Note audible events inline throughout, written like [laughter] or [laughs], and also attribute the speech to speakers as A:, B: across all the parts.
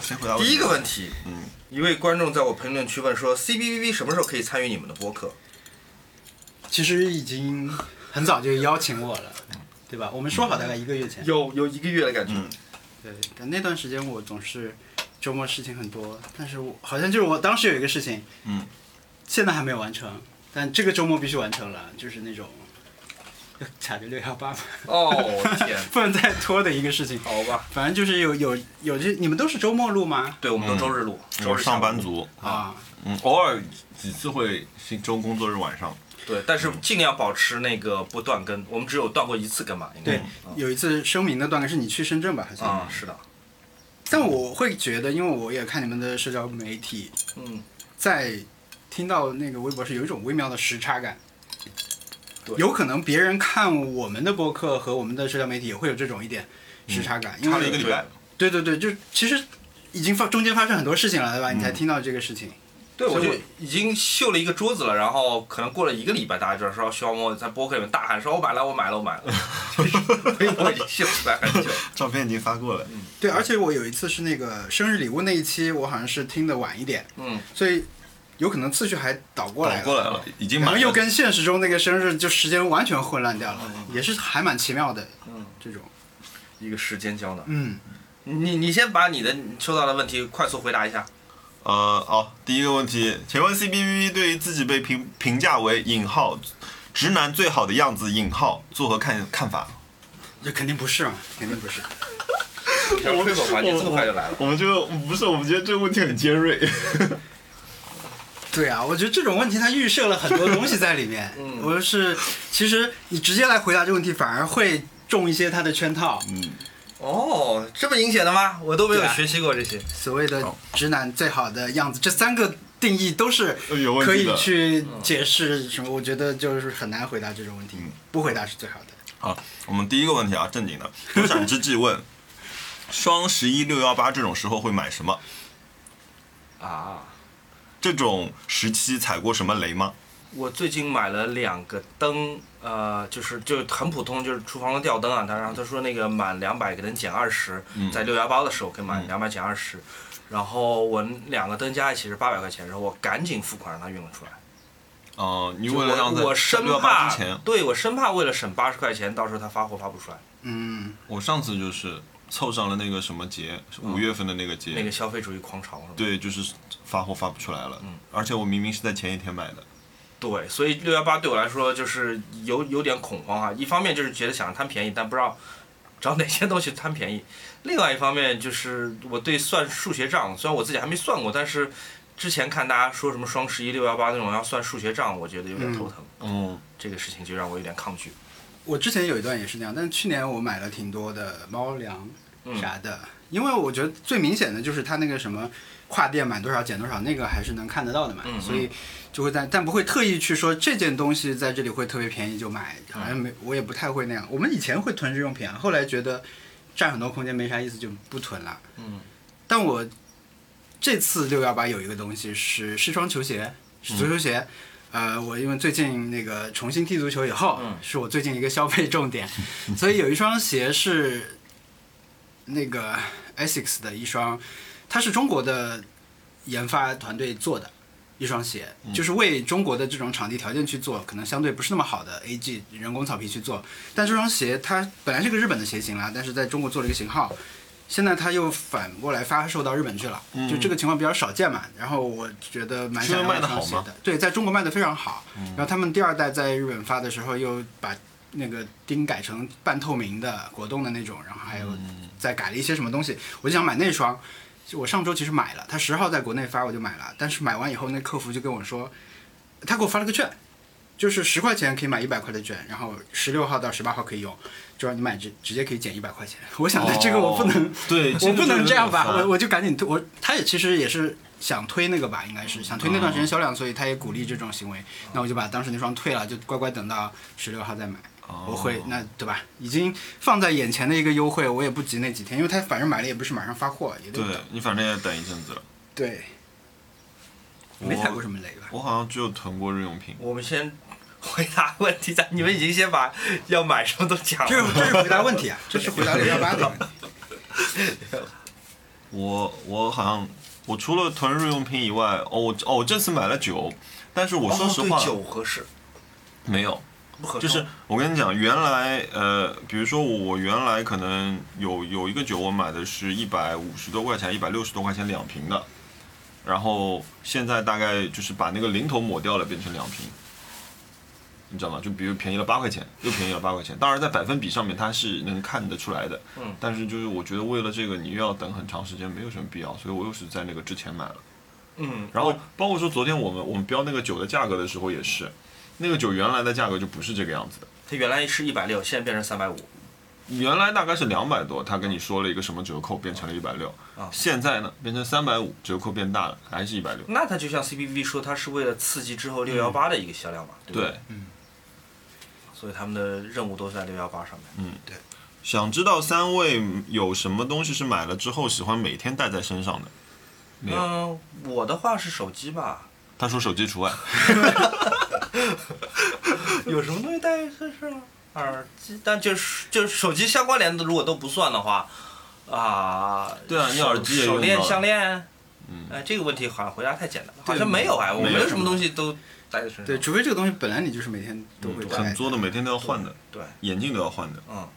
A: 谁回答问
B: 第
A: 题？
B: 一个问题，嗯，一位观众在我评论区问说，CBBV 什么时候可以参与你们的播客？
C: 其实已经很早就邀请我了，对吧？我们说好大概一个月前。
B: 有有一个月的感觉，
A: 嗯
C: 对，但那段时间我总是周末事情很多，但是我好像就是我当时有一个事情，
A: 嗯，
C: 现在还没有完成，但这个周末必须完成了，就是那种 [laughs] 要卡着六幺八嘛，
B: 哦天，
C: 不能再拖的一个事情。
B: 好吧，
C: 反正就是有有有这，你们都是周末录吗？
B: 对，我们都周日录，周
A: 嗯我
B: 日
A: 是上班
B: 午，
A: 族，
C: 啊，
A: 嗯，偶尔几次会是周工作日晚上，
B: 对，但
A: 嗯
B: 是尽量保持那个不断更，我们只有断过一次更嘛，应该
C: 对，有一次声明的段落是你去深圳吧，好
B: 嗯
C: 像。
A: 嗯
B: 啊，是的，
C: 但我会觉得，因为我也看你们的社交媒体，
B: 嗯，
C: 在听到那个微博是有一种微妙的时差感。
B: 对
C: 有可能别人看我们的播客和我们的社交媒体也会有这种一点时差感，
A: 嗯
C: 因
A: 差了一个
C: 为
A: 礼拜。
C: 对对对，就其实已经发中间发生很多事情了，对吧？你才听到这个事情。
B: 对，我
C: 所以
B: 就
C: 我
B: 已经秀了一个桌子了，然后可能过了一个礼拜，大家就说徐小莫在播客里面大喊说：“我买了，我买了，我买
A: [laughs]
B: 了。”所以我已经秀出来很久。
A: 照片已经发过了，
C: 对，而且我有一次是那个生日礼物那一期，我好像是听的晚一点，
B: 嗯，
C: 所以有可能次序还倒过来
A: 倒
C: 了。
A: 过来了，已经
C: 然
A: 买
C: 后
A: 了
C: 又跟现实中那个生日就时间完全混乱掉了，
A: 嗯
C: 也是还蛮奇妙的。
B: 嗯，
C: 这种，
B: 一个时间胶囊。
C: 嗯，
B: 你你先把你的收到的问题快速回答一下。
A: 呃，哦，第一个问题，请问 C B B B 对于自己被评评价为引号直男最好的样子引号作何看看法？
C: 这肯定不是嘛，肯定不是。
B: 我这吧，你这么快就来了。
A: 我们这个不是，我们觉得这个问题很尖锐。
C: 对啊，我觉得这种问题它预设了很多东西在里面。
B: 嗯
C: 我是其实你直接来回答这个问题，反而会中一些它的圈套。
A: 嗯
B: 哦，这么阴险的吗？我都没有
C: 对啊
B: 学习过这些。
C: 所谓的
A: 好
C: 直男最好的样子，这三个定义都是
A: 有问
C: 可
A: 题
C: 以
A: 的
C: 去解释什么。我觉得就是很难回答这种问题，不回答是最好的。
A: 好，我们第一个问题啊，正经的，有闪之际问，双十一、六幺八这种时候会买什么？
B: 啊，
A: 这种时期踩过什么雷吗？
B: 我最近买了两个灯，呃，就是就很普通，就是厨房的吊灯啊。他然后他说那个满两百给能减二十、
A: 嗯
B: 在六幺八的时候可以满两百减二十。然后我两个灯加一起是八百块钱，然后我赶紧付款让他运了出来。
A: 哦，你
B: 就
A: 为了让
B: 我我生
A: 六幺八
B: 怕
A: 之前，，
B: 对我生怕为了省八十块钱，到时候他发货发不出来，
C: 嗯，
A: 我上次就是凑上了那个什么节，五月份的那个节，
B: 那个消费主义狂潮是吧？
A: 对，就是发货发不出来了，而且我明明是在前一天买的，
B: 对，所以六幺八对我来说就是有有点恐慌啊。一方面就是觉得想贪便宜，但不知道找哪些东西贪便宜；另外一方面就是我对算数学账，虽然我自己还没算过，但是之前看大家说什么双十一、六幺八那种要算数学账，我觉得有点头疼。
A: 嗯，
B: 这个事情就让我有点抗拒。
C: 我之前有一段也是那样，但是去年我买了挺多的猫粮
B: 嗯
C: 啥的，因为我觉得最明显的就是它那个什么跨店满多少减多少，那个还是能看得到的嘛，
B: 嗯嗯
C: 所以就会在，但不会特意去说这件东西在这里会特别便宜就买，好
B: 嗯
C: 像没我也不太会那样。我们以前会囤日用品啊，后来觉得占很多空间没啥意思就不囤了。
B: 嗯，
C: 但我这次六幺八有一个东西是是双球鞋，是足球鞋。呃，我因为最近那个重新踢足球以后，
B: 嗯
C: 是我最近一个消费重点，所以有一双鞋是那个 Asics 的一双，它是中国的研发团队做的一双鞋，就是为中国的这种场地条件去做，可能相对不是那么好的 AG 人工草皮去做。但这双鞋它本来是个日本的鞋型啦，但是在中国做了一个型号，现在它又反过来发售到日本去了，就这个情况比较少见嘛。然后我觉得蛮想要这双鞋
A: 是卖得好
C: 的，对，在中国卖的非常好。然后他们第二代在日本发的时候，又把那个钉改成半透明的、果冻的那种，然后还有
A: 嗯
C: 再改了一些什么东西，我就想买那双。就我上周其实买了，他十号在国内发我就买了，但是买完以后那客服就跟我说，他给我发了个券，就是十块钱可以买一百块的券，然后十六号到十八号可以用，就让你买直直接可以减一百块钱。我想的这个我不能，
A: 对，
C: 我不能这样吧，我我就赶紧推我，他也其实也是想推那个吧，应该是想推那段时间销量，所以他也鼓励这种行为。那我就把当时那双退了，就乖乖等到十六号再买。
A: 哦
C: 我会那对吧？已经放在眼前的一个优惠，我也不急那几天，因为他反正买了也不是马上发货，也得
A: 对
C: 等。
A: 你反正也等一阵子了。
C: 对，
A: 我
C: 没踩过什么雷吧？
A: 我好像只有囤过日用品，
B: 我们先回答问题，咱你们已经先把 [laughs] 要买什么都讲
C: 这
B: 了。
C: 是这是回答问题啊，这是回答六幺八的问题。
A: 我我好像我除了囤日用品以外，哦我哦我这次买了酒，但是我说实话、
B: 哦对酒合适，
A: 没有，
B: 不合适
A: 就是我跟你讲，原来呃，比如说我原来可能有有一个酒，我买的是一百五十多块钱，一百六十多块钱两瓶的，然后现在大概就是把那个零头抹掉了，变成两瓶，你知道吗？就比如便宜了八块钱，又便宜了八块钱。当然在百分比上面它是能看得出来的，
B: 嗯，
A: 但是就是我觉得为了这个你又要等很长时间，没有什么必要，所以我又是在那个之前买了。
B: 嗯，
A: 然后包括说昨天我们我们标那个酒的价格的时候也是，那个酒原来的价格就不是这个样子的。
B: 它原来是一百六，现在变成三百五，
A: 原来大概是两百多，他跟你说了一个什么折扣，变成了一百六
B: 啊。
A: 现在呢，变成三百五，折扣变大了，还是一百六。
B: 那它就像 CPV 说，它是为了刺激之后六幺八的一个销量嘛，对不对
A: 嗯对，
B: 所以他们的任务都在六幺八上面。
A: 想知道三位有什么东西是买了之后喜欢每天带在身上的？没有，
B: 嗯，我的话是手
A: [laughs]
B: 机吧，
A: 他说手机除外。
B: 有什么东西带在身上？耳机，但就是就是手机相关联的，如果都不算的话，啊，
A: 对啊你
B: 手
A: 耳机也
B: 手
A: 用
B: 链、
A: 到了
B: 项链，嗯，哎，这个问题好像回答太简单了，好
C: 对
B: 像没有哎，我
A: 没有
B: 没有什么东西都带在身上。
C: 对，除非这个东西本来你就是每天都会带，
A: 很作的，每天都要换的，
B: 对，
A: 眼镜都要换的。
B: 嗯，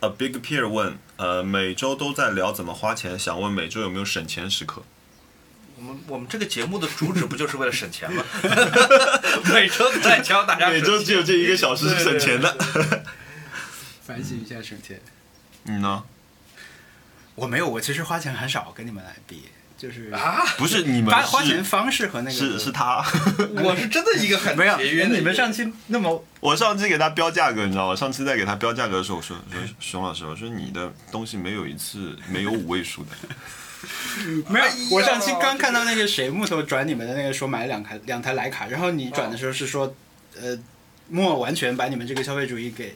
A: A Big Peer 问，呃，每周都在聊怎么花钱，想问每周有没有省钱时刻？
B: 我们我们这个节目的主旨不就是为了省
A: [laughs]
B: 钱吗？ [laughs] 每周都在教大家
A: 每周只有这一个小时是省钱的。
C: 反省一下省钱。
A: 你嗯呢？
C: 我没有，我其实花钱很少，跟你们来比，就是
B: 啊，
A: 不是你们
C: 花
A: 是
C: [laughs] 花钱方式和那个
A: 是是他。
B: 我是真的一个很
C: 没有
B: 节约的一个人。
C: 你们上期那么
A: 我上次给他标价格，你知道吗？上次在给他标价格的时候，我说：“我说熊老师，我说你的东西没有一次没有五位数
C: [laughs]
A: 的。
C: 没有
B: 哎呀，
C: 我上期刚看到那个谁木头转你们的那个说买了两台两台徕卡，然后你转的时候是说，呃，木偶完全把你们这个消费主义给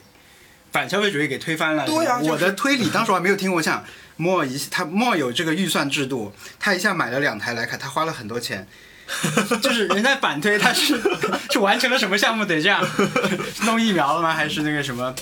C: 反消费主义给推翻了。
B: 对啊就是
C: 我的推理当时我还没有听过，我想莫一他莫有这个预算制度，他一下买了两台徕卡，他花了很多钱。就是人在反推，他是 [laughs] 是完成了什么项目？得这样 [laughs] 弄疫苗了吗？还是那个什么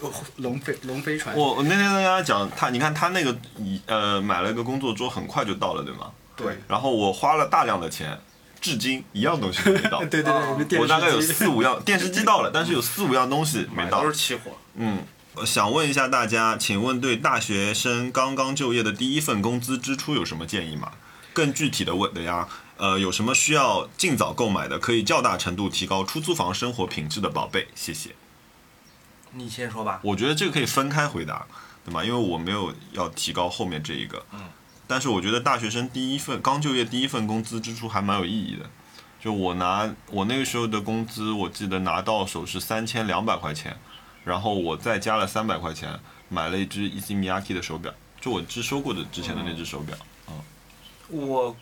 C: 哦龙飞龙飞船？
A: 我我那天跟他讲，他你看他那个一呃买了一个工作桌，很快就到了，对吗？
C: [laughs] 对
A: 然后我花了大量的钱，至今一样东西没到。
C: [laughs] 对对对，哦我们电视
A: 我大概有
C: 机
A: 四
C: [laughs]
A: 五样电视机到了，但是有四五样东西没到
B: 都。是期货。
A: 嗯，我想问一下大家，请问对大学生刚刚就业的第一份工资支出有什么建议吗？更具体的问的呀，呃，有什么需要尽早购买的，可以较大程度提高出租房生活品质的宝贝？谢谢。
B: 你先说吧。
A: 我觉得这个可以分开回答，对吗？因为我没有要提高后面这一个。
B: 嗯。
A: 但是我觉得大学生第一份刚就业第一份工资支出还蛮有意义的。就我拿我那个时候的工资，我记得拿到手是三千两百块钱，然后我再加了三百块钱买了一只 e z Miyake 的手表，就我只收过的之前的那只手表。
B: 我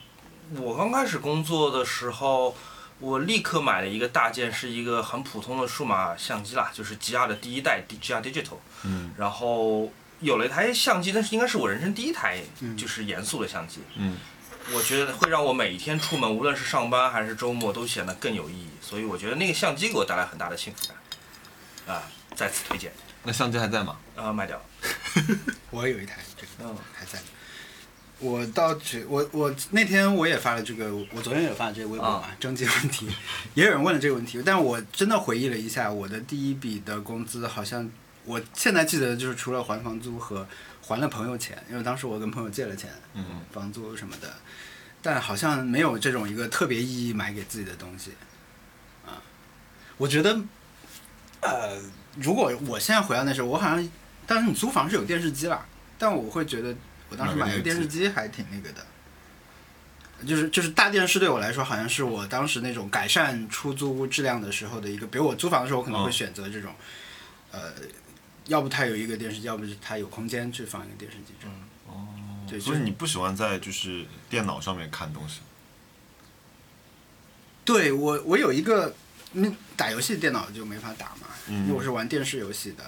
B: 我刚开始工作的时候，我立刻买了一个大件，是一个很普通的数码相机啦，就是 G R 的第一代 G R Digital。
A: 嗯。
B: 然后有了一台相机，但是应该是我人生第一台
C: 嗯
B: 就是严肃的相机。
A: 嗯。
B: 我觉得会让我每一天出门，无论是上班还是周末，都显得更有意义。所以我觉得那个相机给我带来很大的幸福感。啊，再次推荐，
A: 那相机还在吗？
B: 呃，卖掉了。
C: 我有一台这个。
B: 嗯
C: 还在。我到去，我我那天我也发了这个，我昨天也发了这个微博嘛，征集问题，也有人问了这个问题，但我真的回忆了一下，我的第一笔的工资好像，我现在记得就是除了还房租和还了朋友钱，因为当时我跟朋友借了钱，
A: 嗯，
C: 房租什么的，但好像没有这种一个特别意义买给自己的东西，啊，我觉得，呃，如果我现在回到那时候，我好像当时你租房是有电视机啦，但我会觉得我当时买个电视机还挺那个的。就是就是大电视对我来说，好像是我当时那种改善出租质量的时候的一个，比如我租房的时候，我可能会
A: 嗯
C: 选择这种，呃，要不它有一个电视机，要不是它有空间去放一个电视机这种。对，
A: 所
C: 就
A: 以
C: 是
A: 你不喜欢在就是电脑上面看东西。
C: 对我，我有一个，那打游戏电脑就没法打嘛，
A: 嗯
C: 因为我是玩电视游戏的，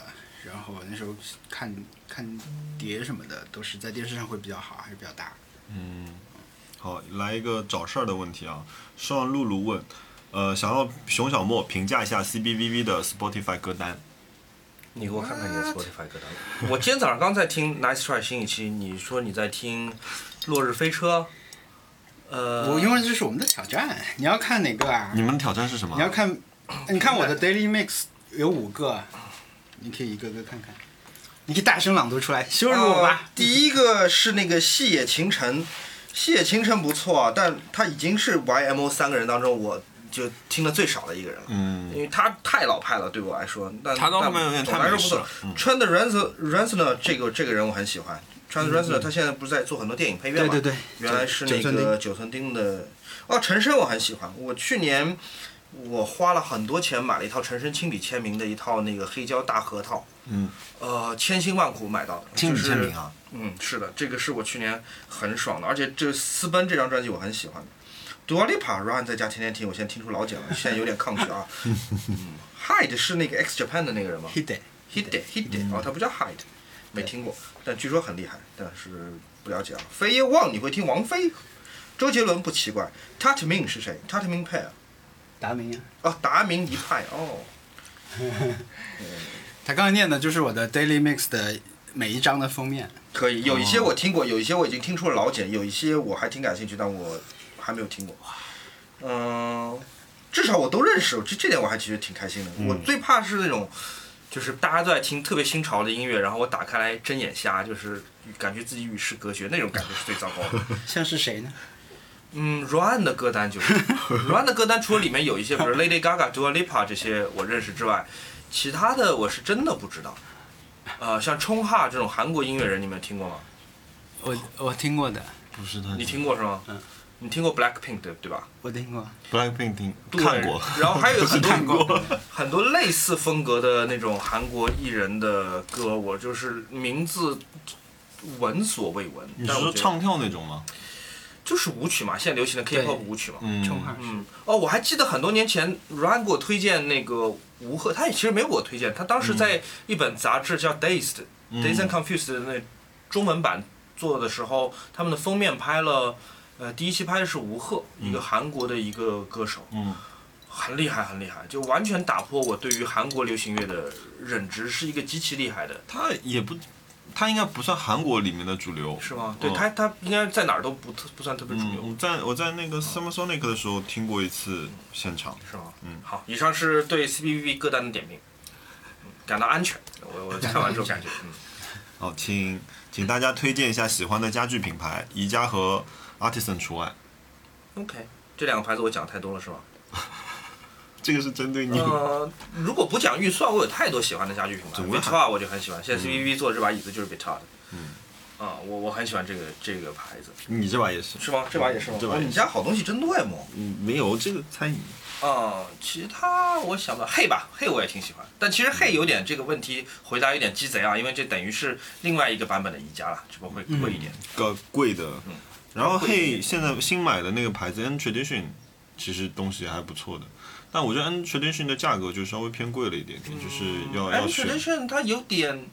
C: 然后那时候看看碟什么的，都是在电视上会比较好，还是比较大。
A: 嗯，好，来一个找事儿的问题啊。上露露问，呃，想要熊小莫评价一下 CBVV 的 Spotify 歌单。
B: 你给我看看你的 Spotify 歌单。我今天早上刚在听 Nice Try 新一期，你说你在听《落日飞车》，呃，
C: 我因为这是我们的挑战，你要看哪个啊？
A: 你们的挑战是什么
C: 你？要看，你看我的 daily mix 有五个，你可以一个个看看，你可以大声朗读出来，羞辱我吧
B: 呃。第一个是那个细野晴臣，细野晴臣不错，啊但他已经是 YMO 三个人当中我就听的最少的一个人了。
A: 嗯，
B: 因为他太老派了，对我来说，但
A: 他到后面有点
B: 但
A: 太
B: 总的来
A: 美
B: 说不
A: 式了嗯
B: 错。。穿的 Ransom Ransom 这个这个人我很喜欢。穿 Ransom
A: 嗯
B: 他现在不是在做很多电影配乐
C: 对
B: 嘛？
C: 对对，
B: 原来是
C: 九
B: 那
C: 寸钉
B: 个九寸钉的。哦，陈升我很喜欢。我去年我花了很多钱买了一套陈升亲笔签名的一套那个黑胶大合套，
A: 嗯，
B: 呃，千辛万苦买到的。
A: 亲笔
B: 就是
A: 签名啊，
B: 嗯，是的，这个是我去年很爽的，而且这私奔这张专辑我很喜欢的。Dua Lipa Run 在家天天听，我现在听出老茧了，现在有点抗拒啊。嗯，Hyde 是那个 X Japan 的那个人吗
C: hit it。
B: ？Hide Hide 哦，他不叫 Hyde，没听过，但据说很厉害，但是不了解啊。飞叶望你会听王菲，周杰伦不奇怪。Tatmin 是谁？Tatmin Pair
C: 达明啊，
B: 啊哦，达明一派哦。
C: 他刚才念的就是我的 daily mix 的每一张的封面。
B: 可以，有一些我听过，有一些我已经听出了老茧，有一些我还挺感兴趣，但我还没有听过。嗯、至少我都认识，这这点我还其实挺开心的。我最怕是那种，就是大家都在听特别新潮的音乐，然后我打开来睁眼瞎，就是感觉自己与世隔绝，那种感觉是最糟糕的。
C: 像是谁呢？
B: 嗯 r a n 的歌单就是 r a n 的歌单，除了里面有一些，比如 Lady Gaga、Dua Lipa 这些我认识之外，其他的我是真的不知道。呃，像冲哈这种韩国音乐人，你们有听过吗？
C: 我我听过的，
A: 不是他。
B: 你听过是吗？
C: 嗯。
B: 你听过 Blackpink 对对吧？
C: 我听过。
A: Blackpink 听看过，
B: 对然后还有很多
C: 看过
B: 很多类似风格的那种韩国艺人的歌，我就是名字闻所未闻。
A: 你
B: 但
A: 是
B: 我
A: 说
B: 觉得
A: 唱跳那种吗？
B: 就是舞曲嘛，现在流行的
C: 对
B: K-pop 舞曲嘛。
A: 嗯，
C: 冲哈
B: 嗯，哦，我还记得很多年前 Ryan 给我推荐那个吴赫，他也其实没有给我推荐，他当时在一本杂志叫 Dazed，
A: 嗯
B: Dazed and Confused 的那中文版做的时候，他们的封面拍了，呃，第一期拍的是吴赫，一个韩国的一个歌手，
A: 嗯，
B: 很厉害，很厉害，就完全打破我对于韩国流行乐的认知，是一个极其厉害的，
A: 他也不，他应该不算韩国里面的主流，
B: 是吗？对
A: 嗯
B: 他，他应该在哪儿都不特不算特别主流
A: 嗯，，我在我在那个 Summer Sonic 的时候听过一次现场，
B: 是吗？
A: 嗯，
B: 好，以上是对 C B B 歌单的点评，嗯感到安全。我我看完之后感觉，嗯，
A: 哦，请请大家推荐一下喜欢的家具品牌，宜家和 Artisan 除外。
B: OK，这两个牌子我讲太多了是吗？
A: 这个是针对你，
C: 嗯
B: 呃，如果不讲预算，我有太多喜欢的家具品牌
A: 总归还
B: ，Vita 我就很喜欢。现在 C B B 做的这把椅子就是 Vita 的，
A: 嗯，
B: 啊、我我很喜欢这个这个牌子，
A: [laughs] 你这把也是，
B: 是吗？这把也是吗？
A: 这把
B: 哦
A: 也是
B: 你家好东西真多呀，莫。
A: 嗯，没有这个餐饮，
B: 嗯，其他我想不到，嘿吧，嘿我也挺喜欢，但其实
A: 嗯
B: 嘿有点这个问题回答有点鸡贼啊，因为这等于是另外一个版本的宜家了，只不过会
A: 嗯
B: 贵一点。
A: 个贵的。
B: 嗯
A: 然后
B: 贵一
A: 嘿，
B: 点
A: 现在新买的那个牌子 N Tradition，其实东西还不错的，但我觉得 N Tradition 的价格就稍微偏贵了一点点，就是
C: 嗯
A: 要要
B: M
A: 选
B: tradition 它有点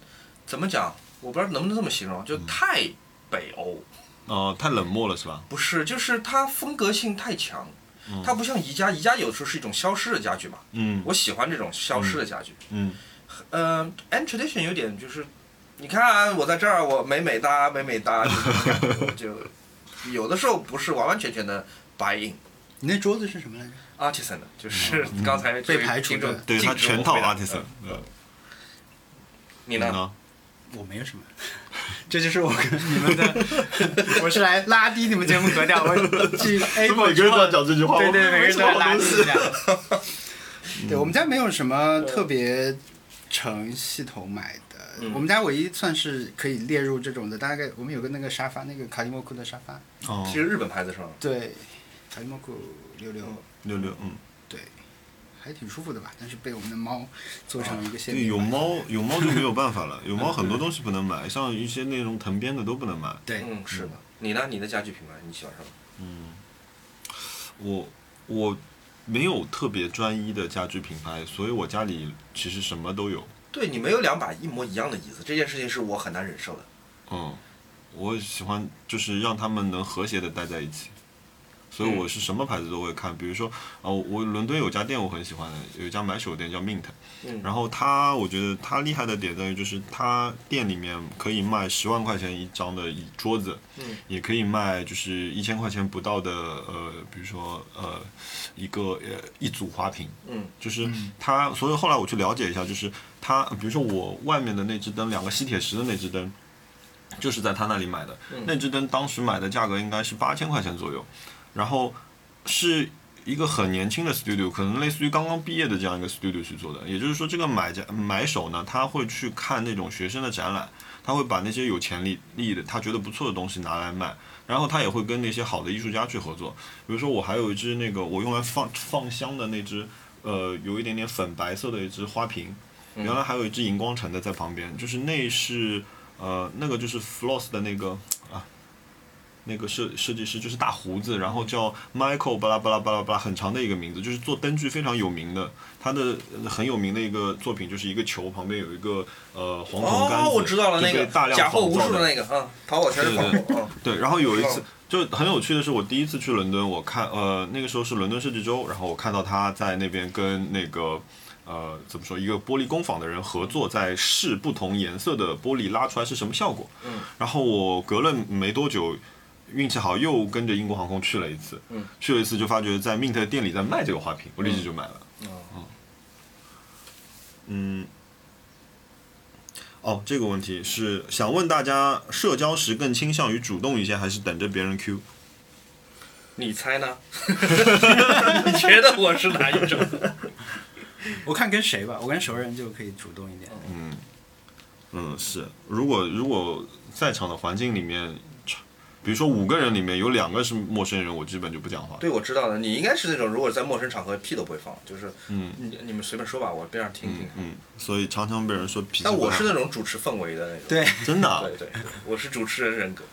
B: 怎么讲，我不知道能不能这么形容，
A: 嗯
B: 就太北欧，
A: 哦、太冷漠了是吧？
B: 不是，就是它风格性太强，
A: 嗯
B: 它不像宜家，宜家有时候是一种消失的家具嘛，
A: 嗯
B: 我喜欢这种消失的家具。
A: 嗯，
B: 嗯、m tradition 有点就是，你看我在这儿，我美美哒，美美哒，就是这种感觉就有的时候不是完完全全的 buy in。
C: 你那桌子是什么来着？
B: artisan 的，就是刚才这位
C: 被排除
B: 听众
C: 的
A: 嗯对，它
B: 禁止我
A: 全套
B: 回答
A: Artisan
B: 嗯。
C: 呃
A: 嗯啊
B: 你呢？？
C: 我没有什么， [laughs] 这就是我跟你们的， [laughs] 我是来拉低你们节目格调，我 [laughs] 去 A 过之后，
A: 这句话
C: 对 [laughs] 对，每个人都要拉低
A: 东
C: 一下。 [laughs] 对我们家没有什么特别成系统买的，
B: 嗯
C: 我们家唯一算是可以列入这种的，大概我们有个那个沙发，那个卡利莫库的沙发，
A: 哦
B: 是，日本牌子是吗？
C: 对，卡利莫库六六，
A: 六六，嗯，
C: 对，还挺舒服的吧，但是被我们的猫做成一个限
A: 对，
C: 定
A: 有
C: 版，
A: 猫有猫就没有办法了，有猫很多东西不能买，像一些那种藤编的都不能买。
C: 对，
B: 嗯，是的。你呢？你的家具品牌你喜欢什么？
A: 我我没有特别专一的家居品牌，所以我家里其实什么都有。
B: 对你没有两把一模一样的椅子，这件事情是我很难忍受的。
A: 嗯，我喜欢就是让他们能和谐的待在一起，所以我是什么牌子都会看。比如说啊，我我伦敦有家店我很喜欢的，有一家买手店叫 Mint，
B: 嗯
A: 然后它我觉得它厉害的点在于就是它店里面可以卖十万块钱一张的椅桌子，
B: 嗯
A: 也可以卖就是一千块钱不到的呃，比如说呃一个呃一组花瓶，
B: 嗯
A: 就是它，所以后来我去了解一下，就是它，比如说我外面的那只灯，两个吸铁石的那只灯，就是在他那里买的。那只灯当时买的价格应该是八千块钱左右，然后是一个很年轻的 studio，可能类似于刚刚毕业的这样一个 studio 去做的。也就是说，这个买家买手呢，他会去看那种学生的展览，他会把那些有潜力力的他觉得不错的东西拿来卖。然后他也会跟那些好的艺术家去合作，比如说我还有一只那个我用来放放香的那只呃，有一点点粉白色的一只花瓶，
B: 嗯
A: 原来还有一只荧光橙的在旁边，就是那是呃那个就是 Floss 的那个啊，那个设设计师就是大胡子，然后叫 Michael 巴拉巴拉巴拉巴拉，很长的一个名字，就是做灯具非常有名的，他的呃很有名的一个作品就是一个球旁边有一个呃黄铜杆子，
B: 哦，我知道了，
A: 就
B: 那
A: 被
B: 个
A: 大量
B: 假货
A: 仿
B: 无
A: 造
B: 数
A: 的
B: 的那个，嗯，淘宝全是仿
A: 对
B: 货，嗯
A: 对，然后有一次
B: 嗯
A: 就很有趣的是，我第一次去伦敦，我看呃那个时候是伦敦设计周，然后我看到他在那边跟那个呃怎么说一个玻璃工坊的人合作，在试不同颜色的玻璃拉出来是什么效果。
B: 嗯。
A: 然后我隔了没多久。运气好，又跟着英国航空去了一次，
B: 嗯
A: 去了一次就发觉在 Mint 的店里在卖这个花瓶，我立即就买了。嗯，哦，这个问题是想问大家，社交时更倾向于主动一些，还是等着别人 Q？
B: 你猜呢？ [laughs] 你觉得我是哪一种？
C: 我看跟谁吧，我跟熟人就可以主动一点。
A: 嗯，是。如果如果在场的环境里面，比如说五个人里面有两个是陌生人，我基本就不讲话。
B: [laughs] 对，我知道了，你应该是那种如果在陌生场合屁都不会放，就是
A: 嗯
B: 你你们随便说吧，我边上听听。
A: 嗯，所以常常被人说脾气不
B: 但
A: 好。
B: 我是那种主持氛围的那种。
C: 对，
A: 真的啊，
B: 对对对，我是主持人人格，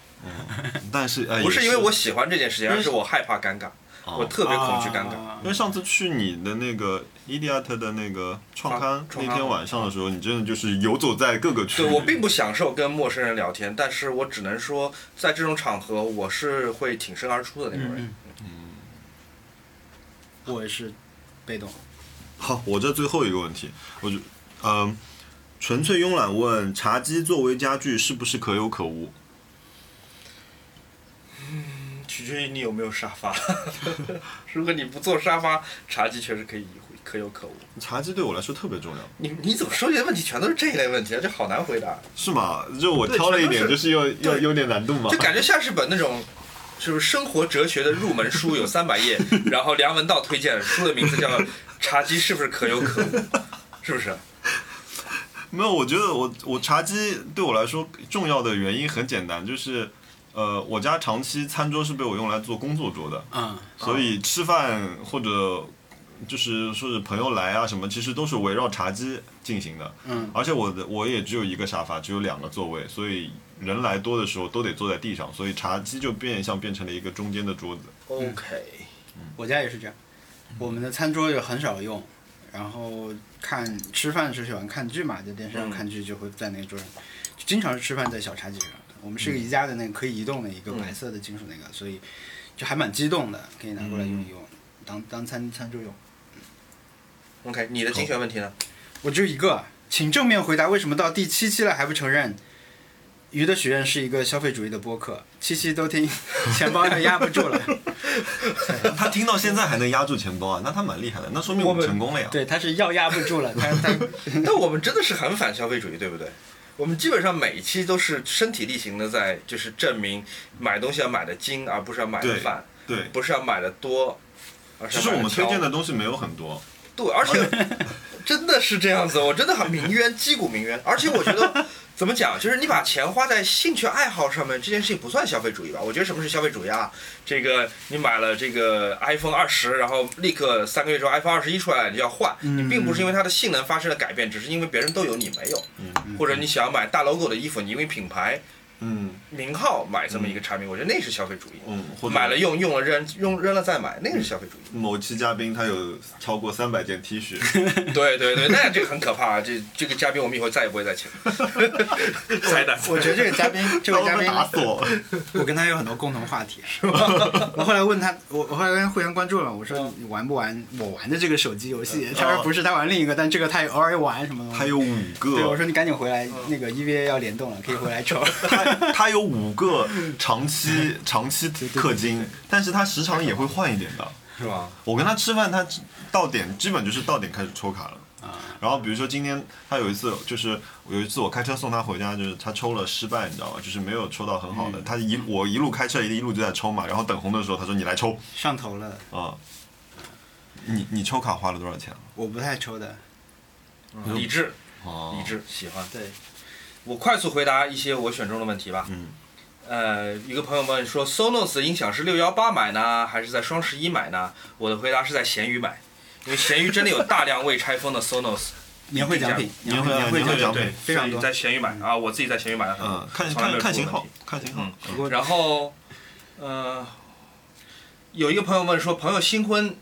A: 但是哎，
B: 不
A: 也
B: 是
A: 是
B: 因为我喜欢这件事情，
A: 但
B: 而
A: 是
B: 是我害怕尴尬，
A: 哦
B: 我特别恐惧尴尬。
C: 啊
A: 因为上次去你的那个 Idiot 的那个创刊那
B: 创创刊
A: 天晚上的时候，你真的就是游走在各个区域。
B: 对我并不享受跟陌生人聊天，但是我只能说，在这种场合，我是会挺身而出的那种人。
C: 我是被动。
A: 好，我这最后一个问题，我就嗯、纯粹慵懒问：茶几作为家具是不是可有可无？
B: 嗯取决于你有没有沙发，如果你不坐沙发，茶几确实可以可有可无。
A: 茶几对我来说特别重要，
B: 你你怎么收集的问题全都是这一类问题啊？这好难回答，
A: 是吗？就我
B: 对
A: 挑了一点，
B: 全
A: 就
B: 都
A: 是有有
B: 对
A: 有点难度嘛
B: 就。
A: [laughs]
B: 感觉像是本那种，是不是生活哲学的入门书，有三百页，然后梁文道推荐，书的名字叫《茶几是不是可有可无》，是不是？
A: 没有，我觉得我我茶几对我来说重要的原因很简单，就是呃，我家长期餐桌是被我用来做工作桌的，
C: 嗯，
A: 所以吃饭或者就是说是朋友来啊什么，其实都是围绕茶几进行的。
C: 嗯，
A: 而且我的我也只有一个沙发，只有两个座位，所以人来多的时候都得坐在地上，所以茶几就变相变成了一个中间的桌子。
B: OK，
C: 我家也是这样，我们的餐桌也很少用，然后看吃饭是喜欢看剧嘛，在电
B: 嗯
C: 视上看剧就会在那个桌上，就经常是吃饭在小茶几上。我们
B: 嗯
C: 是一个宜家的那个可以移动的一个白色的金属那个，所以就还蛮激动的，可以拿过来
B: 嗯
C: 用一用，当当餐餐桌用。
B: OK，你的精选问题呢？
C: 我只有一个，请正面回答为什么到第七期了还不承认。鱼的许愿是一个消费主义的播客，七期都听， [laughs] 钱包要压不住
A: [laughs]
C: 了。
A: [laughs] 他听到现在还能压住钱包啊，那他蛮厉害的，那说明我们成功了呀。
C: 对，他是要压不住了，他他
B: [laughs] 但我们真的是很反消费主义，对不对？我们基本上每一期都是身体力行的在，就是证明买东西要买的精，而不是要买的
A: 对
B: 泛，
A: 对，
B: 不是要买的多，而是
A: 其实
B: 要
A: 我
B: 买
A: 们
B: 得
A: 推
B: 挑
A: 荐的东西没有很多，
B: 对，而且
A: [laughs]
B: 真的是这样子，我真的很名媛，击鼓鸣冤。而且我觉得怎么讲，就是你把钱花在兴趣爱好上面，这件事情不算消费主义吧？我觉得什么是消费主义啊？这个你买了这个 iPhone 二十，然后立刻三个月之后 iPhone 二十一出来了，你就要换，
A: 嗯
C: 嗯
B: 你并不是因为它的性
C: 嗯
B: 能发生了改变，只是因为别人都有你没有，或者你想买大 logo 的衣服，你因为品牌。
A: 嗯
B: 名号买这么一个产品，我觉得那是消费主义。
A: 嗯，或者
B: 买了用，用了扔，用扔了再买，那个是消费主义。
A: 某期嘉宾他有超过三百件 T 恤，
B: [laughs] 对对对，那这个很可怕。啊这这个嘉宾我们以后再也不会再请了。 [laughs] 塞的，
C: 我觉得这个嘉宾， [laughs] 这位嘉宾，
A: 打死我。
C: 我跟他有很多共同话题。我后来问他，我我后来跟他互相关注了，我说你玩不玩我玩的这个手机游戏？他说不是，他玩另一个，但这个他也偶尔玩什么东
A: 他
C: 西。
A: 有五
C: 对，我
A: 个，
C: 说你赶紧回来，那个 EVA 要联动了，可以回来抽。 [laughs]
A: 他他有五个长期长期氪金，但是他时常也会换一点的。
B: 是吧？
A: 我跟他吃饭，他到点基本就是到点开始抽卡了。
C: 啊
A: 然后比如说今天他有一次就是有一次我开车送他回家，就是他抽了失败，你知道吗？就是没有抽到很好的。
C: 嗯
A: 他一我一路开车一路就在抽嘛，然后等红灯的时候他说你来抽
C: 上头了，
A: 啊、你你抽卡花了多少钱？啊
C: 我不太抽的。
A: 嗯
B: 理智，
A: 哦
B: 理智，喜欢。
C: 对，
B: 我快速回答一些我选中的问题吧。
A: 嗯，
B: 呃，一个朋友问说，Sonos 的音响是六幺八买呢，还是在双十一买呢？我的回答是在闲鱼买，因为闲鱼真的有大量未拆封的 Sonos，
C: 年会奖品，
A: 年会
C: 年
A: 啊
C: 会
A: 年会
C: 奖品
A: 奖
B: 对
A: 品
B: [laughs] 对，
C: 非常
B: 所
C: 多
B: 以在闲鱼买啊，我自己在闲鱼买了很多。
A: 嗯，看
B: 从来没
A: 看
B: 有
A: 看
B: 出
A: 型
B: 过
A: 号
B: 问题，
A: 看型号
B: 嗯。
A: 嗯
C: 我
B: 然后，呃，有一个朋友问说，朋友新婚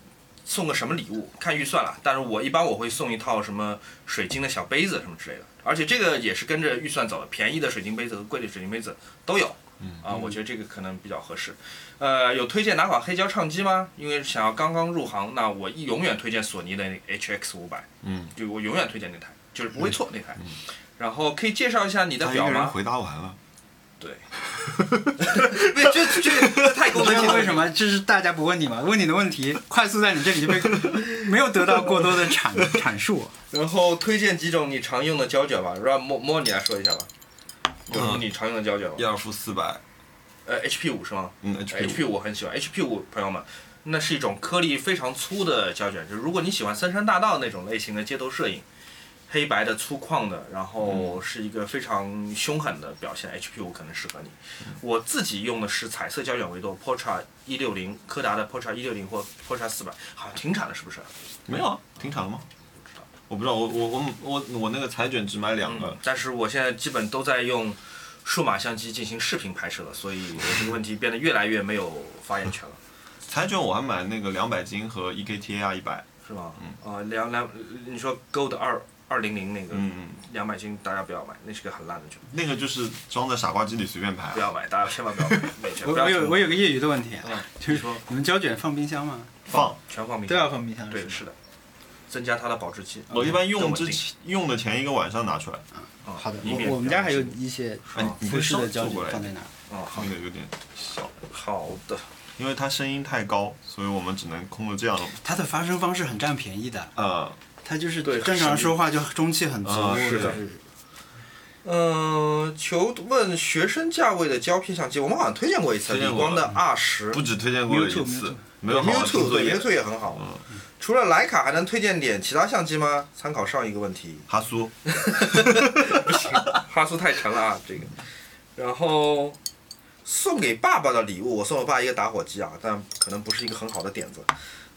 B: 送个什么礼物？看预算了，但是我一般我会送一套什么水晶的小杯子什么之类的，而且这个也是跟着预算走的，便宜的水晶杯子和贵的水晶杯子都有。
A: 嗯
B: 啊，我觉得这个可能比较合适。呃，有推荐哪款黑胶唱机吗？因为想要刚刚入行，那我一永远推荐索尼的那 HX 五百，
A: 嗯，
B: 就我永远推荐那台，就是不会错那台。然后可以介绍一下你的
A: 他一个
B: 表
A: 人
B: 吗？
A: 回答完了，
B: 对，这这这 [laughs] 太功
C: 你知
B: 能性
C: 道
B: 了
C: 为什么？这是大家不问你吗？问你的问题，快速在你这里就被没有得到过多的阐阐述。
B: 然后推荐几种你常用的胶卷吧，让莫莫你来说一下吧。有什么你常用的胶卷吗？
A: 伊尔夫四百，
B: 呃，HP 五是吗
A: 嗯，HP
B: ？HP 五我很喜欢，HP 五朋友们，那是一种颗粒非常粗的胶卷，就是如果你喜欢森山大道那种类型的街头摄影，黑白的粗犷的，然后是一个非常凶狠的表现，HP 五可能适合你。我自己用的是彩色胶卷维度 Portra 一六零，柯达的 Portra 一六零或 Portra 四百，好像停产了是不是？
A: 没有啊，停产了吗？我不知道，我我我我我那个彩卷只买两个
B: 嗯，，但是我现在基本都在用数码相机进行视频拍摄了，所以我这个问题变得越来越没有发言权了，
A: 彩卷我还买那个两百斤和 EKTR 啊一百，
B: 是吗？嗯。啊，两两，你说 Gold 二二零零那个
A: 嗯，
B: 两百斤，大家不要买，那是个很烂的卷，
A: 那个就是装在傻瓜机里随便排
B: 不。要买，大家千万不要买，美卷
C: [laughs] 我
B: 不要
C: 我
B: 买
C: 有我有个业余的问题，啊
B: 嗯，
C: 就
B: 你
C: 是
B: 说
C: 你们胶卷放冰箱吗？
A: 放，
B: 全放冰
C: 都要
B: 箱，
C: 啊放冰箱。
B: 对，
C: 吧
B: 是的，增加它的保质期。
A: 我一般用之
B: 更稳定
A: 前用的前一个晚上拿出来，
B: 啊
C: 好的，
B: 以免
C: 我我们
B: 不要
C: 家还有
B: 吃
C: 一些嗯
A: 哎你
C: 服饰
A: 你可
C: 的
A: 以
C: 胶
A: 收过来
C: 卷放在那儿。
B: 啊，好
A: 那个有点小，
C: 嗯
B: 好的，
A: 因为它声音太高，所以我们只能空着这样。
C: 它的发声方式很占便宜的，
A: 呃，
C: 它就是
B: 对
C: 正常说话就中气很足，
A: 啊
B: 是的
C: 就是
B: 嗯，求问学生价位的胶片相机，我们好像推荐过一次，
A: 推
B: 理
A: 荐过
B: 光的 R 十，
A: 不止推荐过一
C: Mewtwo，
A: 次
C: Mewtwo，
A: 没有好
C: 啊
A: 好
B: Mewtwo
A: 做作
B: 对
A: 业。
B: Mewtwo 也很好。
C: 嗯
B: 除了徕卡，还能推荐点其他相机吗？参考上一个问题。
A: 哈苏， [laughs]
B: 哈苏太沉了啊，这个。然后送给爸爸的礼物，我送我爸一个打火机啊，但可能不是一个很好的点子。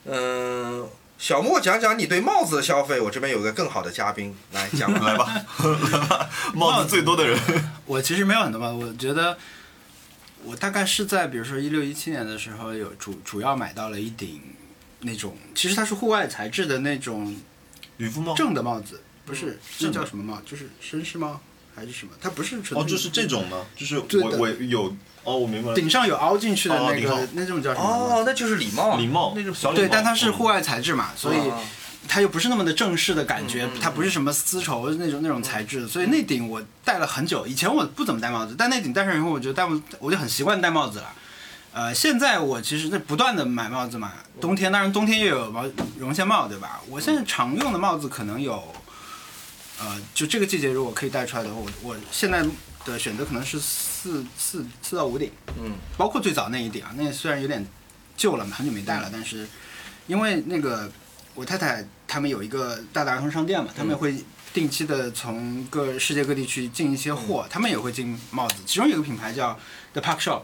B: 嗯、小莫讲讲你对帽子的消费，我这边有个更好的嘉宾来讲
A: 来
B: 啊吧。
C: [laughs]
A: 吧，来吧，帽子最多的人，
C: 我其实没有很多吧，我觉得我大概是在比如说一六一七年的时候有主主要买到了一顶那种，其实它是户外材质的那种
A: 渔夫帽。
C: 正的帽子，不是这
A: 嗯正的
C: 叫什么帽？就是绅士帽还是什么？它不是纯
A: 哦，就是这种吗？就是
C: 对
A: 我
C: 的
A: 我有哦，我明白了。
C: 顶上有凹进去的
A: 哦
C: 那
A: 顶
C: 个、
A: 上哦
C: 那种叫什么帽
B: 哦，
C: 子？
B: 那就是礼帽啊，
A: 礼帽
B: 那种
A: 小礼嗯
C: 对，
A: 帽
C: 但它是户外材质嘛，
A: 哦
C: 所以
B: 啊
C: 它又不是那么的正式的感觉
B: 嗯嗯，
C: 它不是什么丝绸那种那种材质，所以那顶我戴了很久。以前我不怎么戴帽子，但那顶戴上以后，我觉得戴帽我就很习惯戴帽子了。呃，现在我其实在不断的买帽子嘛，
B: 嗯
C: 冬天当然冬天又有毛绒线帽，对吧？我现在常用的帽子可能有，呃，就这个季节如果可以戴出来的话，我我现在的选择可能是四四四到五顶，
B: 嗯，
C: 包括最早那一顶啊，那虽然有点旧了，很久没
B: 嗯
C: 戴了，但是因为那个我太太他们有一个大的儿童商店
B: 嗯
C: 嘛，他们会定期的从各世界各地去进一些货，
B: 嗯
C: 他们也会进帽子，其中有一个品牌叫 The Park Shop，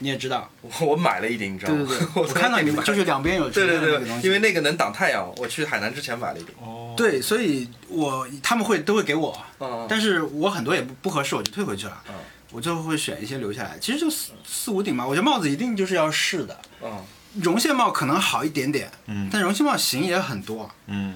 C: 你也知道，
B: 我我买了一顶，你知道
C: 对
B: 吗？
C: 对对，
B: 我
C: 我看到
B: 在店
C: 你
B: 里
C: 们
B: 买
C: 就是两边有
B: 对对
C: 出现的那个
B: 对
C: 东，西
B: 因为那个能挡太阳，我去海南之前买了一顶。
A: 哦，
C: 对，所以我他们会都会给我，
B: 啊，
C: 但是我很多也不不合适，我就退回去了。
B: 嗯
C: 我就会选一些留下来。其实就四四五顶吧，我觉得帽子一定就是要试的。
B: 嗯，
C: 绒线帽可能好一点点，
A: 嗯
C: 但绒线帽型也很多，
A: 嗯，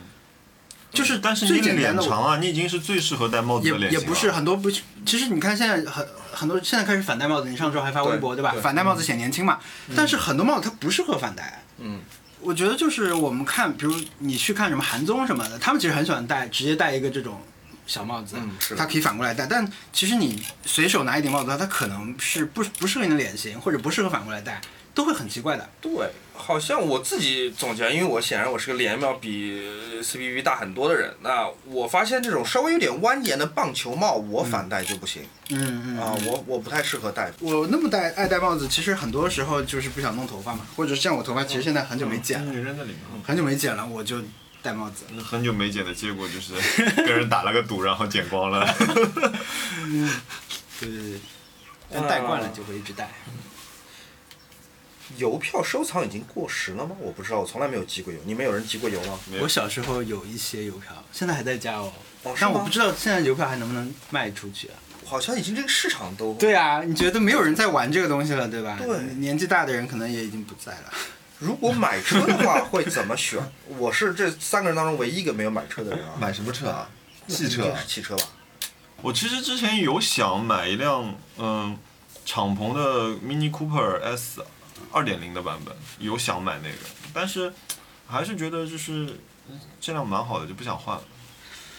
C: 就是
A: 但是你
C: 最简单
A: 脸
C: 的我
A: 长啊，你已经是最适合戴帽子
C: 也
A: 的脸型啊
C: 也
A: 了
C: 不是很多不，其实你看现在很很多现在开始反戴帽子，你上周还发微博
B: 对
C: 吧？
B: 对
C: 反戴帽子显年轻嘛，
A: 嗯
C: 但是很多帽子它不适合反戴。
B: 嗯，
C: 我觉得就是我们看，比如你去看什么韩综什么的，他们其实很喜欢戴，直接戴一个这种小帽子，
B: 嗯是的
C: 它可以反过来戴。但其实你随手拿一顶帽子，它可能是不不适合你的脸型，或者不适合反过来戴，都会很奇怪的。
B: 对，好像我自己总结，因为我显然我是个脸面比 CPV 大很多的人。那我发现这种稍微有点蜿蜒的棒球帽，我反戴就不行
C: 嗯
B: 啊，我我不太适合戴。
C: 我那么戴爱戴帽子，其实很多时候就是不想弄头发嘛，或者像我头发其实现在很久没剪了，
A: 嗯扔在里面。
C: 很久没剪了，我就戴帽子。
A: 那很久没剪的结果就是跟人打了个赌，然后剪光了。
C: 对对对，
B: 啊
C: 但戴惯了就会一直戴。
B: 邮票收藏已经过时了吗？我不知道，我从来没有寄过邮。你们有人寄过邮吗？
A: 没有
C: 我小时候有一些邮票，现在还在家哦。
B: 哦，是
C: 但
B: 吗
C: 我不知道现在邮票还能不能卖出去啊？
B: 好像已经这个市场都
C: 对啊，你觉得没有人在玩这个东西了，对吧？
B: 对
C: 年纪大的人可能也已经不在了。
B: 如果买车的话会怎么选？我是这三个人当中唯一一个没有买车的人啊。
D: 买什么车啊？汽
B: 那
D: 车
B: 就
D: 啊
B: 是。汽车吧。
A: 我其实之前有想买一辆嗯敞篷的 Mini Cooper S 二点零的版本，有想买那个，但是还是觉得就是嗯质量蛮好的，就不想换了。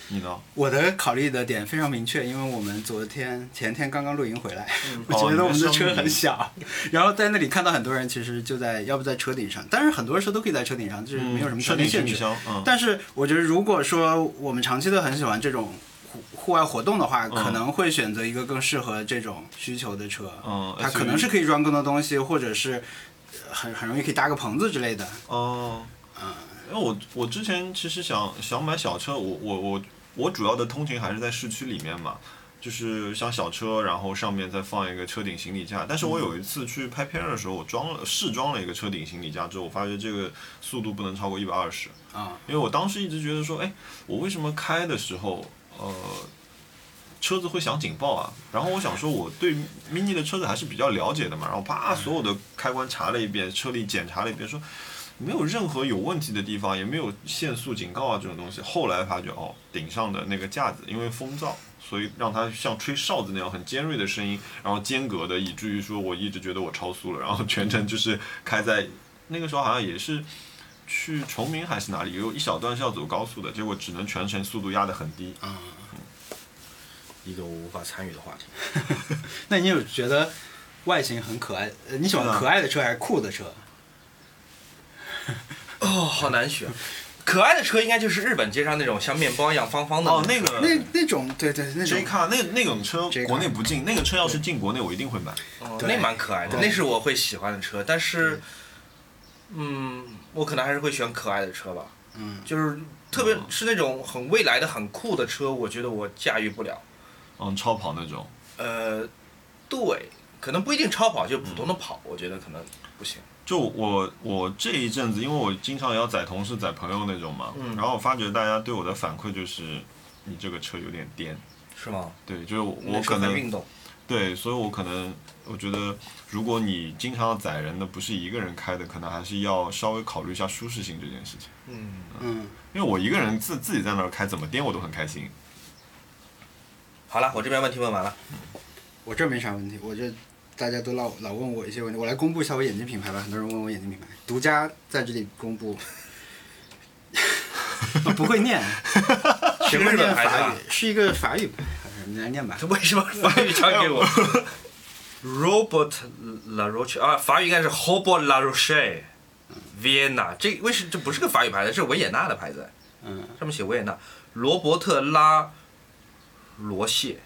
A: 你呢？
C: 我的考虑的点非常明确，因为我们昨天前天刚刚露营回来， [laughs] 我
A: 哦
C: 觉
A: 你
C: 得我们的
A: 在
C: 车
A: 上
C: 很
A: 面
C: 小，然后在那里看到很多人其实就在要不在车顶上，但是很多车都可以在车顶上，就是没有什
A: 嗯
C: 么
A: 设
C: 条
A: 定行
C: 件限
A: 李
C: 制。
A: 箱，嗯，
C: 但是我觉得，如果说我们长期都很喜欢这种户户外活动的话，
A: 嗯
C: 可能会选择一个更适合这种需求的车。
A: 嗯
C: 它
A: SUV
C: 可能是可以装更多东西，或者是呃很很容易可以搭个棚子之类的。
A: 哦，因为我我之前其实想想买小车，我我我我主要的通勤还是在市区里面嘛，就是像小车，然后上面再放一个车顶行李架。但是我有一次去拍片儿的时候，我装了试装了一个车顶行李架之后，我发觉这个速度不能超过一百二十。
C: 啊，
A: 因为我当时一直觉得说，哎，我为什么开的时候，呃，车子会响警报啊？然后我想说，我对 mini 的车子还是比较了解的嘛。然后啪，所有的开关查了一遍，车里检查了一遍，说没有任何有问题的地方，也没有限速警告啊这种东西。后来发觉哦，顶上的那个架子因为风噪。所以让它像吹哨子那样很尖锐的声音，然后间隔的，以至于说我一直觉得我超速了，然后全程就是开在那个时候好像也是去崇明还是哪里，有一小段是要走高速的，结果只能全程速度压得很低。
B: 一个我无法参与的话题。
C: 那你有觉得外形很可爱？呃你喜欢
A: 嗯
C: 可爱的车还是酷的车？
B: 哦，好难选。可爱的车应该就是日本街上那种像面包一样方方的
A: 哦，
B: 种
A: 那个
C: 那那种对对那种
A: J。car 那那种车
C: J car
A: 国内不进，那个车要是进国内我一定会买。
B: 哦
C: 对
B: 那蛮可爱的，
C: 对
B: 那是我会喜欢的车，但是，嗯，我可能还是会选可爱的车吧，
C: 嗯，
B: 就是特别是那种很未来的、很酷的车，我觉得我驾驭不了。
A: 嗯，超跑那种。
B: 呃，对，可能不一定超跑，就普通的跑，我觉得可能不行。
A: 就我我这一阵子，因为我经常也要载同事、载朋友那种嘛，
B: 嗯
A: 然后我发觉大家对我的反馈就是，你这个车有点颠。
B: 是吗？
A: 对，就是我
B: 那
A: 我
B: 车
A: 可
B: 很
A: 能
B: 运动，
A: 对，所以我可能我觉得，如果你经常要载人的，不是一个人开的，可能还是要稍微考虑一下舒适性这件事情。
B: 嗯，
C: 嗯，
A: 因为我一个人自自己在那儿开，怎么颠我都很开心。
B: 好了，我这边问题问完了。
C: 我这没啥问题，我这大家都老老问我一些问题，我来公布一下我眼镜品牌吧。很多人问我眼镜品牌，独家在这里公布。 [laughs] 我不会念，
B: 学
C: 不
B: 过
C: 会
B: 日本啊
C: 念
B: 牌子
C: 法
B: 吧
C: 语？，是一个法语牌，还是你来念吧。
B: [laughs] 为什么法语传给我 [laughs] ？Robert La Roche 啊，法语应该是 Robert La Roche Vienna。这为什这不是个法语牌子？这是维也纳的牌子，
C: 嗯，
B: 上面写维也纳。罗伯特拉罗谢，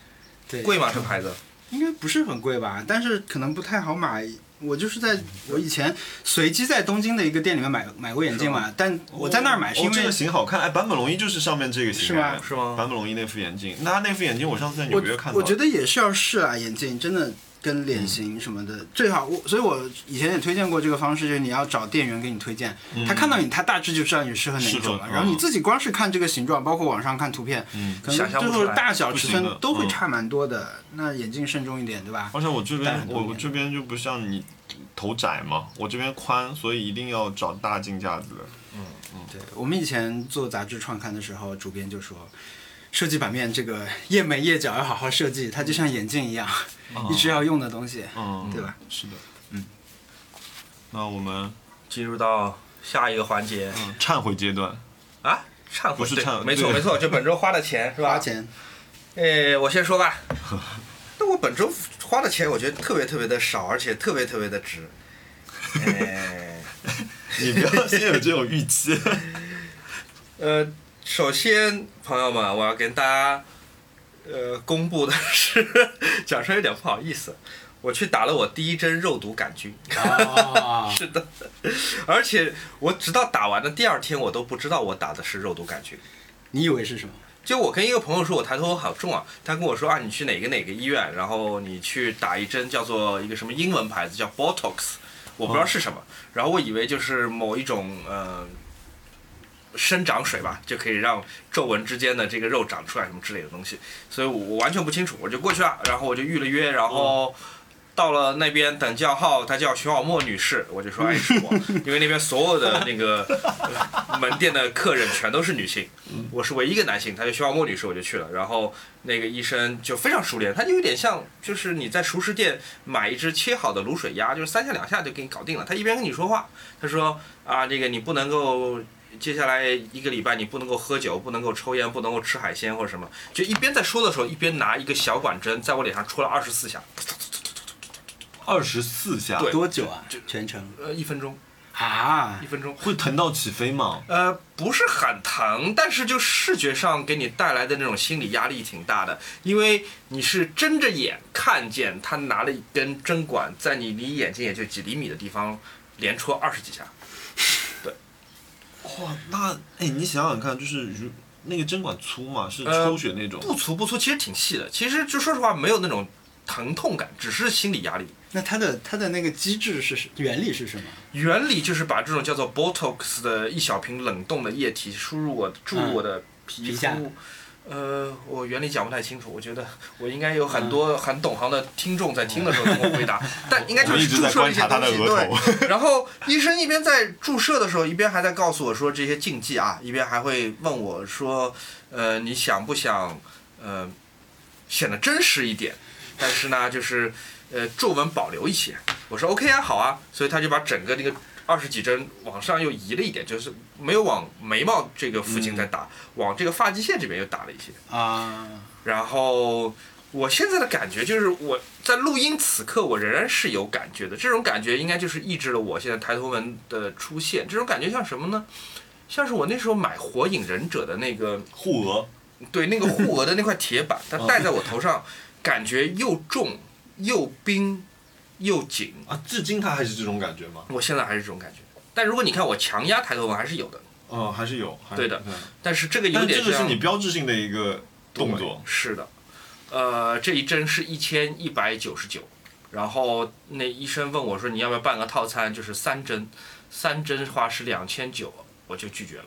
C: 对，
B: 贵吗？这牌子？
C: 应该不是很贵吧，但是可能不太好买。我就是在我以前随机在东京的一个店里面买买过眼镜嘛，但我在那儿买是因
A: 哦这
C: 为
A: 个型好看，哎，坂本龙一就是上面这个型，
C: 是吗
A: 哎
B: 是吗
A: 坂本龙一那副眼镜，那他那副眼镜我上次在纽
C: 我
A: 约看到，
C: 我觉得也是要试啊，眼镜真的跟脸型什么的，最好我，所以我以前也推荐过这个方式，就是你要找店员给你推荐，他看到你，他大致就知道你适合哪一种
A: 适
C: 了。
A: 合
C: 然后你
A: 嗯
C: 自己光是看这个形状，包括网上看图片，可
B: 想
C: 能
B: 象
C: 最
B: 不
C: 后
B: 出来
C: 大小
A: 不
C: 尺
A: 行
C: 寸
A: 的
C: 都
A: 嗯
C: 会
A: 哦
C: 差蛮多的。那眼镜慎重一点，对吧？
A: 而且我这
C: 戴
A: 边
C: 很多
A: 我
C: 年
A: 我这边就不像你头窄嘛，我这边宽，所以一定要找大镜架子的。
C: 对我们以前做杂志创刊的时候，主编就说，设计版面这个页眉页脚要好好设计，它就像眼镜一样，一直要用的东西。
A: 嗯，
C: 对吧？
A: 是的，嗯。那我们
B: 进入到下一个环节
A: 嗯忏悔阶段，
B: 啊，忏悔
A: 不是
B: 对
A: 忏悔
B: 没错
A: 对 [laughs]
B: 没错，就本周花的钱是吧？
C: 花钱，
B: 诶，我先说吧。
A: [laughs]
B: 那我本周花的钱，我觉得特别特别的少，而且特别特别的值。哎诶，
A: 你不要先有这种预期。
B: 呃，首先，朋友们，我要跟大家呃公布的是， [laughs] 讲出来有点不好意思，我去打了我第一针肉毒杆菌。
C: [laughs] 哦
B: 是的，而且我直到打完的第二天，我都不知道我打的是肉毒杆菌。
C: 你以为是什么？
B: 就我跟一个朋友说，我抬头好重啊，他跟我说啊，你去哪个哪个医院，然后你去打一针叫做一个什么英文牌子叫 Botox，我不知道是什么，然后我以为就是某一种呃生长水吧，就可以让皱纹之间的这个肉长出来什么之类的东西，所以我我完全不清楚，我就过去了，然后我就预了约，然后。到了那边等叫号，他叫徐小沫女士，我就说哎是我，因为那边所有的那个呃门店的客人全都是女性，我是唯一一个男性，他就徐小沫女士我就去了，然后那个医生就非常熟练，他就有点像就是你在熟食店买一只切好的卤水鸭，就是三下两下就给你搞定了，他一边跟你说话，他说啊那个你不能够。接下来一个礼拜你不能够喝酒，不能够抽烟，不能够吃海鲜或者什么，就一边在说的时候，一边拿一个小管针在我脸上戳了二十四下，
A: [laughs] 二十四下，
B: 对
C: 多久啊？全程
B: 呃，一分钟，
C: 啊
B: 一？分钟。
A: 会疼到起飞吗？
B: 呃，不是很疼，但是就视觉上给你带来的那种心理压力挺大的，因为你是睁着眼看见他拿了一根针管，在你离眼睛也就几厘米的地方连戳二十几下。
A: 哇，那哎，你想想看，就是如那个针管粗嘛，是
B: 呃
A: 抽血那种，
B: 不粗不粗，其实挺细的。其实就说实话，没有那种疼痛感，只是心理压力。
C: 那它的它的那个机制是什原理是什么？
B: 原理就是把这种叫做 Botox 的一小瓶冷冻的液体输入我注入我的皮
C: 皮
B: 肤。
C: 下
B: 呃，我原理讲不太清楚，我觉得我应该有很多很懂行的听众在听的时候跟我
A: [laughs]
B: 回答，但应该
A: 嗯我
B: 就
A: 们一
B: 是
A: 直
B: 注
A: 在
B: 射
A: 观
B: 一些
A: 察他
B: 东
A: 的
B: 西。
A: 额 [laughs] 头。
B: 对，[laughs] 然后医生一边在注射的时候，一边还在告诉我说这些禁忌啊，一边还会问我说，呃，你想不想，呃，显得真实一点，但是呢，就是呃皱纹保留一些。我说 OK 啊，好啊，所以他就把整个那个二十几针往上又移了一点，就是没有往眉毛这个附近再打，往这个发际线这边又打了一些。
C: 啊，
B: 然后我现在的感觉就是，我在录音此刻，我仍然是有感觉的。这种感觉应该就是抑制了我现在抬头纹的出现。这种感觉像什么呢？像是我那时候买《火影忍者》的那个
A: 护额，
B: 对那个护额的那块铁板，它戴在我头上，感觉又重又冰又紧。
A: 啊，至今他还是这种感觉吗？
B: 我现在还是这种感觉。但如果你看我强压抬头纹还是有的，
A: 嗯，还是有。还是
B: 对的。但是这个有
A: 但
B: 点
A: 这个是
B: 像
A: 你标志性的一个动作
B: 对。是的，呃，这一针是一千一百九十九，然后那医生问我说你要不要办个套餐，就是三针，三针的话是两千九，我就拒绝了，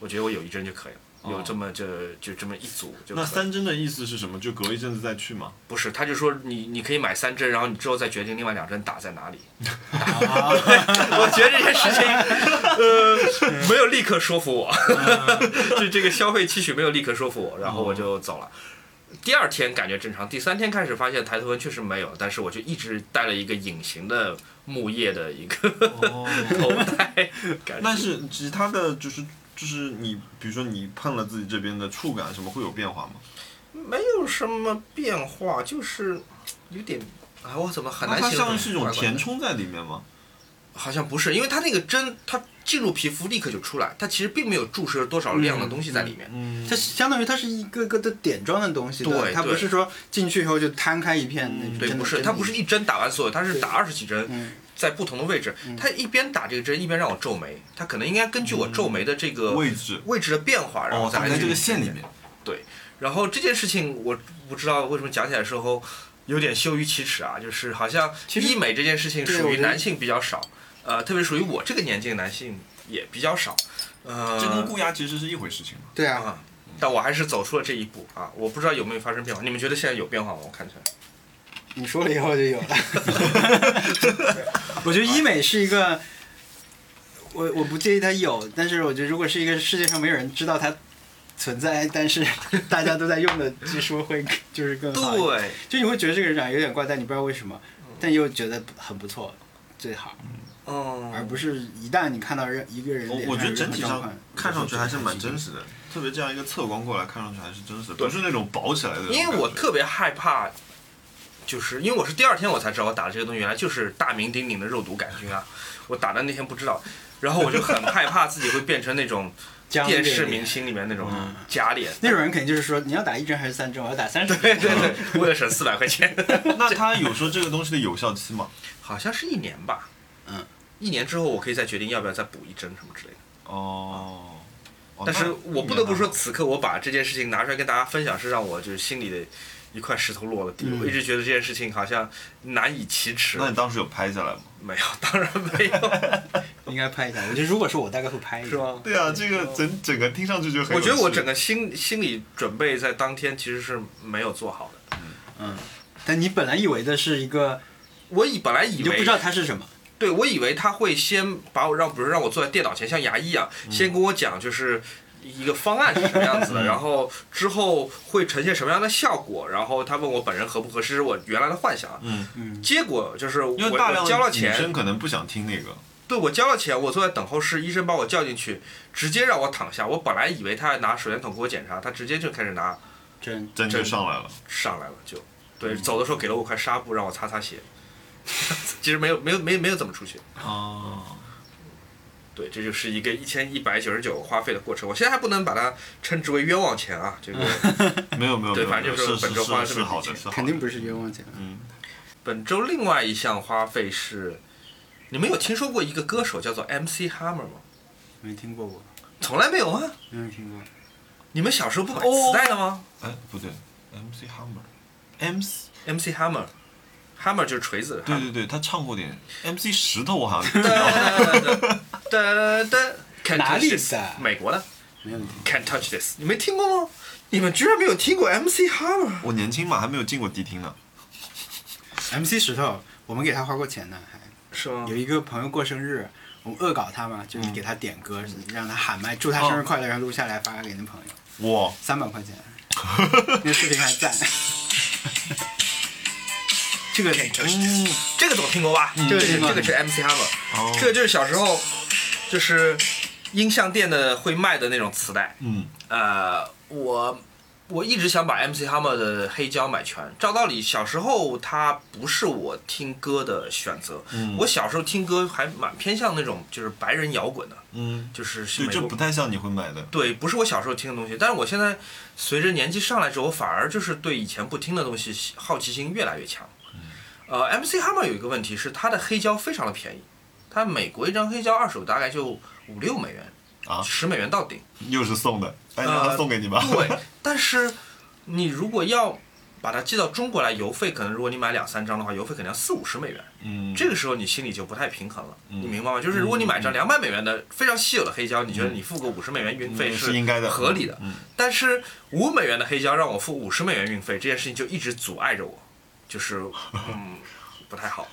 B: 我觉得我有一针就可以了。有
A: 哦
B: 这么这就这么一组就可以
A: 那
B: 了
A: 三针的意思是什么？就隔一阵子再去嘛。
B: 不是，他就说你你可以买三针，然后你之后再决定另外两针打在哪里。
C: 啊
B: [laughs] 我觉得这件事情，呃，没有立刻说服我， [laughs] 就这个消费期许没有立刻说服我，然后我就走了。第二天感觉正常，第三天开始发现抬头纹确实没有，但是我就一直戴了一个隐形的木叶的一个 [laughs]
A: 哦。
B: 头戴，感觉
A: 但是其他的就是就是你，比如说你碰了自己这边的触感什么会有变化吗？
B: 没有什么变化，就是有点，哎，我怎么很
A: 那
B: 难
A: 它
B: 形容？
A: 像是一种
B: 怪怪的
A: 填充在里面吗？
B: 好像不是，因为它那个针，它进入皮肤立刻就出来，它其实并没有注射多少量的东西在里面。
A: 嗯
C: 它相当于它是一个个的点状的东西的，
B: 对
C: 它不
B: 对
C: 是说进去以后就摊开一片那
A: 嗯
C: 种
B: 对，
C: 真的
B: 不是，
C: 真
B: 它
C: 的
B: 不是一针打完所有，它是打二十几针，
C: 嗯
B: 在不同的位置，它一边打这个针一边让我皱眉，它可能应该根据我
C: 嗯
B: 皱眉的这个
A: 位置
B: 位置的变化，然后
A: 哦，
B: 再
A: 打
B: 来
A: 在这
B: 去
A: 个线里面。
B: 然后这件事情我不知道为什么讲起来的时候，有点羞于启齿啊，就是好像
C: 其实
B: 医美这件事情
C: 对
B: 属
C: 我
B: 于
C: 觉得
B: 男性比较少，呃，特别属于我这个年纪的男性也比较少，呃，
A: 这跟固压其实是一回事情嘛。
C: 对啊，
B: 啊，但我还是走出了这一步啊，我不知道有没有发生变化，你们觉得现在有变化吗？我看起来，
C: 你说了以后就
B: [laughs]
C: 有了。我觉得医美是一个，我我不介意它有，但是我觉得如果是一个世界上没有人知道它存在，但是大家都在用的技术会就是更好一点。
B: 对，
C: 就你会觉得这个人长得有点怪，但你不知道为什么，但又觉得很不错，最好，
B: 嗯，
C: 而不是一旦你看到任一个人
A: 我
C: 脸
A: 我觉
C: 上有
A: 得整
C: 任何
A: 体
C: 状
A: 上
C: 况，
A: 看上去还是蛮真
C: 实。
A: 实的，特别这样一个侧光过来看上去还是真实的，不是那种薄起来的那种感觉。
B: 因为我特别害怕，就是因为我是第二天我才知道我打的这个东西原来就是大名鼎鼎的肉毒杆菌啊，我打的那天不知道，然后我就很害怕自己会变成
A: [laughs]
B: 那种
C: 僵
B: 电视
C: 脸
B: 明星里面那种
A: 嗯
B: 假脸，
C: 那种人肯定就是说，你要打一针还是三针？我要打三十。
B: 对对对，为了省四百块钱，
A: [laughs] 那他有说这个东西的有效期吗？
B: 好像是一年吧，
C: 嗯，
B: 一年之后我可以再决定要不要再补一针什么之类的。
A: 哦，哦
B: 但是
A: 那
B: 我不得不说，
A: 一年
B: 此刻我把这件事情拿出来跟大家分享，是让我就是心里的一块石头落了地。
C: 嗯
B: 我一直觉得这件事情好像难以启齿
A: 半，那你当时有拍下来吗？
B: 没有，当然
A: [laughs]
B: 没有，
C: 应该拍一下。我觉得如果是我，大概会拍一下。
B: 是吗？
A: 对啊，这个整整个听上去就很有
B: 我觉得我
A: 趣
B: 整个心心理准备在当天其实是没有做好的。
C: 嗯，但你本来以为的是一个，
B: 我以本来以
C: 你就不
B: 为
C: 知道它是什么。
B: 对，我以为他会先把我让，比如让我坐在电脑前，像牙医一样，先跟我讲就是一个方案是什么样子的，然后之后会呈现什么样的效果，然后他问我本人合不合适，是我原来的幻想。啊
A: 嗯，
C: 嗯，
B: 结果就是我
A: 因为大量
B: 我交了
A: 女
B: 钱
A: 生，可能不想听那个，
B: 对我交了钱，我坐在等候室，医生把我叫进去，直接让我躺下。我本来以为他要拿手电筒给我检查，他直接就开始拿
C: 真
A: 真就
B: 真
A: 上来了。
B: 上来了，就
C: 嗯
B: 对，走的时候给了我块纱布让我擦擦血， [laughs] 其实没有没有没有没有怎么出血。
A: 哦，
B: 对，这就是一个一千一百九十九花费的过程。我现在还不能把它称之为冤枉钱啊，
C: [laughs]
B: 这个
A: [laughs] 没有没有，
B: 对
A: 没有
B: 反
A: 没
B: 正
A: 有
B: 就是
A: 是
B: 本周花了
A: 是
B: 这
A: 是
B: 么
A: 好
B: 笔
A: 的，
B: 钱
A: 是好的
C: 肯定不是冤枉钱。
A: 嗯，
B: 本周另外一项花费是，你们有听说过一个歌手叫做 MC Hammer 吗？
C: 没听过我，
B: 从来没有啊！
C: 没有听过。
B: 你们小时候不买磁带的
C: 哦
B: 吗、
A: 哎，不对，MC Hammer，MC，
B: m c Hammer，Hammer 就是锤子。
A: 对对对，他唱过点 MC 石头，我好
B: [laughs]
A: 像
B: 哒
C: [laughs]
B: 哒哒哒，Can't
C: 哪
B: touch
C: 里
B: this，
C: 的
B: 美国的
C: 没有听过。
B: Can't Touch This，你没听过吗？你们居然没有听过 MC Hammer？
A: 我年轻嘛，还没有进过迪厅呢。
C: MC 石头，我们给他花过钱呢，还
B: 是吗
C: 有？一个朋友过生日，我们恶搞他嘛，
A: 嗯
C: 就是给他点歌，让他喊麦，祝他
A: 哦
C: 生日快乐，然后录下来发给那朋友，
A: 哇，
C: 三百
A: [laughs]
C: 块钱，那视频还在。这个
B: Can't touch this，这个总听过吧？这个
C: 这个
B: 是
C: 听过
B: 这个是 MC Hammer。
A: 哦
B: 这个就是小时候，就是音像店的会卖的那种磁带。
A: 嗯，
B: 呃，我我一直想把 MC Hammer 的黑胶买全。照道理，小时候它不是我听歌的选择。
A: 嗯
B: 我小时候听歌还蛮偏向那种就是白人摇滚的，
A: 嗯，
B: 就是
A: 对，
B: 美
A: 这
B: 国
A: 不太像你会买的。
B: 对，不是我小时候听的东西，但是我现在随着年纪上来之后，我反而就是对以前不听的东西喜好奇心越来越强。
A: 嗯
B: 呃，MC Hammer 有一个问题是，它的黑胶非常的便宜，它美国一张黑胶二手大概就五六美元
A: 啊
B: 十美元到顶。
A: 又是送的，哎，让他
B: 呃，
A: 送给你吧。
B: 对，但是你如果要把它寄到中国来，邮费可能如果你买两三张的话，邮费可能要四五十美元。
A: [laughs] 嗯，
B: 这个时候你心里就不太平衡了，
A: 嗯
B: 你明白吗？就是如果你买张两百美元的非常稀有的黑胶，你觉得你付个五十美元运费
A: 嗯是应该的
B: 合理的
A: 嗯嗯。
B: 但是五美元的黑胶让我付五十美元运费，这件事情就一直阻碍着我，就是嗯不太好。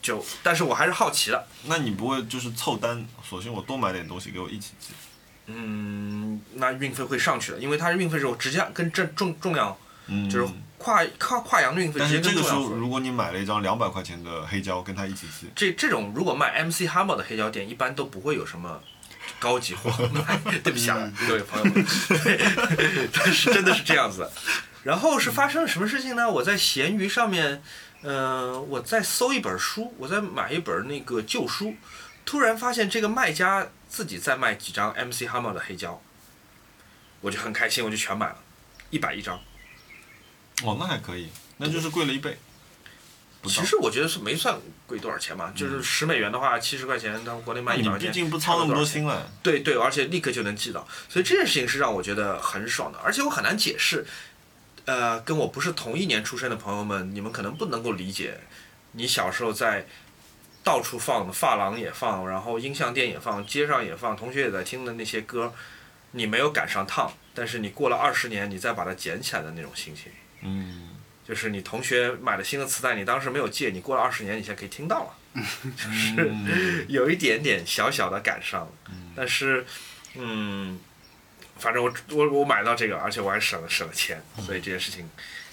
B: 就但是我还是好奇了，
A: 那你不会就是凑单，索性我多买点东西给我一起寄？
B: 嗯，那运费会上去的，因为它是运费是我直接跟正重重量
A: 嗯，
B: 就是跨跨跨洋的运费
A: 但
B: 直接
A: 是
B: 跟
A: 这个
B: 重
A: 时
B: 量
A: 候，
B: 合。
A: 如果你买了一张两百块钱的黑胶，跟他一起寄，
B: 这这种如果卖 MC Hammer 的黑胶店，一般都不会有什么高级
A: [laughs]
B: 货。对不起
A: 嗯
B: 啊，各位朋友们，但 [laughs] 是真的是这样子的。然后是发生了什么事情呢？我在闲鱼上面，呃，我在搜一本书，我在买一本那个旧书，突然发现这个卖家自己在卖几张 MC Hammer 的黑胶，我就很开心，我就全买了，一百一张。
A: 哦，那还可以，那就是贵了一倍。不到
B: 其实我觉得是没算贵多少钱嘛，就是十美元的话，七十块钱，他们国内卖一
A: 你
B: 百块钱，
A: 毕竟不操那么多心了。
B: 对对，而且立刻就能记到，所以这件事情是让我觉得很爽的，而且我很难解释呃，跟我不是同一年出生的朋友们，你们可能不能够理解，你小时候在到处放的发廊也放，然后音像店也放，街上也放，同学也在听的那些歌，你没有赶上趟，但是你过了二十年，你再把它捡起来的那种心情，
A: 嗯，
B: 就是你同学买了新的磁带，你当时没有借，你过了二十年，你现在可以听到了。
A: [laughs] 是，
B: 有一点点小小的感伤，但是，嗯，反正我我我买到这个，而且我还省了省了钱，所以这件事情，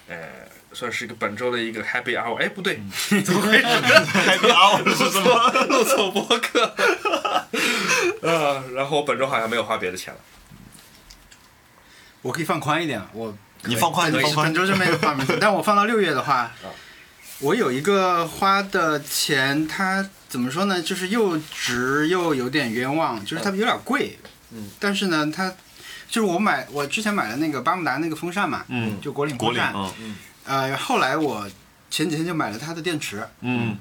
B: 呃，算是一个本周的一个 happy hour。哎，不对， [laughs] 怎么回事？
A: 还别熬是什么？
B: [laughs] 录错播客。呃，然后我本周好像没有花别的钱了。
C: 我可以放宽一点，我
A: 你放宽
C: 可以
A: 你放宽哦
C: 本周就没有花没事，但我放到六月
A: [laughs]
C: 的话
B: 啊，
C: 我有一个花的钱，它怎么说呢？就是又值又有点冤枉，就是它有点贵。
B: 嗯，
C: 但是呢，它就是我买我之前买了那个巴慕达那个风扇嘛，
A: 嗯，
C: 就国领
A: 国
C: 风
A: 领
C: 扇。
A: 啊，
C: 呃，后来我前几天就买了它的电池，
A: 嗯，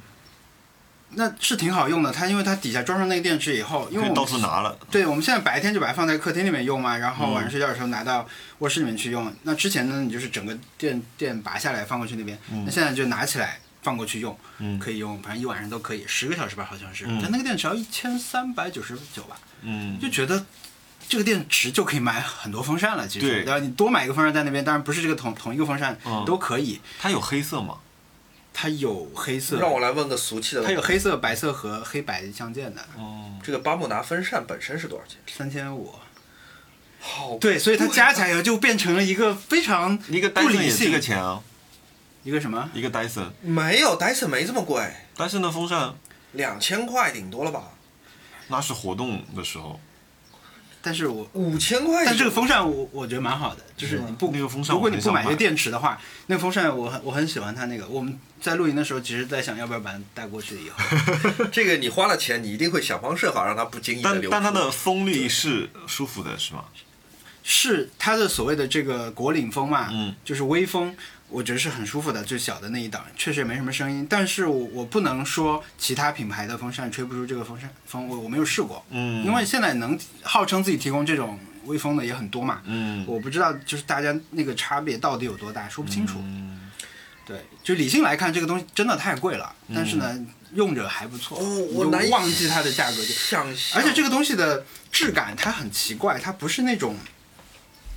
C: 那是挺好用的。它因为它底下装上那个电池以后，因
A: 可
C: 为
A: 以
C: 我
A: 到
C: 们
A: 处拿了，
C: 对，我们现在白天就把它放在客厅里面用嘛，然后晚
A: 嗯
C: 上睡觉的时候拿到卧室里面去用。那之前呢，你就是整个电电拔下来放过去那边，
A: 嗯
C: 那现在就拿起来放过去用，
A: 嗯
C: 可以用，反正一晚上都可以，十个小时吧，好像是。
A: 嗯
C: 但那个电池要一千三百九十九吧，
A: 嗯
C: 就，觉得这个电池就可以买很多风扇了，其实
A: 对
C: 对吧？你多买一个风扇在那边，当然不是这个同同一个风扇、
A: 嗯
C: 都可以，
A: 它有黑色吗？
C: 它有黑色，
B: 让我来问个俗气的
C: 它
B: 问
C: 有
B: 题，
C: 黑色、白色和黑白相间的，
A: 哦，
B: 这个巴慕达风扇本身是多少钱？
C: 三千五。
B: 好，啊
C: 对，所以它加起来以后就变成了一个非常
A: 一个
C: 不
A: 戴森
C: 理
A: 也这
C: 性
A: 个钱啊，
C: 一个什么？
A: 一个戴森，
B: 没有戴森没这么贵，
A: 戴森的风扇
B: 两千块顶多了吧？
A: 那是活动的时候，
C: 但是我
B: 五千块，
C: 但这个风扇我我觉得蛮好的，就是
B: 是吗
C: 你不
A: 那个风扇我
C: 如果你
A: 很
C: 不
A: 想
C: 买
A: 买
C: 一个电池的话，那个风扇我很我很喜欢它那个。我们在露营的时候，其实在想要不要把它带过去以
A: [laughs]
C: 后，
B: 这个你花了钱，你一定会想方设法让它不经意的
A: 但
B: 流出。
A: 但它的风力是舒服的，是吗？
C: 是它的所谓的这个国领风嘛，
A: 嗯，
C: 就是微风，我觉得是很舒服的，最小的那一档，确实也没什么声音。但是我我不能说其他品牌的风扇吹不出这个风扇风，我我没有试过，
A: 嗯，
C: 因为现在能号称自己提供这种微风的也很多嘛，
A: 嗯，
C: 我不知道就是大家那个差别到底有多大，说不清楚。
A: 嗯
C: 对，就理性来看，这个东西真的太贵了，但是呢，用着还不错。
B: 哦
C: 你
B: 我
C: 就
B: 难以
C: 忘记它的价格就，
B: 想象，
C: 而且这个东西的质感它很奇怪，它不是那种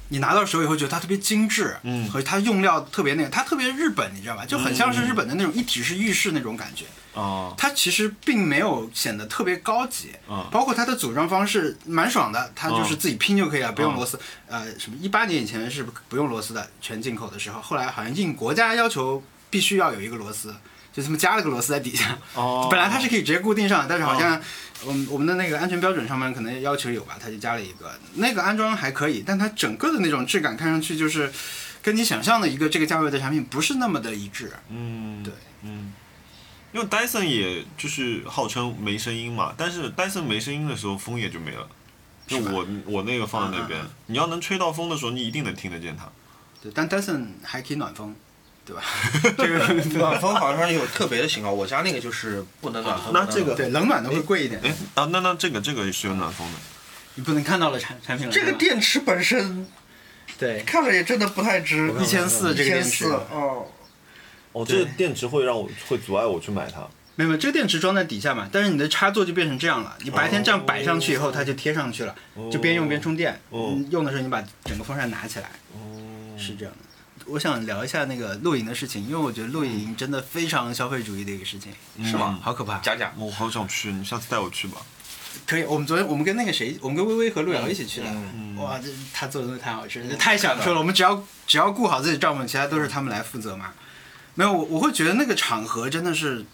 C: 你拿到手以后觉得它特别精致，
A: 嗯
C: 和它用料特别那个，它特别日本，你知道吧？就很像是日本的那种一体式浴室那种感觉。
A: 啊，
C: 它其实并没有显得特别高级，
A: 嗯
C: 包括它的组装方式蛮爽的，它就是自己拼就可以了，
A: 嗯
C: 不用螺丝。呃，什么一八年以前是不用螺丝的，全进口的时候，后来好像应国家要求必须要有一个螺丝，就这么加了个螺丝在底下。
A: 哦嗯
C: 本来它是可以直接固定上的，但是好像我们我们的那个安全标准上面可能要求有吧，它就加了一个。那个安装还可以，但它整个的那种质感看上去就是跟你想象的一个这个价位的产品不是那么的一致。
A: 嗯，
C: 对，
A: 嗯，因为戴森也就是号称没声音嘛，但是戴森没声音的时候风也就没了。就是嗯
C: 吧
A: 我我那个放在那边，你要能吹到风的时候，你一定能听得见它。
C: 对，但 Dyson 还可以暖风， [laughs] 对吧？这个
B: 暖风好像有特别的型号，我家那个就是不能暖风。
A: 那
B: 不能暖风
A: 这
C: 对冷暖的会贵一点，
A: 哎啊，那那这个这个是有暖风的，
C: 你不能看到了产产品了。
B: 这
C: 是
B: 个
C: 吧
B: 电池本身
C: 对
B: 看着也真的不太值，
C: 一千四这个电池
B: 1400，哦，
A: 哦，
C: 对
A: 电池会让我会阻碍我去买它。
C: 没有没有，这个电池装在底下嘛，但是你的插座就变成这样了。你白天这样摆上去以后，它就贴上去了，就边用边充电。
A: 哦
C: 嗯用的时候你把整个风扇拿起来，
A: 哦，
C: 是这样的。我想聊一下那个露营的事情，因为我觉得露营真的非常消费主义的一个事情，
B: 是吗？
C: 好可怕。
B: 讲讲。
A: 我好想去，你下次带我去吧。
C: 可以，我们昨天我们跟那个谁，我们跟薇薇和陆瑶一起去的。
B: 嗯
C: 哇，这他做的东西太好吃，了，太享受了。我们只要只要顾好自己帐篷，其他都是他们来负责嘛。没有，我我会觉得那个场合真的是，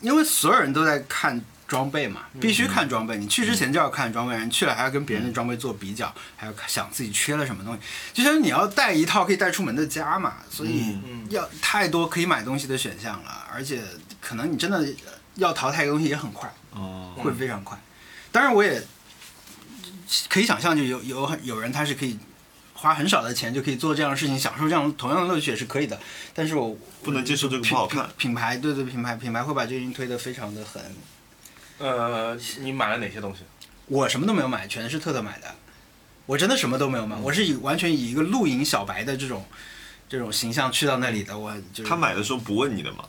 C: 因为所有人都在看装备嘛，必
B: 嗯
C: 须看装备。你去之前就要看装备，你去了还要跟别人的装备做比较，还要想自己缺了什么东西。就像你要带一套可以带出门的家嘛，所以
B: 嗯
C: 要太多可以买东西的选项了，而且可能你真的要淘汰一个东西也很快。
A: 哦，
C: 会非常快。当然，我也可以想象，就有有很有人他是可以花很少的钱就可以做这样的事情，享受这样同样的乐趣也是可以的。但是我
A: 不能接受这个不
C: 品
A: 好看。
C: 品牌对对品牌品牌会把这件事情推得非常的狠。
B: 呃，你买了哪些东西？
C: 我什么都没有买，全是特特买的。我真的什么都没有买，我是以完全以一个露营小白的这种这种形象去到那里的，我就是
A: 他买的时候不问你的嘛，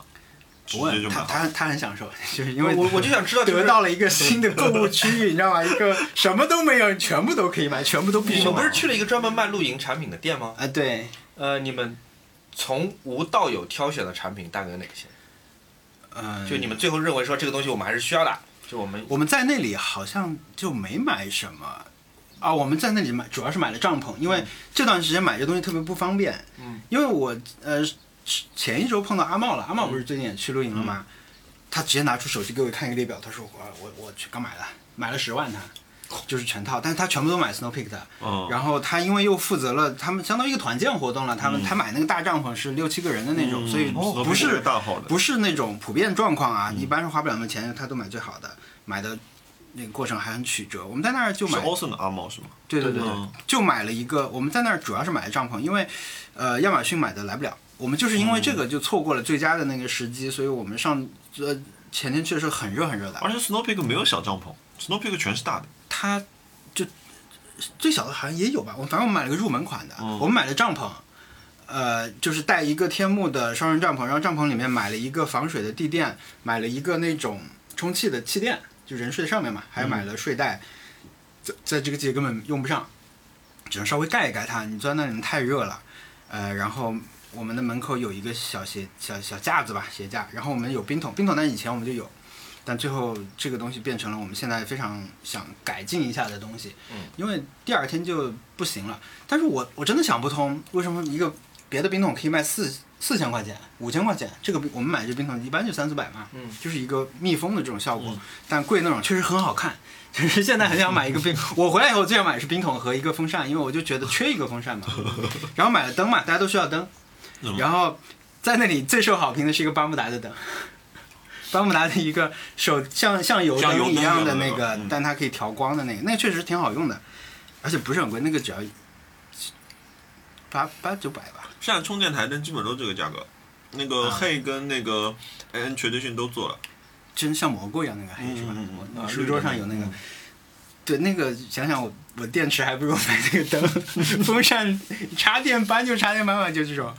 A: 直
C: 不
A: 接
C: 问
A: 就买好
C: 他，
A: 了。
C: 他他很享受，就是因为
B: 我我就想 [laughs] 知道就是
C: [laughs] 得到了一个新的购物区域，你知道吗？一个什么都没有，全部都可以买，全部都必
B: 你
C: 须
B: 们
C: 买。
B: 不是去了一个专门卖露营产品的店吗？
C: 啊？对，
B: 呃，你们从无到有挑选的产品大概有哪些？
C: 嗯，
B: 就你们最后认为说这个东西我们还是需要的，就我们
C: 我们在那里好像就没买什么啊，我们在那里买主要是买了帐篷，因为这段时间买这东西特别不方便。
B: 嗯，
C: 因为我呃前一周碰到阿茂了，阿茂不是最近也去露营了吗？
B: 嗯
C: 他直接拿出手机给我看一个列表，他说我我我去刚买了，买了十万他。就是全套，但是他全部都买 Snowpeak 的，
A: 嗯，
C: 然后他因为又负责了他们相当于一个团建活动了，他们、
A: 嗯
C: 他买那个大帐篷是六七个人的那种，
A: 嗯
C: 所以
A: 哦
C: 不是
A: 大号的，嗯
C: 不是那种普遍状况啊，一般是花不了什么钱，他都买最好的，买的那个过程还很曲折。我们在那儿就买
A: 是，Olsen 哦的阿茂是吗？
C: 对对对对
A: 嗯，
C: 就买了一个。我们在那儿主要是买的帐篷，因为呃亚马逊买的来不了，我们就是因为这个就错过了最佳的那个时机，所以我们上呃前天去的时候很热很热的，
A: 而且 Snow Peak 没有小帐篷，Snow Peak 全是大的。
C: 它就最小的好像也有吧，我反正我们买了个入门款的，
A: 嗯
C: 我们买了帐篷，呃，就是带一个天幕的双人帐篷，然后帐篷里面买了一个防水的地垫，买了一个那种充气的气垫，就人睡在上面嘛，还买了睡袋，在在这个季节根本用不上，只能稍微盖一盖它，你坐在那里面太热了，呃，然后。我们的门口有一个小鞋小小架子吧，鞋架。然后我们有冰桶，冰桶那以前我们就有，但最后这个东西变成了我们现在非常想改进一下的东西，
B: 嗯，
C: 因为第二天就不行了。但是我我真的想不通，为什么一个别的冰桶可以卖四四千块钱、五千块钱，这个冰我们买这冰桶一般就三四百嘛，
B: 嗯，
C: 就是一个密封的这种效果，
A: 嗯
C: 但贵那种确实很好看。就是现在很想买一
A: [laughs]
C: 个冰，我回来以后最想买的是冰桶和一个风扇，因为我就觉得缺一个
A: [laughs]
C: 风扇嘛。然后买了灯嘛，大家都需要灯
A: 嗯。
C: 然后在那里最受好评的是一个巴慕达的灯， [laughs] 巴慕达的一个手像像油
A: 像油
C: 灯
A: 灯
C: 一样的
A: 一
C: 那
A: 样的
C: 个
A: 嗯，
C: 但它可以调光的那个，那个确实挺好用的，而且不是很贵，那个只要八八九百吧。
A: 现在充电台灯基本都这个价格，那个
C: 啊
A: Hey 跟那个 N Tradition 都做了。
C: 真像蘑菇一样那个黑
A: 嗯
C: 是吧
A: 嗯嗯？
C: 我
A: 啊
C: 我书桌上有那个
A: 嗯，
C: 对那个想想我我电池还不如买那个灯， [laughs] 风扇插电板就插电板吧，就这种。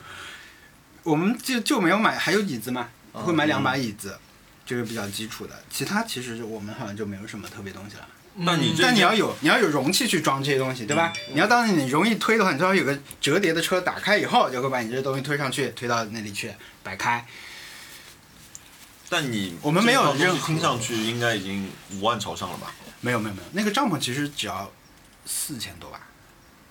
C: 我们就就没有买，还有椅子嘛，
A: 哦
C: 会买两把椅
A: 嗯
C: 子，这个比较基础的。其他其实我们好像就没有什么特别东西了。
B: 嗯
C: 嗯
A: 那你嗯这
C: 但你要有你要有容器去装这些东西，对吧？你要当你容易推的话，你最好有个折叠的车，打开以后就会把你这东西推上去，推到那里去摆开。
A: 但你
C: 我们没有
A: 这套东
C: 任
A: 西
C: 何
A: 听上去应该已经五万朝上了吧？
C: 没有没有没有，那个帐篷其实只要四千多吧，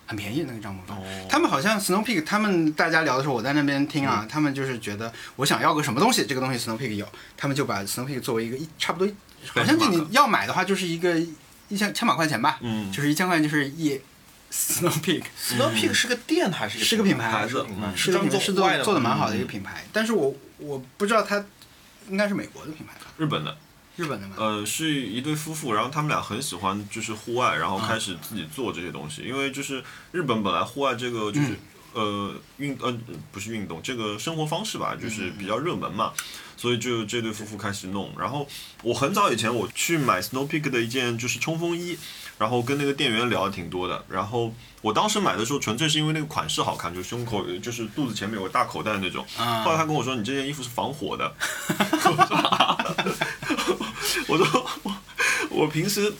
C: 很便宜那个帐篷吧。
A: 哦
C: 他们好像 Snow Peak，他们大家聊的时候，我在那边听啊，他们就是觉得我想要个什么东西，这个东西 Snow Peak 有，他们就把 Snow Peak 作为一个一差不多，好像就
A: Benchmark
C: 你要买的话就是一个一千千把块钱吧，
A: 嗯
C: 就是一千块钱就是一 Snow Peak，
B: Snow Peak 是个店还是
C: 是个品牌
B: 还是个品牌
A: 嗯
C: 是
B: 专
C: 个
B: 门做
C: 品牌是
B: 户
C: 做
B: 外的
C: 做的
B: 吗
C: 蛮好的一个品牌，但是我我不知道它应该是美国的品牌吧，
A: 日本的，
C: 日本的吗？
A: 呃，是一对夫妇，然后他们俩很喜欢就是户外，然
C: 嗯
A: 后开始自己做这些东西，因为就是日本本来户外这个
C: 嗯
A: 就是、呃运呃不是运动，这个生活方式吧，就是
C: 嗯
A: 比较热门嘛，所以就这对夫妇开始弄。然后我很早以前我去买 Snow Peak 的一件就是冲锋衣，然后跟那个店员聊的挺多的。然后我当时买的时候纯粹是因为那个款式好看，就胸口就是肚子前面有个大口袋那种。
C: 啊
A: 后来他跟我说你这件衣服是防火的，我说啊我说我我平时。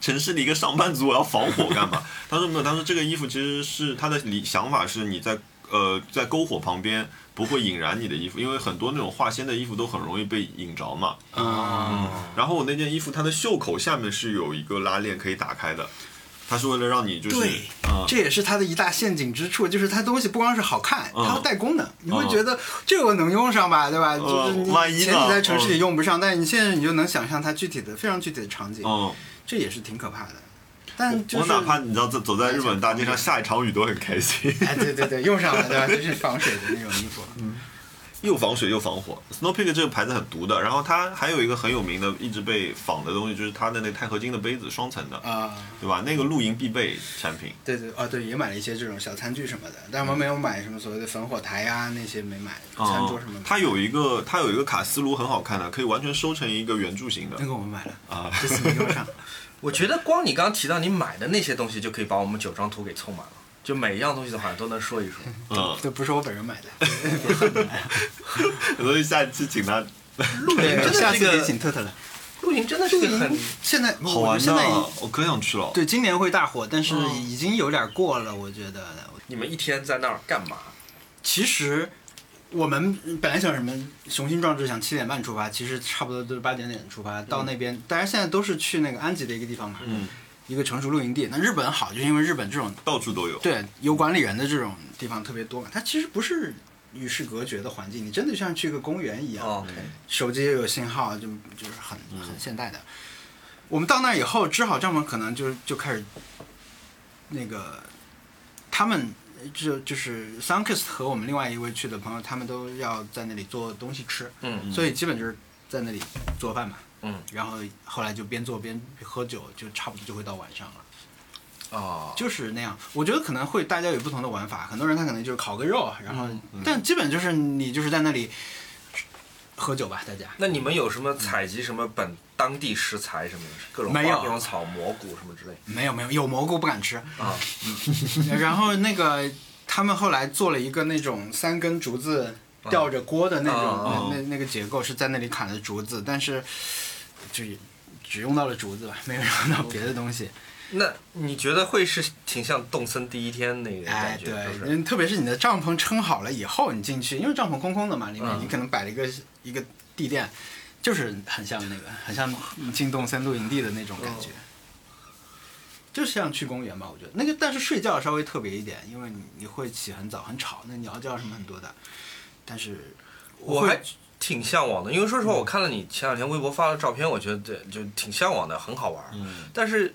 A: 城市里一个上班族，我要防火干嘛？他说没有，他说这个衣服其实是他的理想法是你在呃在篝火旁边不会引燃你的衣服，因为很多那种化纤的衣服都很容易被引着嘛。
C: 啊，
A: 然后我那件衣服它的袖口下面是有一个拉链可以打开的，它是为了让你就是
C: 对
A: 啊、
C: 这也是它的一大陷阱之处，就是它东西不光是好看，
A: 嗯
C: 它还带功能。你会觉得这个我能用上吧，对吧？就是你
A: 呃万一呢嗯
C: 前提在城市里用不上，但你现在你就能想象它具体的非常具体的场景，
A: 嗯，
C: 这也是挺可怕的。但就
A: 我
C: 是
A: 哪怕你知道走走在日本大街上下一场雨都很开心，
C: 哎，对对对，用上了，对吧？就是防水的那种衣服，
A: 又防水又防火。Snow Peak 这个牌子很毒的，然后它还有一个很有名的一直被仿的东西，就是它的那钛合金的杯子，双层的，
C: 啊、
A: 对吧？那个露营必备产品。
C: 对对哦，对，也买了一些这种小餐具什么的，但我们没有买什么所谓的防火台呀、那些没买，餐桌什么的。
A: 啊它有一个它有一个卡斯炉很好看的，可以完全收成一个圆柱形的
C: 那个我们买了，
A: 啊。
C: 这次没用上。
B: 我觉得光你刚提到你买的那些东西，就可以把我们九张图给凑满了。就每一样东西的话都能说一 [laughs] 说。
A: [laughs] 嗯，
C: 这不是我本人买
A: [laughs]
C: 的，
A: 所以下一期请他
B: 露营真的
D: 下
B: 是
D: 次
B: 一
D: 得
B: 个
D: 请特特来。
B: 露营真的是一个很
C: 现在
A: 好
C: 我
A: 玩
C: 觉得现
A: 的啊
C: 在已，
A: 我可想去了。
C: 对今年会大火，但是
B: 嗯
C: 已经有点过了，我觉得。
B: 你们一天在那儿干嘛？
C: 其实我们本来想什么雄心壮志，想七点半出发，其实差不多都是八点点出发。到那边，大家现在都是去那个安吉的一个地方嘛，
A: 嗯，
C: 一个成熟露营地。那日本好，就是因为日本这种
A: 到处都有。
C: 对有管理员的这种地方特别多嘛，它其实不是与世隔绝的环境，你真的像去一个公园一样。
B: 哦，
C: 手机也有信号，就就是很
B: 嗯
C: 很现代的。我们到那以后，支好帐篷可能就就开始那个他们就就是 Sunkist 和我们另外一位去的朋友，他们都要在那里做东西吃，
B: 嗯，
C: 所以基本就是在那里做饭嘛。
B: 嗯，
C: 然后后来就边做边喝酒，就差不多就会到晚上了，
B: 哦，
C: 就是那样。我觉得可能会大家有不同的玩法，很多人他可能就是烤个肉，啊然后、
B: 嗯
C: 但基本就是你就是在那里喝酒吧，大家。
B: 那你们有什么采集什么本当地食材什么的，各种花
C: 没有
B: 各种草、蘑菇什么之类
C: 没有没有，有蘑菇不敢吃。
B: 啊？
C: 然后那个他们后来做了一个那种三根竹子吊着锅的那种，
B: 啊
A: 啊
C: 那那那个结构是在那里砍的竹子，但是就只用到了竹子吧，没有用到别的东西。
B: 那你觉得会是挺像动森第一天那个
C: 哎
B: 感，觉，
C: 对
B: 就，是
C: 嗯，特别是你的帐篷撑好了以后，你进去，因为帐篷空空的嘛，里面
B: 嗯
C: 你可能摆了一个一个地垫，就是很像那个，很像进洞森露营地的那种感觉。
B: 哦
C: 就像去公园吧，我觉得那个，但是睡觉稍微特别一点，因为你你会起很早，很吵，那鸟叫什么很多的。但是
B: 我
C: 会
B: 还挺向往的，因为说实
C: 嗯
B: 话，我看了你前两天微博发的照片，我觉得就挺向往的，很好玩。
A: 嗯，
B: 但是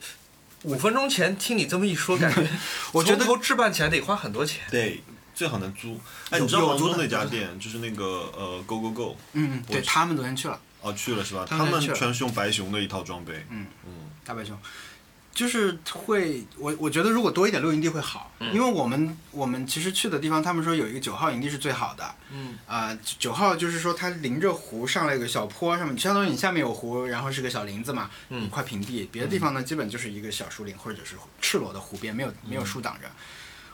B: 五分钟前听你这么一说，感觉
C: [laughs] 我觉得
B: 从头置办起来得花很多钱。
A: 对，最好能租。哎，
C: 有
A: 你知道
C: 有
A: 杭州
C: 租的
A: 那家
C: 有租
A: 店，就是那个呃，Go Go Go，
C: 嗯，对
A: 我
C: 他们昨天去了
A: 哦，去了是吧？
C: 他
A: 他
C: 们
A: 们
C: 去了
A: 全是用白熊的一套装备。
C: 嗯
A: 嗯，
C: 大白熊，就是会我我觉得如果多一点露营地会好，
B: 嗯
C: 因为我们我们其实去的地方，他们说有一个九号营地是最好的，
B: 嗯，
C: 啊，九号就是说它临着湖上来有个小坡，上面相当于你下面有湖，然后是个小林子嘛，
B: 嗯
C: 一块平地。别的地方呢，基本就是一个小树林或者是赤裸的湖边，没
A: 嗯
C: 有没有树挡着。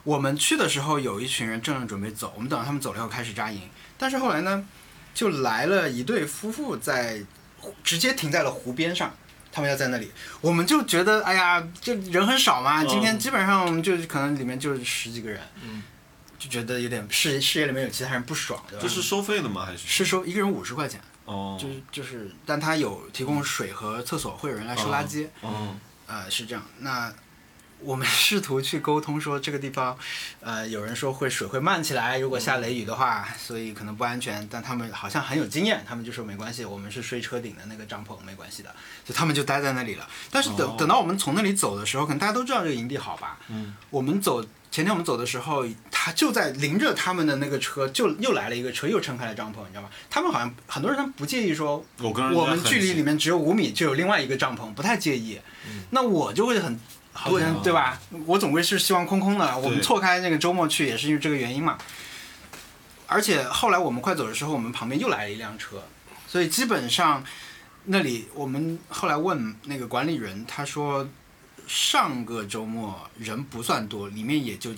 C: 我们去的时候有一群人正准备走，我们等到他们走了以后开始扎营，但是后来呢，就来了一对夫妇在湖直接停在了湖边上。他们要在那里，我们就觉得，哎呀，这人很少嘛。
A: 嗯
C: 今天基本上我们就可能里面就十几个人，
B: 嗯
C: 就觉得有点视视野里面有其他人不爽，对吧？
A: 这是收费的吗？还是
C: 是收一个人五十块钱，
A: 哦，
C: 就是就是，但他有提供水和厕所，会有人来收垃圾，
A: 嗯，
C: 呃，是这样。那我们 [laughs] 试图去沟通说这个地方，呃，有人说会水会漫起来，如果下雷雨的话，所以可能不安全。但他们好像很有经验，他们就说没关系，我们是睡车顶的那个帐篷，没关系的。就他们就待在那里了。但是等、
A: 哦
C: 等到我们从那里走的时候，可能大家都知道这个营地好吧？
A: 嗯，
C: 我们走。前天我们走的时候，他就在临着他们的那个车，就又来了一个车，又撑开了帐篷，你知道吗？他们好像很多人他们不介意说
A: 我跟人家
C: 我们
A: 很
C: 距离
A: 近嗯
C: 里面只有五米，就有另外一个帐篷，不太介意。那我就会很好
A: 对啊
C: 像对吧？我总归是希望空空的。我们
A: 对
C: 错开那个周末去也是因为这个原因嘛。而且后来我们快走的时候，我们旁边又来了一辆车，所以基本上那里我们后来问那个管理人，他说上个周末人不算多，里面也就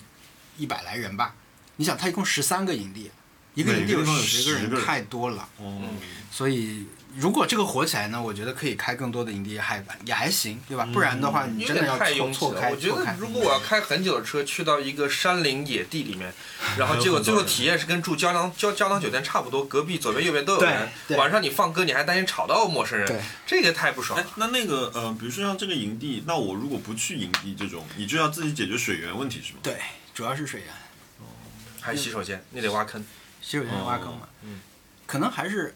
C: 一百来人吧。你想，他一共十三个营地，一个
A: 每
C: 营地
A: 个
C: 有
A: 地方有
C: 十个
A: 10个
C: 人，
A: 人
C: 太多了。
B: 嗯
A: 哦，
C: 所以如果这个火起来呢，我觉得可以开更多的营地，还也还行，对吧？不然的话，你
B: 嗯有
C: 真的
B: 点
C: 要
B: 太
C: 错
B: 拥挤
C: 错
B: 了。
C: 开。
B: 我觉
C: 错
B: 得
C: 开
B: 如果我要开很久的车去到一个山林野地
C: [laughs]
B: 里面，然后结果最后体验是跟住胶囊胶胶囊酒店差不多，隔壁左边右边都有人
C: 对，对
B: 晚上你放歌你还担心吵到陌生
C: 对
B: 人，这个太不爽
A: 哎
B: 了。，
A: 那那个呃，比如说像这个营地，那我如果不去营地这种，你就要自己解决水源问题是吗？
C: 对，主要是水源，
B: 还有洗手间，你得挖坑。
C: 洗手间挖坑嘛，
B: 嗯，
C: 可能还是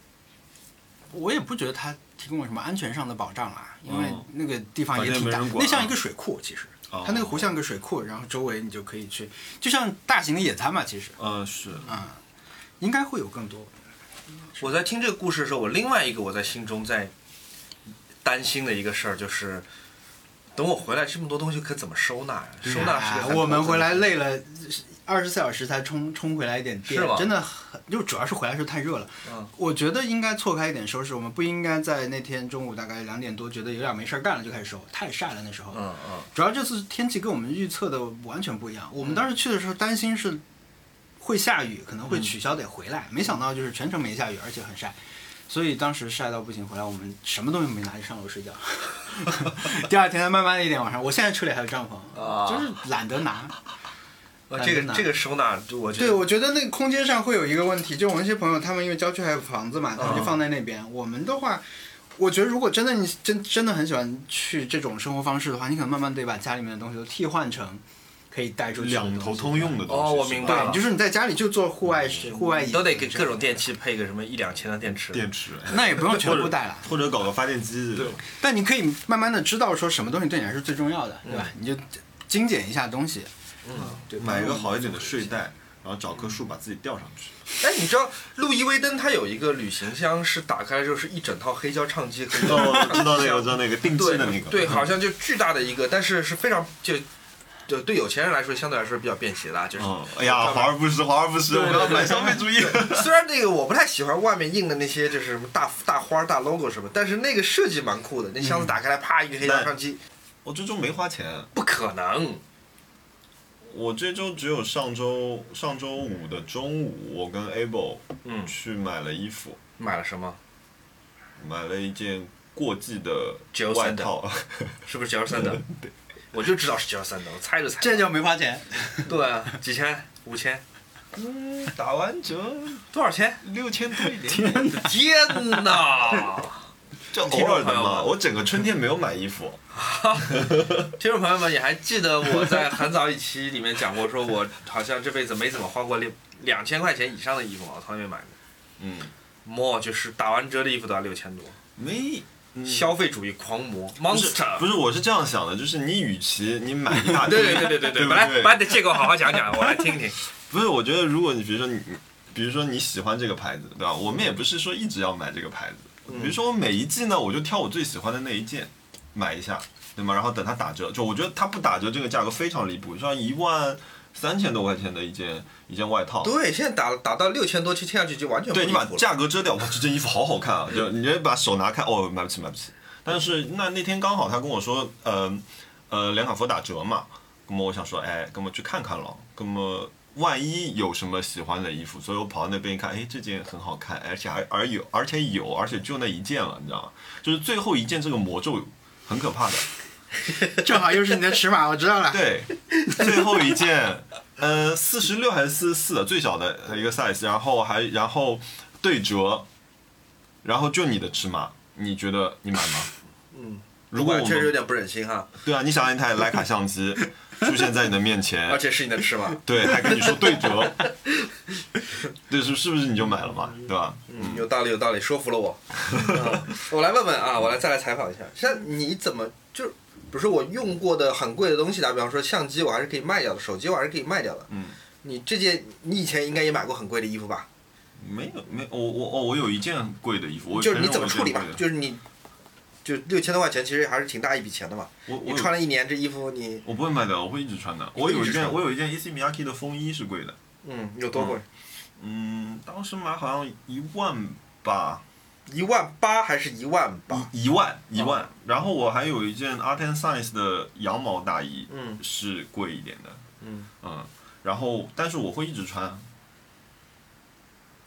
C: 我也不觉得它提供了什么安全上的保障啦，因为
B: 哦
A: 嗯
C: 那个地方也
A: 反正
C: 挺
A: 没
C: 大
A: 人，管
C: 那像
A: 啊
C: 一个水库，其实
A: 哦
C: 它那个湖像个水库，然后周围你就可以去，就像大型的野餐嘛，其实
A: 呃，是，
C: 啊，应该会有更多。
B: 我在听这个故事的时候，我另外一个我在心中在担心的一个事儿就是，等我回来这么多东西可怎么收纳呀？收纳是个
C: 哎
B: 很头
C: 我
B: 疼
C: 们
B: 的
C: 回来
B: 事
C: 累了，二十四小时才充充回来一点电
B: 是吗，
C: 真的很，就主要是回来的时候太热了。
B: 嗯
C: 我觉得应该错开一点收拾，我们不应该在那天中午大概两点多觉得有点没事儿干了就开始收，太晒了那时候。
B: 嗯嗯，
C: 主要这次天气跟我们预测的完全不一样，我们当时去的时候担心是会下雨，可能
B: 嗯
C: 会取消得回来，没想到就是全程没下雨，而且很晒。所以当时晒到不行，回来我们什么东西没拿，就上楼睡觉。 [laughs] 第二天才慢慢的一点晚上，我现在车里还有帐篷，
B: 啊
C: 就是懒得
B: [laughs]
C: 拿。
B: 哇这
C: 真
B: 个
C: 的
B: 这个收纳，就我觉
C: 对，
B: 得
C: 我觉得那个空间上会有一个问题，就我那些朋友，他们因为郊区还有房子嘛，他们就
B: 嗯
C: 放在那边。我们的话，我觉得如果真的你真真的很喜欢去这种生活方式的话，你可能慢慢得把家里面的东西都替换成可以带出去的
A: 两头通用的东西。
B: 哦我
A: 是吧
B: 明白了
C: 对，就是你在家里就做户外室、户外椅，
B: 你嗯都得给各种电器配个什么一两千的电池。
A: 电池，
C: 那也不用全部带了，
A: 或者搞个发电机。
B: 对
C: 但你可以慢慢的知道说什么东西对你来说最重要的，对吧？你就精简一下东西，
B: 嗯，
C: 对，
A: 买一个好一点的睡袋，然后找棵树把自己吊上去。
B: 哎，你知道路易威登它有一个旅行箱，是打开就是一整套黑胶唱机可以。
A: 哦，知道那个，我知道那个定制的那个。
B: 对，好像就巨大的一个，但是是非常就就对有钱人来说相对来说比较便携的，啊，就是、
A: 嗯，哎呀，华而不实，华而不实，我们要反消费主义。
B: [laughs] 虽然那个我不太喜欢外面印的那些就是什么大大花儿大 logo 什么，但是那个设计蛮酷的，那
A: 嗯
B: 箱子打开来啪一个黑胶唱机，
A: 我哦这周没花钱，
B: 不可能，
A: 我这周只有上周上周五的中午，我跟 Able
B: 嗯，
A: 去买了衣服，
B: 买了什么？
A: 买了一件过季的
B: Jill
A: 外
B: [laughs]
A: 套。
B: 是不是九十三的？我就知道是九十三的，我猜着猜。
C: 这就没花钱。
B: 对啊，几千、五千、
A: 嗯，打完折
B: 多少钱？
A: 六千多一点。
B: 天
A: [laughs]
B: 哪！
A: 就偶尔的
B: 听众朋友
A: 嘛，
B: 们
A: 我整个春天没有买衣服。
B: 听众朋友们，你还记得我在很早一期里面讲过，说我好像这辈子没怎么花过两两千块钱以上的衣服嘛，我从来没买过。
A: 嗯，
B: 魔就是打完折的衣服都要六千多，
A: 没。嗯
B: 消费主义狂魔
A: 不是
B: monster。
A: 不是，我是这样想的，就是你与其你买一大
B: [laughs]
A: 堆，
B: 对对对对对
A: 对不
B: 本来把你的借口好好讲讲，我来听听。
A: 不是，我觉得如果你比如说你，比如说你喜欢这个牌子，对吧？我们也不是说一直要买这个牌子，比如说我每一季呢，我就挑我最喜欢的那一件买一下，对吗？然后等它打折，就我觉得它不打折这个价格非常离谱，像一万三千多块钱的一件一件外套。
B: 对，现在打打到六千多，去听上去就完全不
A: 对
B: 离
A: 你把
B: 谱了。
A: 价格遮掉，哇，这件衣服好好看啊！
B: [laughs]
A: 就你直接把手拿开，哦，买不起，买不起。但是那那天刚好他跟我说，呃呃，连卡佛打折嘛，那么我想说，哎，那么去看看咯，那么万一有什么喜欢的衣服，所以我跑到那边一看，哎，这件很好看，而且还而有，而且有，而且就那一件了，你知道吗？就是最后一件这个魔咒很可怕的，
C: 正好又是你的尺码，我知道了。
A: [laughs] 对，最后一件，呃，四十六还是四十四，最小的一个 size，然后还然后对折，然后就你的尺码，你觉得你买吗？
B: 嗯，
A: 如果我
B: 我确实有
A: 们
B: 点不忍心哈，
A: 对啊，你想一台徕卡相
B: [laughs]
A: 机出现在你的面
B: 而
A: 前，
B: 且是你的尺码。
A: 对，还跟你说对
B: [laughs]
A: 折，对是是不是你就买了嘛？对吧？
B: 嗯，有道理，有道理，说服了我。啊我来问问啊，我来再来采访一下，像你怎么就是，比如说我用过的很贵的东西，打比方说相机，我还是可以卖掉的，手机我还是可以卖掉的。
A: 嗯，
B: 你这件你以前应该也买过很贵的衣服吧？
A: 没有没有我我哦我有一件贵的衣服，我
B: 就是
A: 承
B: 你
A: 认
B: 怎么
A: 我有
B: 处理
A: 一件
B: 吧
A: 贵？的
B: 就是你，就六千多块钱，其实还是挺大一笔钱的嘛。
A: 我
B: 你
A: 我有
B: 穿了一年这衣服你，
A: 我不会卖的，我会一直穿的。
B: 你
A: 我有
B: 一
A: 一
B: 直
A: 件
B: 穿
A: 我有一件 AC Miyake 的风衣是贵的。
B: 嗯，有多贵？
A: 嗯，当时买好像一万吧，
B: 一万八还是一万八？
A: 一一万一万。然后我还有一件 Art and Science 的羊毛大衣，
B: 嗯
A: 是贵一点的，
B: 嗯
A: 嗯。然后，但是我会一直穿。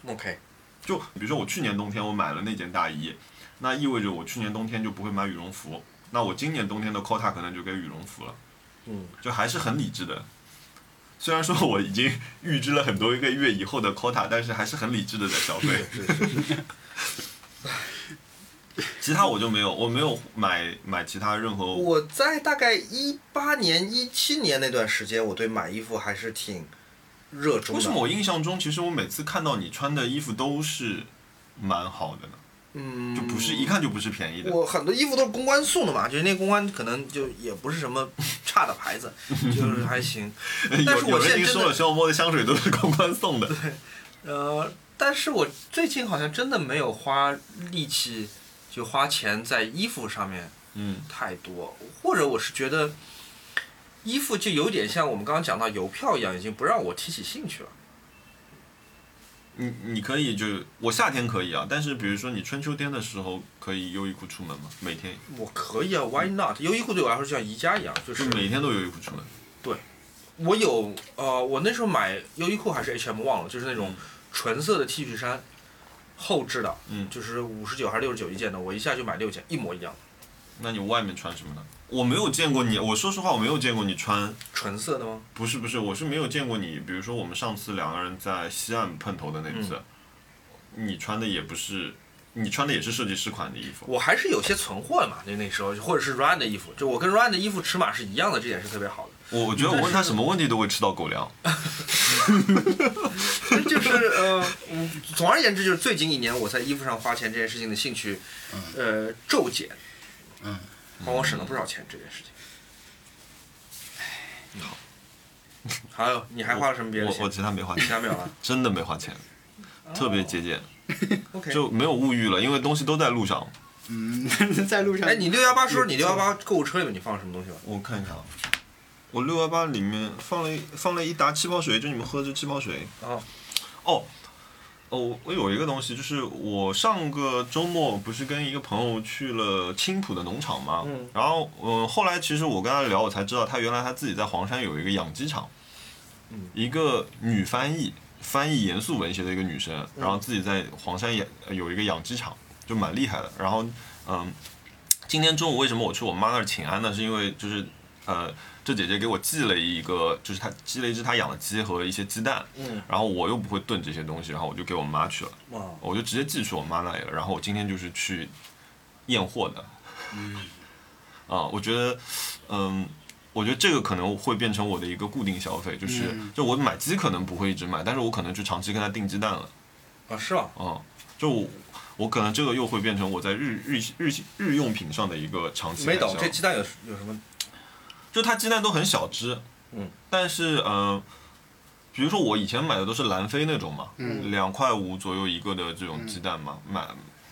B: 嗯，OK，
A: 就比如说我去年冬天我买了那件大衣，那意味着我去年冬天就不会买羽绒服。那我今年冬天的 quota 可能就给羽绒服了，
B: 嗯，
A: 就还是很理智的。虽然说我已经预支了很多个月以后的 quota，但是还是很理智的在消费。
B: 是是是，
A: 其他我就没有，我没有买买其他任何
B: 我在大概一八年、一七年那段时间，我对买衣服还是挺热衷的。
A: 为什么？我印象中，其实我每次看到你穿的衣服都是蛮好的呢？
B: 嗯，
A: 就不是一。看就不是便宜的。
B: 我很多衣服都是公关送的嘛，就是那公关可能就也不是什么差的牌 [laughs] 子，就是还行。但
A: [laughs]
B: 是
A: 有有
B: 我
A: 人
B: 现在
A: 已经
B: 真
A: 说了，
B: 的，
A: 小莫的香水都是公关送的。
B: 呃，但是我最近好像真的没有花力气，就花钱在衣服上面
A: 嗯
B: 太多，或者我是觉得，衣服就有点像我们刚刚讲到邮票一样，已经不让我提起兴趣了。
A: 你你可以就是我夏天可以啊，但是比如说你春秋天的时候可以优衣库出门吗？每天
B: 我可以啊，Why not？优衣库对我来说就像宜家一样，就
A: 就是每天都优衣库出门。
B: 我有呃，我那时候买优衣库还是 H&M 忘了，就是那种纯色的 T 恤衫，后置的，
A: 嗯
B: 就是五十九还是六十九一件的，我一下就买六件，一模一样，
A: 那你外面穿什么呢？我没有见过你，我说实话我没有见过你穿，
B: 纯色的吗？
A: 不是不是，我是没有见过你。比如说我们上次两个人在西岸碰头的那次，你穿的也不是，你穿的也是设计师款的衣服。
B: 我还是有些存货的嘛，就那时候，或者是 Run 的衣服，就我跟 Run 的衣服尺码是一样的，这点是特别好的。
A: 我我觉得我问他什么问题都会吃到狗粮。
B: [laughs] 就是呃，嗯总而言之，就是最近一年我在衣服上花钱这件事情的兴趣，呃，骤减，
C: 嗯，
B: 帮我省了不少钱这件事情。 [laughs] 好，还有你还花了什么别的
A: 我我
B: 钱？
A: 其他没花
B: 其他
A: 钱，[laughs]
B: 没有了。
A: 真的没花钱，特别节俭，
B: OK。
A: 就没有物欲了，因为东西都在路上。
C: 嗯， [laughs] 在路上。
B: 哎，你六幺八时候，你六幺八购物车里面你放了什么东西吗？
A: 我看一下啊，我六幺八里面放了一放了一打气泡水，就你们喝的气泡水。
B: 哦，
A: 哦，哦，我有一个东西，就是我上个周末不是跟一个朋友去了青浦的农场嘛，
B: 嗯
A: 然后嗯、呃后来其实我跟他聊，我才知道他原来他自己在黄山有一个养鸡场，
B: 嗯
A: 一个女翻译，翻译严肃文学的一个女生，
B: 嗯
A: 然后自己在黄山也呃有一个养鸡场，就蛮厉害的。然后嗯，今天中午为什么我去我妈那儿请安呢？是因为就是呃。这姐姐给我寄了一个，就是她寄了一只她养的鸡和一些鸡蛋，
B: 嗯，
A: 然后我又不会炖这些东西，然后我就给我妈去了，
B: 哇，
A: 我就直接寄去我妈那里了。然后我今天就是去验货的。嗯。 [laughs] 啊，我觉得，嗯，我觉得这个可能会变成我的一个固定消费，就是、
C: 嗯
A: 就我买鸡可能不会一直买，但是我可能就长期跟他订鸡蛋了。
B: 啊是吧？
A: 啊，就我我可能这个又会变成我在日日日日用品上的一个长期
B: 没
A: 开销。
B: 懂这鸡蛋有有什么？
A: 就它鸡蛋都很小只，
B: 嗯，
A: 但是呃，比如说我以前买的都是南非那种嘛，
C: 嗯
A: 两块五左右一个的这种鸡蛋嘛，买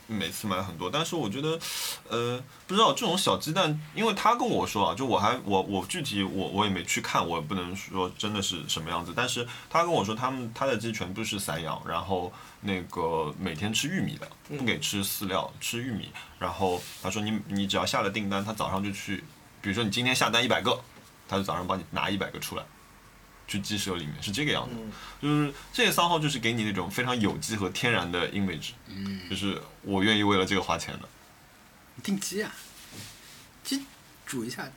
A: 每次买很多，但是我觉得，呃，不知道这种小鸡蛋，因为他跟我说啊，就我还我我具体我我也没去看，我也不能说真的是什么样子，但是他跟我说他们他的鸡全部是散养，然后那个每天吃玉米的，不给吃饲料，吃玉米，然后他说你你只要下了订单，他早上就去比如说你今天下单一百个，他就早上帮你拿一百个出来，去鸡舍里面是这个样子。
B: 嗯
A: 就是这个三号就是给你那种非常有机和天然的 image，
C: 嗯，
A: 就是我愿意为了这个花钱的。
C: 定鸡啊，鸡煮一下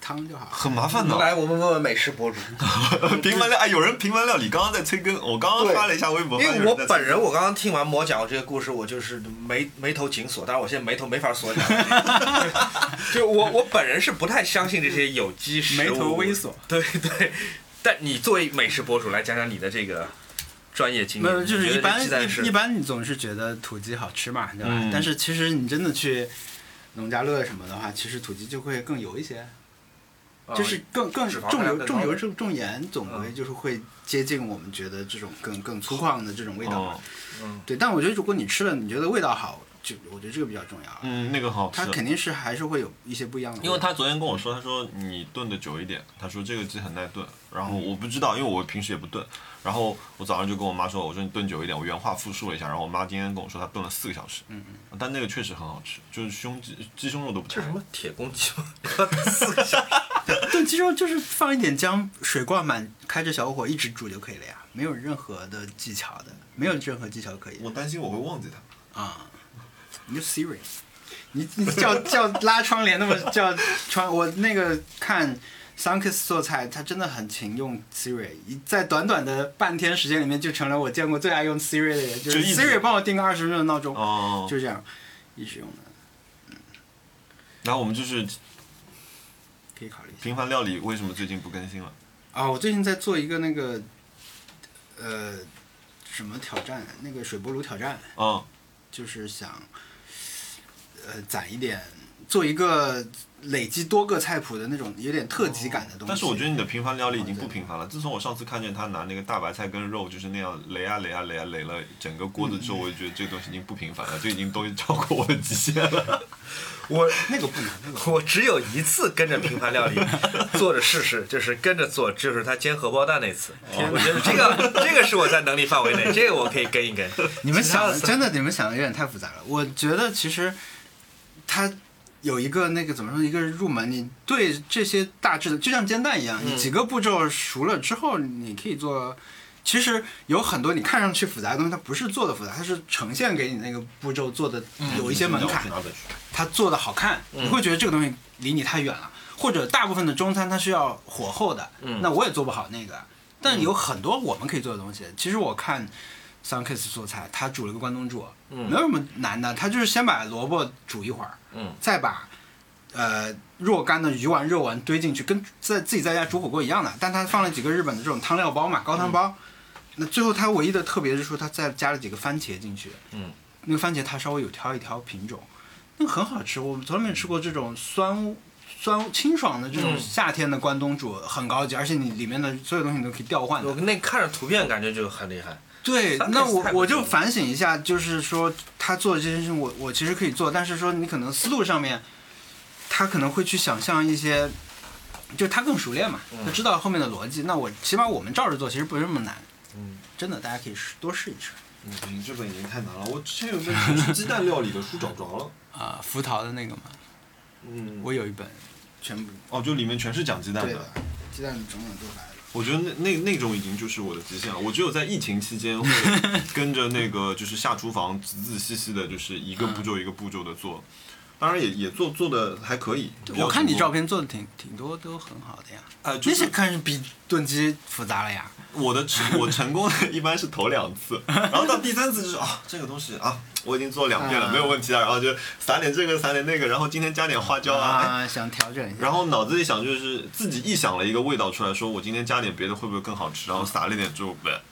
C: 汤就好。
A: 很麻烦的， [laughs]
B: 来，我们问问美食博主，
A: 评完料哎，有人评完料理，刚刚在催更，我刚刚
B: 对
A: 发了一下微博，
B: 因
A: 发现
B: 为
A: 有
B: 我
A: 在催
B: 本人我刚刚听完魔讲我这个故事，我就是眉眉头紧锁，但是我现在眉头没法锁起来， [laughs] 就我我本人是不太相信这些有机食物，
C: 眉头微锁，
B: [laughs] 对对。但你作为美食博主来讲讲你的这个专业经
C: 没
B: 验，
C: 有，就是
B: 你觉
C: 一
B: 得
C: 般
B: 这鸡蛋是
C: 一一般你总是觉得土鸡好吃嘛，对吧？
A: 嗯
C: 但是其实你真的去农家乐什么的话，其实土鸡就会更油一些，
B: 啊
C: 就是更更
B: 脂肪
C: 重
B: 含量
C: 油
B: 更
C: 重
B: 高嗯
C: 油重重盐，总归就是会接近我们觉得这种更更粗犷的这种味道嘛。
A: 哦，
C: 对，但我觉得如果你吃了，你觉得味道好，就我觉得这个比较重要。啊
A: 嗯，那个很好
C: 它
A: 吃。
C: 肯定是还是会有一些不一样的味道，
A: 因为他昨天跟我说，他说你炖的久一点，他说这个鸡很耐炖，然后我不知道，因为我平时也不炖，然后我早上就跟我妈说，我说你炖久一点，我原话复述了一下，然后我妈今天跟我说她炖了四个小时，嗯嗯，但那个确实很好吃，就是胸鸡鸡胸肉都不
B: 这
A: 柴
B: 是什，么铁公鸡吗？ [laughs] 四个小时
C: [laughs] 炖鸡肉就是放一点姜，水灌满，开着小火一直煮就可以了呀，没有任何的技巧的，没有任何技巧可以
A: 我担心我会忘记它。
C: 啊。你就 Siri，你 [laughs] 你叫叫拉窗帘那么叫窗，我那个看 Sunkiss 做菜，他真的很勤用 Siri，一在短短的半天时间里面就成了我见过最爱用 Siri 的人，就
A: 就
C: 是
A: 一直
C: Siri 帮我定个二十分钟的闹钟，
A: 哦，
C: 就这样一直用的，
A: 然后我们就是
C: 可以考虑一下。
A: 平凡料理为什么最近不更新了？
C: 啊，我最近在做一个那个，呃，什么挑战？那
A: 哦
C: 个水波炉挑战，
A: 嗯
C: 就是想，呃，攒一点做一个累积多个菜谱的那种有点特级感的东西。
A: 哦但是我觉得你的频繁料理已经不频繁了。自从我上次看见他拿那个大白菜跟肉就是那样垒啊垒啊垒啊垒了整个锅子之后，我就觉得这个东西已经不频繁了，这已经东西超过我的极限了。
B: 我
C: 那个不难，那个
B: 我只有一次跟着平凡料理做着试试，就是跟着做，就是他煎荷包蛋那次。我觉得这个这个是我在能力范围内，这个我可以跟一跟。
C: [laughs] 你们想
B: 其他
C: 的
B: 的
C: 真的，你们想的有点太复杂了。我觉得其实它有一个那个怎么说，一个入门，你对这些大致的，就像煎蛋一
B: 嗯
C: 样，你几个步骤熟了之后，你可以做。其实有很多你看上去复杂的东西，它不是做的复杂，它是呈现给你那个步骤做的
B: 嗯
C: 有一些门槛，
A: 拿本书
C: 它做的好看，你会觉得这个东西离你太远了。或者大部分的中餐它是要火候的，
B: 嗯
C: 那我也做不好那个。但有很多我们可以做的东西。其实我看 Sunkiss 做菜，他煮了个关东煮，没有什么难的，他就是先把萝卜煮一会儿，
B: 嗯
C: 再把呃若干的鱼丸、肉丸堆进去，跟在自己在家煮火锅一样的。但他放了几个日本的这种汤料包嘛，高汤包。
B: 嗯
C: 那最后他唯一的特别是说，他再加了几个番茄进去，
B: 嗯，
C: 那个番茄他稍微有挑一挑品种，那个很好吃，我从来没吃过这种酸。酸清爽的这种
B: 嗯
C: 夏天的关东煮很高级，而且你里面的所有东西你都可以调换的
B: 我。那看着图片感觉就很厉害。
C: 对，
B: 三
C: 那
B: 个
C: 我
B: 菜
C: 我
B: 不
C: 就
B: 行
C: 反省一下，就是说他做的这件事情我，我其实可以做，但是说你可能思路上面，他可能会去想象一些，就他更熟练嘛，他知道后面的逻辑。那我起码我们照着做，其实不是那么难。
B: 嗯，
C: 真的，大家可以试多试一试。
A: 嗯，这本已经太难了。我之前有本就是鸡蛋料理的书找不着了。
C: 啊、福桃的那个嘛，
A: 嗯，
C: 我有一本，全部
A: 哦，就里面全是讲鸡蛋
C: 对
A: 的
C: 的。，鸡蛋种种都来了。
A: 我觉得那那那种已经就是我的极限了。我只有在疫情期间
C: [laughs]
A: 会跟着那个就是下厨房仔仔细细的，就是一个步骤一个步骤的做。当然也也做做的还可以。比较
C: 我看你
A: 成功
C: 照，片做的挺挺多，都很好的呀。
A: 呃，就
C: 那些
A: 是
C: 看着比炖鸡复杂了呀。
A: 我的成我成功的一般是头两
C: [laughs]
A: 次，然后到第三次就是啊这个东西啊我已经做两遍了、
C: 啊
A: 没有问题了，然后就撒点这个撒点那个，然后今天加点花椒啊，哎
C: 啊，想调整一下。
A: 然后脑子里想就是自己臆想了一个味道出来，说我今天加点别的会不会更好吃？然后撒了一点之后，呗，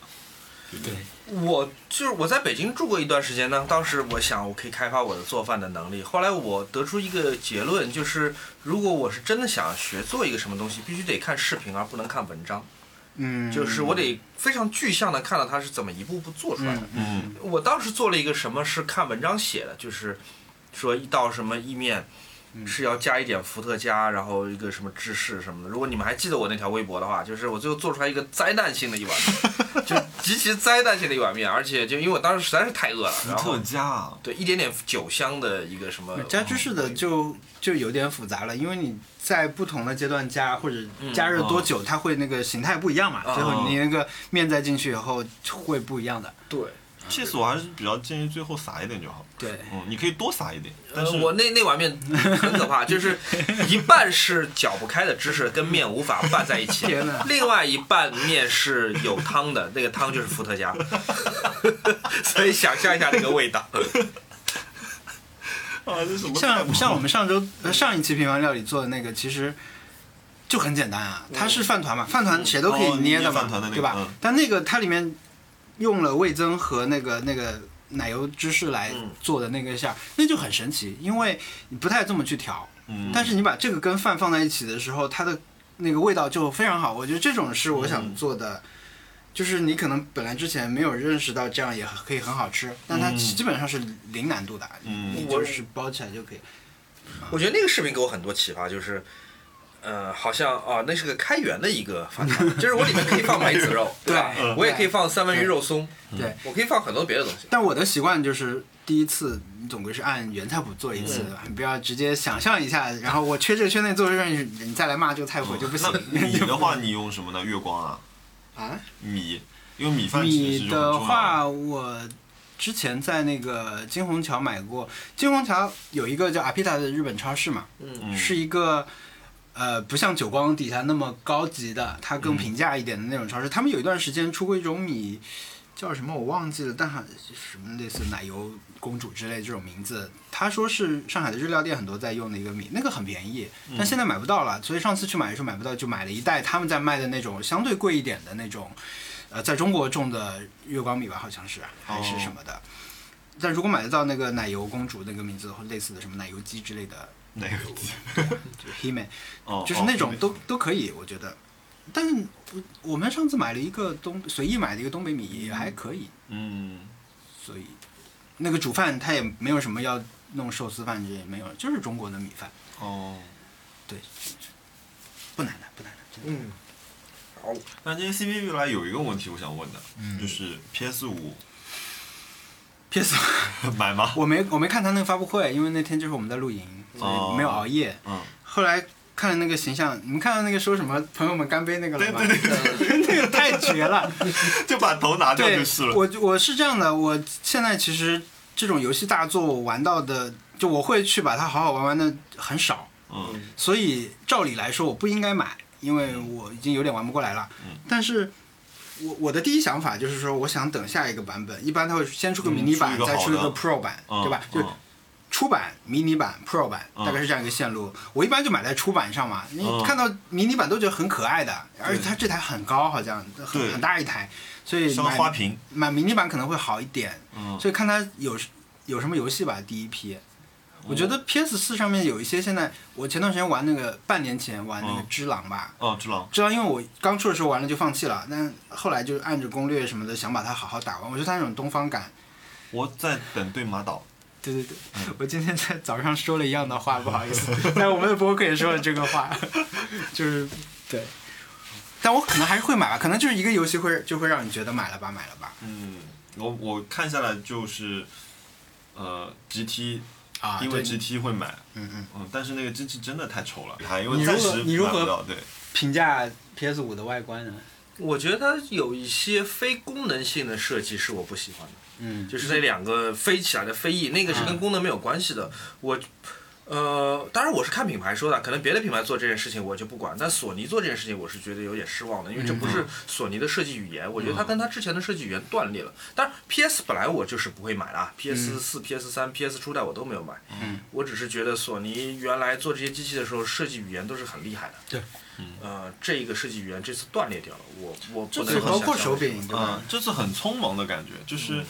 C: 对，
B: 我就是我在北京住过一段时间呢，当时我想我可以开发我的做饭的能力。后来我得出一个结论，就是如果我是真的想学做一个什么东西，必须得看视频而不能看文章，
C: 嗯，
B: 就是我得非常具象的看到它是怎么一步步做出来的。
C: 嗯
A: 嗯
B: 我当时做了一个什么是看文章写的，就是说一道什么意面是要加一点伏特加，然后一个什么芝士什么的。如果你们还记得我那条微博的话，就是我最后做出来一个灾难性的一碗面，就极其灾难性的一碗面，而且就因为我当时实在是太饿了，然后
A: 加啊，
B: 对一点点酒香的一个什么
A: 嗯
C: 加芝士的就就有点复杂了，因为你在不同的阶段加或者加热多久，它会那个形态不一样嘛，
A: 嗯
B: 哦
C: 最后你那个面再进去以后会不一样的。
B: 对。
A: 这次我还是比较建议最后撒一点就好。
C: 对，
A: 嗯，你可以多撒一点，但
B: 呃
A: 是、，
B: 我那那碗面很可怕，就是一半是搅不开的芝士跟面无法拌在一起
C: 天哪，
B: 另外一半面是有汤的，那个汤就是伏特加， [laughs] 所以想象一下那个味道。
A: 啊，这什么菜谱
C: 像像我们上周呃上一期平凡料理做的那个，其实就很简单啊，它是饭团嘛，饭团谁都可以
A: 嗯哦
C: 捏的
A: 捏
C: 嘛，
A: 饭团的那个
C: 对吧？
A: 嗯
C: 但那个它里面用了味增和那个那个奶油芝士来
B: 嗯
C: 做的那个馅儿，那就很神奇，因为你不太这么去调。
A: 嗯，
C: 但是你把这个跟饭放在一起的时候，它的那个味道就非常好。我觉得这种是
A: 嗯
C: 我想做的，就是你可能本来之前没有认识到这样也可以很好吃，但它
A: 嗯
C: 基本上是零难度的，
A: 嗯
C: 你就是包起来就可以。
B: 我觉得那个视频给我很多启发，就是，呃，好像啊，那是个开源的一个饭团，就是我里面可以放梅子肉，
C: 对
B: 吧
C: 嗯？
B: 我也可以放三文鱼肉松，
A: 嗯
C: 对，
B: 我可以放很多别的东西。
C: 但我的习惯就是第一次你总归是按原菜谱做一
A: 嗯
C: 次，你不要直接想象一下，然后我缺这个缺那做这个，你你再来骂这个菜谱就不行。
A: 哦那米的话，你用什么呢？月光啊，
C: [laughs] 啊，
A: 米，因为米饭其实是
C: 米
A: 很重要
C: 的话，我之前在那个金虹桥买过。金虹桥有一个叫阿皮塔的日本超市嘛，
A: 嗯
C: 是一个呃不像久光底下那么高级的，它更平价一点的那种超市。他们有一段时间出过一种米，叫什么我忘记了，但好什么类似奶油公主之类这种名字。他说是上海的日料店很多在用的一个米，那个很便宜，但现在买不到了。所以上次去买的时候买不到，就买了一袋他们在卖的那种相对贵一点的那种。呃，在中国种的月光米吧，好像是还是什么的。但如果买得到那个奶油公主那个名字或类似的什么奶油鸡之类的，
A: 哪个字？
C: 就是 He-Man，
A: 哦，
C: 就是
A: 哦
C: 那种
A: 明白
C: 都都可以，我觉得。但是我我们上次买了一个东随意买的一个东北米也还可以，
A: 嗯，
C: 所以那个煮饭它也没有什么要弄寿司饭这也没有，就是中国的米饭，
A: 哦。
C: 对，不难的，不难的，真的。
B: 嗯，好，
A: 但今天 CP 未来有一个问题我想问的，
C: 嗯
A: 就是 PS 五
C: PS，
A: [laughs] 买吗？
C: 我没我没看他那个发布会，因为那天就是我们在露营，所以没有熬夜。
A: 嗯，
C: 后来看了那个形象，你们看到那个说什么“朋友们干杯”那个了吗？ [laughs] 那个太绝了。
A: [laughs] 就把头拿掉
C: 对
A: 就是，了。
C: 我我是这样的，我现在其实这种游戏大作我玩到的，就我会去把它好好玩玩的很少，
A: 嗯
C: 所以照理来说我不应该买，因为我已经有点玩不过来了。
A: 嗯
C: 但是。我我的第一想法就是说，我想等下一个版本，一般它会先出个
A: 嗯
C: 迷你
A: 出
C: 版，
A: 一个
C: 再
A: 好
C: 出一个
A: 的
C: Pro 版，
A: 嗯，
C: 对吧？就
A: 嗯
C: 出版、迷你版、Pro 版，
A: 嗯
C: 大概是这样一个线路。我一般就买在出版上嘛，你
A: 嗯
C: 看到迷你版都觉得很可爱的，而且它这台很高，好像很
A: 对
C: 很大一台，所以
A: 像个
C: 买
A: 花瓶，
C: 买迷你版可能会好一点。
A: 嗯，
C: 所以看它有有什么游戏吧，第一批。我觉得
A: 嗯
C: PS 四上面有一些现在，我前段时间玩那个，半年前玩那个
A: 嗯
C: 《只狼》吧，
A: 哦，知道，
C: 《只狼》因为我刚出的时候玩了就放弃了，但后来就是按着攻略什么的想把它好好打完。我觉得它那种东方感
A: 我在等对马岛。
C: 对对对，
A: 嗯
C: [laughs] 我今天在早上说了一样的话，不好意
A: [laughs]
C: 思，在我们的博客也说了这个话，就是对，但我可能还是会买吧，可能就是一个游戏会就会让你觉得买了吧，买了吧
A: 嗯，我我看下来就是，呃，GT，
C: 啊
A: 因为 GT 会买，
C: 嗯嗯，
A: 嗯，但是那个机器真的太丑了，还因为
C: 你如
A: 暂
C: 何
A: 时
C: 你如
A: 买不
C: 何
A: 到，对，
C: 评价 PS 五的外观呢？
B: 我觉得它有一些非功能性的设计是我不喜欢的。
C: 嗯
B: 就是那两个飞起来的飞翼，那个是跟功能没有关系的。我，呃，当然我是看品牌说的，可能别的品牌做这件事情我就不管，但索尼做这件事情我是觉得有点失望的，因为
C: 嗯
B: 这不是索尼的设计语言，我觉得它跟它之前的设计语言断裂了。当然，PS 本来我就是不会买的啊，PS 四、PS 三、PS 初代我都没有买，
C: 嗯
B: 我只是觉得索尼原来做这些机器的时候设计语言都是很厉害的。
C: 对，
B: 呃，这个设计语言这次断裂掉了，我我不能
A: 这
C: 对，
A: 次
B: 很
C: 包括
B: 想象
C: 手
B: 为什
C: 柄
B: 么
C: 对吧
A: 嗯？，
C: 嗯
A: 这次很匆忙的感觉，就是。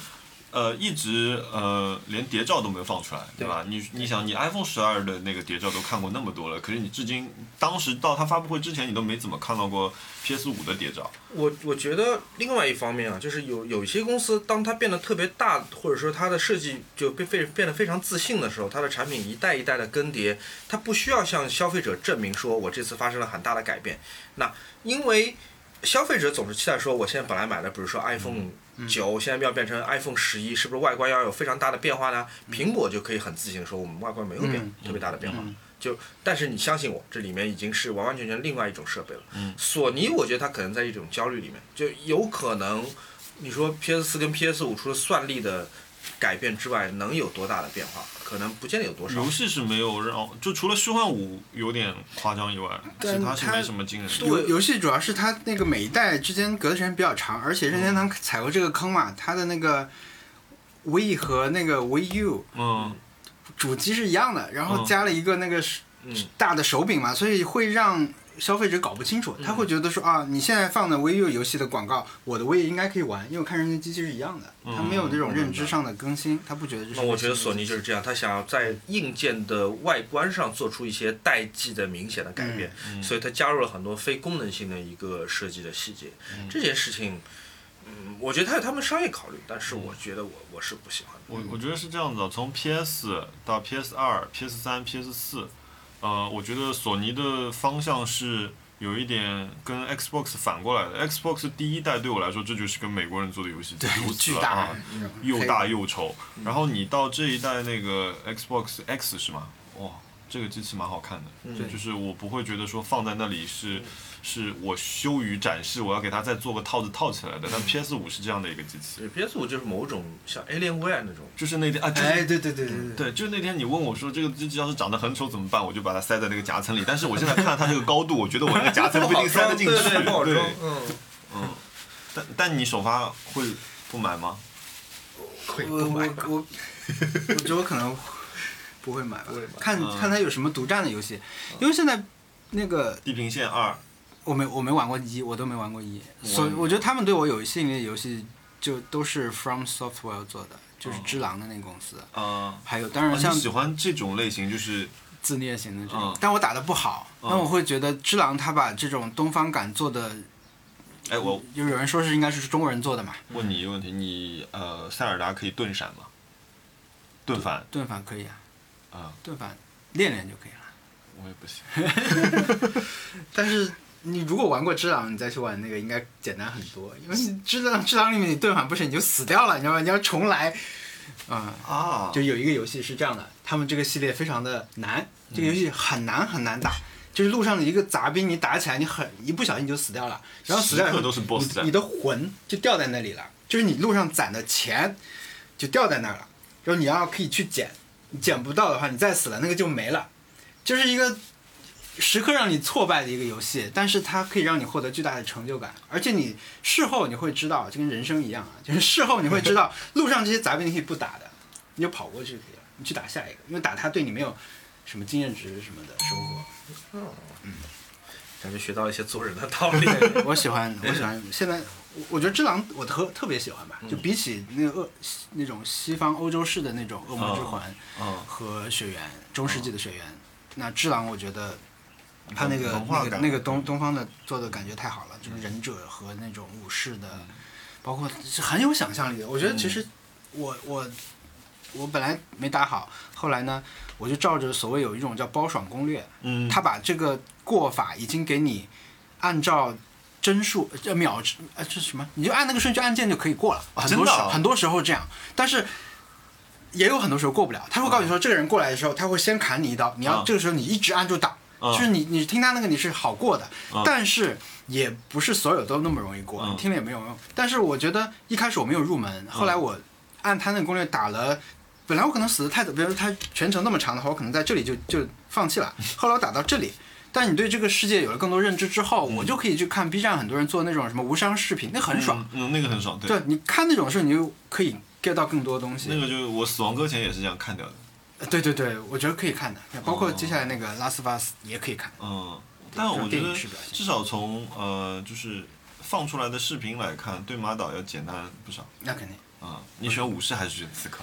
A: 呃，一直呃，连谍照都没有放出来，对吧？你你想，你 iPhone 十二的那个谍照都看过那么多了，可是你至今当时到它发布会之前，你都没怎么看到过 PS 五的谍照。
B: 我我觉得另外一方面啊，就是有有一些公司，当它变得特别大，或者说它的设计就变非变得非常自信的时候，它的产品一代一代的更迭，它不需要向消费者证明说我这次发生了很大的改变。那因为消费者总是期待说，我现在本来买的，比如说
C: 嗯
B: iPhone 九、现在要变成 iPhone 十一，是不是外观要有非常大的变化呢？苹果就可以很自信的说，我们外观没有变、
C: 嗯
B: 特别大的变化。
C: 嗯
B: 就但是你相信我，这里面已经是完完全全另外一种设备了。
A: 嗯
B: 索尼我觉得它可能在一种焦虑里面，就有可能你说 PS 四跟 PS 五除了算力的改变之外，能有多大的变化？可能不见得有多少
A: 游。戏是没有让，就除了虚幻五有点夸张以外，
C: 但
A: 其他是
C: 它
A: 没什么惊人的。
C: 游游戏主要是它那个每一代之间隔的时间比较长，而且任天堂踩过这个坑嘛，它的那个 V 和那个 V U
A: 嗯，
C: 主机是一样的，然后
A: 嗯
C: 加了一个那个
B: 嗯，
C: 大的手柄嘛，所以会让消费者搞不清楚，他会觉得说啊，你现在放的 VU 游戏的广告，我的 V 应该可以玩，因为我看人家机器是一样的，
A: 嗯
C: 他没有这种认知上的更新，他不觉得这是。
B: 那我觉得索尼就是这样，他想要在硬件的外观上做出一些代际的明显的改变，
A: 嗯
B: 所以它加入了很多非功能性的一个设计的细节。这件事情，嗯，我觉得它有他们商业考虑，但是我觉得我我是不喜欢的。
C: 嗯
A: 我我觉得是这样子的，从 PS 到 PS 二、PS 三、PS 四，呃，我觉得索尼的方向是有一点跟 Xbox 反过来的。Xbox 第一代对我来说，这就是跟美国人做的游戏，对
C: 对巨大
A: 啊，，
C: 那种嗯
A: 又大又丑。然后你到这一代那个 Xbox X 是吗？哇，这个机器蛮好看的，
B: 嗯
A: 就就是我不会觉得说放在那里
C: 嗯
A: 是是我羞于展示，我要给它再做个套子套起来的。
C: 嗯
A: 但 PS 五是这样的一个机器，
B: 对 PS 五就是某种像 Alienware 那种，
A: 就是那天啊，就是
C: 哎，对对对对对对，
A: 对，就那天你问我说这个机器要是长得很丑怎么办，我就把它塞在那个夹层里。但是我现在看它这个高度，我觉得我那个夹层不一定塞得进去。
B: 对 [laughs] 对，不好装。嗯，
A: 嗯，但但你首发会不买吗？
B: [laughs] 会
C: ，Oh 我
B: 不
C: 我
B: 买吧
C: 我，我觉得我可能不会买吧
B: 不会买，
C: 看
A: 嗯
C: 看他有什么独占的游戏，因为现在那个
A: 《地平线二》
C: 我没我没玩过一，我都没玩过一，
A: 我
C: 所以我觉得他们对我有吸引力的游戏就都是 From Software 做的，就是
A: 哦
C: 只狼的那个公司，
A: 啊、
C: 还有当然
A: 啊
C: 嗯像
A: 你喜欢这种类型，就是
C: 自虐型的这种，
A: 嗯
C: 但我打的不好，那、我会觉得只狼他把这种东方感做的，
A: 哎，我
C: 就有人说是应该是中国人做的嘛，
A: 问你一个问题，你呃，塞尔达可以盾闪吗？盾反
C: 盾反可以啊，
A: 啊，
C: 盾反练练就可以了。
A: 我也不行。
C: 但是你如果玩过《只狼》，你再去玩那个应该简单很多，因为你《只狼》《只狼》里面你盾反不行你就死掉了，你知道吗？你要重来，啊、
A: 啊
C: 就有一个游戏是这样的，他们这个系列非常的难，这个游戏很难很难打，就是路上的一个杂兵，你打起来你很一不小心你就死掉了，然后死掉以
A: 时
C: 后
A: 刻都是 boss
C: 你
A: 战
C: 你的魂就掉在那里了，就是你路上攒的钱就掉在那儿了，然后你要可以去捡，你捡不到的话你再死了那个就没了，就是一个。时刻让你挫败的一个游戏，但是它可以让你获得巨大的成就感，而且你事后你会知道，就跟人生一样啊，就是事后你会知道路上这些杂兵你可以不打的，你就跑过去就可以了，你去打下一个，因为打他对你没有什么经验值什么的收获。
B: 嗯感觉学到一些做人的道 [laughs] 理。
C: 我喜欢，我喜欢。现在我我觉得《只狼》我特特别喜欢吧，就比起那个恶那种西方欧洲式的那种《恶魔之环
A: 嗯》，
C: 和血缘中世纪的血缘，那《只狼》我觉得他那个
A: 文化
C: 那个
A: 感
C: 那个东东方的做的感觉太好了，就是忍者和那种武士的，包括是很有想象力的。我觉得其实我我我本来没打好，后来呢，我就照着所谓有一种叫包爽攻略，
A: 嗯，
C: 他把这个过法已经给你按照。帧数呃秒呃这是什么？你就按那个顺序按键就可以过了。很
A: 真的
C: 多时
A: 啊
C: 候很多时候这样，但是也有很多时候过不了。他会告诉你说，这个人过来的时候，他会先砍你一刀，你要
A: 嗯
C: 这个时候你一直按住挡，
A: 嗯
C: 就是你你听他那个你是好过的
A: 嗯，
C: 但是也不是所有都那么容易过，
A: 嗯
C: 你听了也没有用。但是我觉得一开始我没有入门，后
A: 嗯
C: 来我按他那个攻略打了。本来我可能死的太早，比如说他全程那么长的话，我可能在这里就就放弃了。后来我打到这里，但你对这个世界有了更多认知之后，我就可以去看 B 站很多人做那种什么无伤视频，那很爽。
A: 嗯，嗯，那个很爽，对，
C: 对，你看那种事，你就可以 get 到更多东西。呃
A: 那个就是我死亡搁浅也是这样看掉的。
C: 对对对，我觉得可以看的，包括
A: 哦
C: 接下来那个《拉斯巴斯》也可以看。
A: 嗯，但我
C: 电
A: 觉
C: 影
A: 得
C: 式表现
A: 至少从呃就是放出来的视频来看，对马岛要简单不少。
C: 那肯定，
A: 啊、你选武士还是选刺客？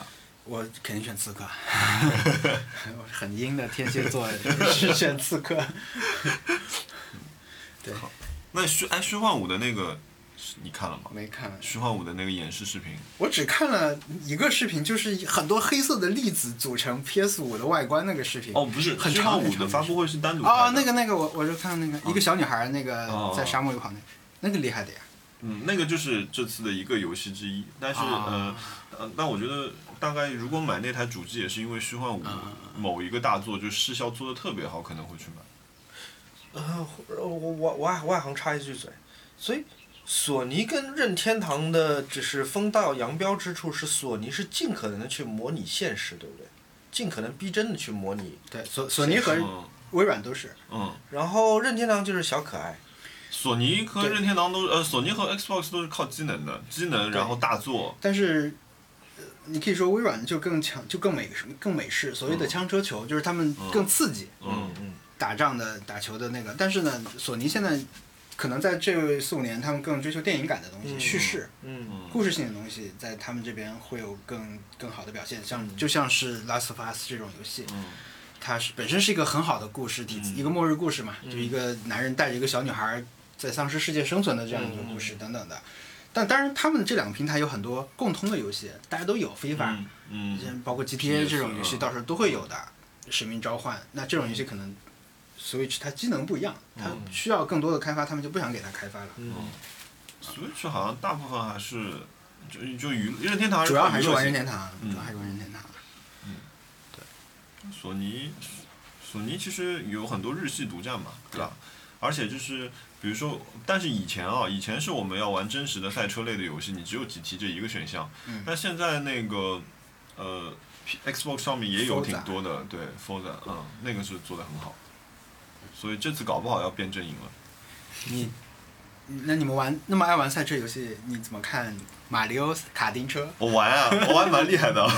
C: 我肯定选刺客。 [laughs] 我是很阴的
A: [laughs]
C: 天蝎座，是选刺客。对，
A: 那虚哎虚幻五的那个是你看了吗？
C: 没看，
A: 虚幻五的那个演示视频，
C: 我只看了一个视频，就是很多黑色的粒子组成 PS 五的外观那个视频。
A: 哦，不是，
C: 很
A: 虚
C: 长
A: 幻
C: 很
A: 五
C: 长
A: 的发布会是单独开的
C: 哦，那个，那个，我我就看那个一个小女孩，那个
A: 哦
C: 在沙漠里跑那个，那个厉害的呀。
A: 嗯，那个就是这次的一个游戏之一。但是、
C: 啊
A: 呃呃，但我觉得大概如果买那台主机，也是因为虚幻五
C: 嗯
A: 某一个大作就视效做的特别好，可能会去买。
B: 啊，我我我外外行插一句嘴，所以索尼跟任天堂的只是分道扬镳之处是索尼是尽可能的去模拟现实，对不对？尽可能逼真的去模拟，
C: 对，索索尼和
A: 嗯
C: 微软都是。
A: 嗯，
B: 然后任天堂就是小可爱，
A: 索尼和
C: 对
A: 任天堂都是呃，索尼和 Xbox 都是靠机能的，机能然后大作，
C: 但是，呃你可以说微软就更强，就更美什么更美式，所谓的枪车球，就是他们更刺激
A: 嗯
B: 嗯，
C: 打仗的打球的那个。但是呢，索尼现在可能在这四五年，他们更追求电影感的东西，
B: 嗯
C: 叙事、
B: 嗯
A: 嗯
C: 故事性的东西，在他们这边会有更更好的表现。像
B: 嗯
C: 就像是《Last of Us》这种游戏，
A: 嗯
C: 它是本身是一个很好的故事题子，一个末日故事嘛，就一个男人带着一个小女孩在丧尸世界生存的这样一个故事等等的。但当然，他们这两个平台有很多共通的游戏，大家都有非法，
A: 嗯嗯，
C: 包括 GTA 这种游戏，
A: 嗯
C: 到时候都会有的。使命召唤，那这种游戏可能 Switch 它机能不一样，它
A: 嗯
C: 需要更多的开发，他们就不想给它开发了。
B: 嗯
A: Switch 好像大部分还是就就娱任天堂
C: 主要还是玩任
A: 娱乐
C: 天堂，
A: 嗯
C: 主要还是玩任天堂。
A: 性索尼，索尼其实有很多日系独占嘛，对吧？而且就是比如说，但是以前啊，以前是我们要玩真实的赛车类的游戏，你只有 GT 这一个选项。
C: 嗯
A: 但现在那个呃，P-，Xbox 上面也有
C: Forza
A: 挺多的，对 Forza，嗯，那个是做的很好。所以这次搞不好要变阵营了。
C: 你，
A: 嗯
C: 那你们玩那么爱玩赛车游戏，你怎么看马里奥卡丁车
A: 我玩啊，我玩蛮厉害的，是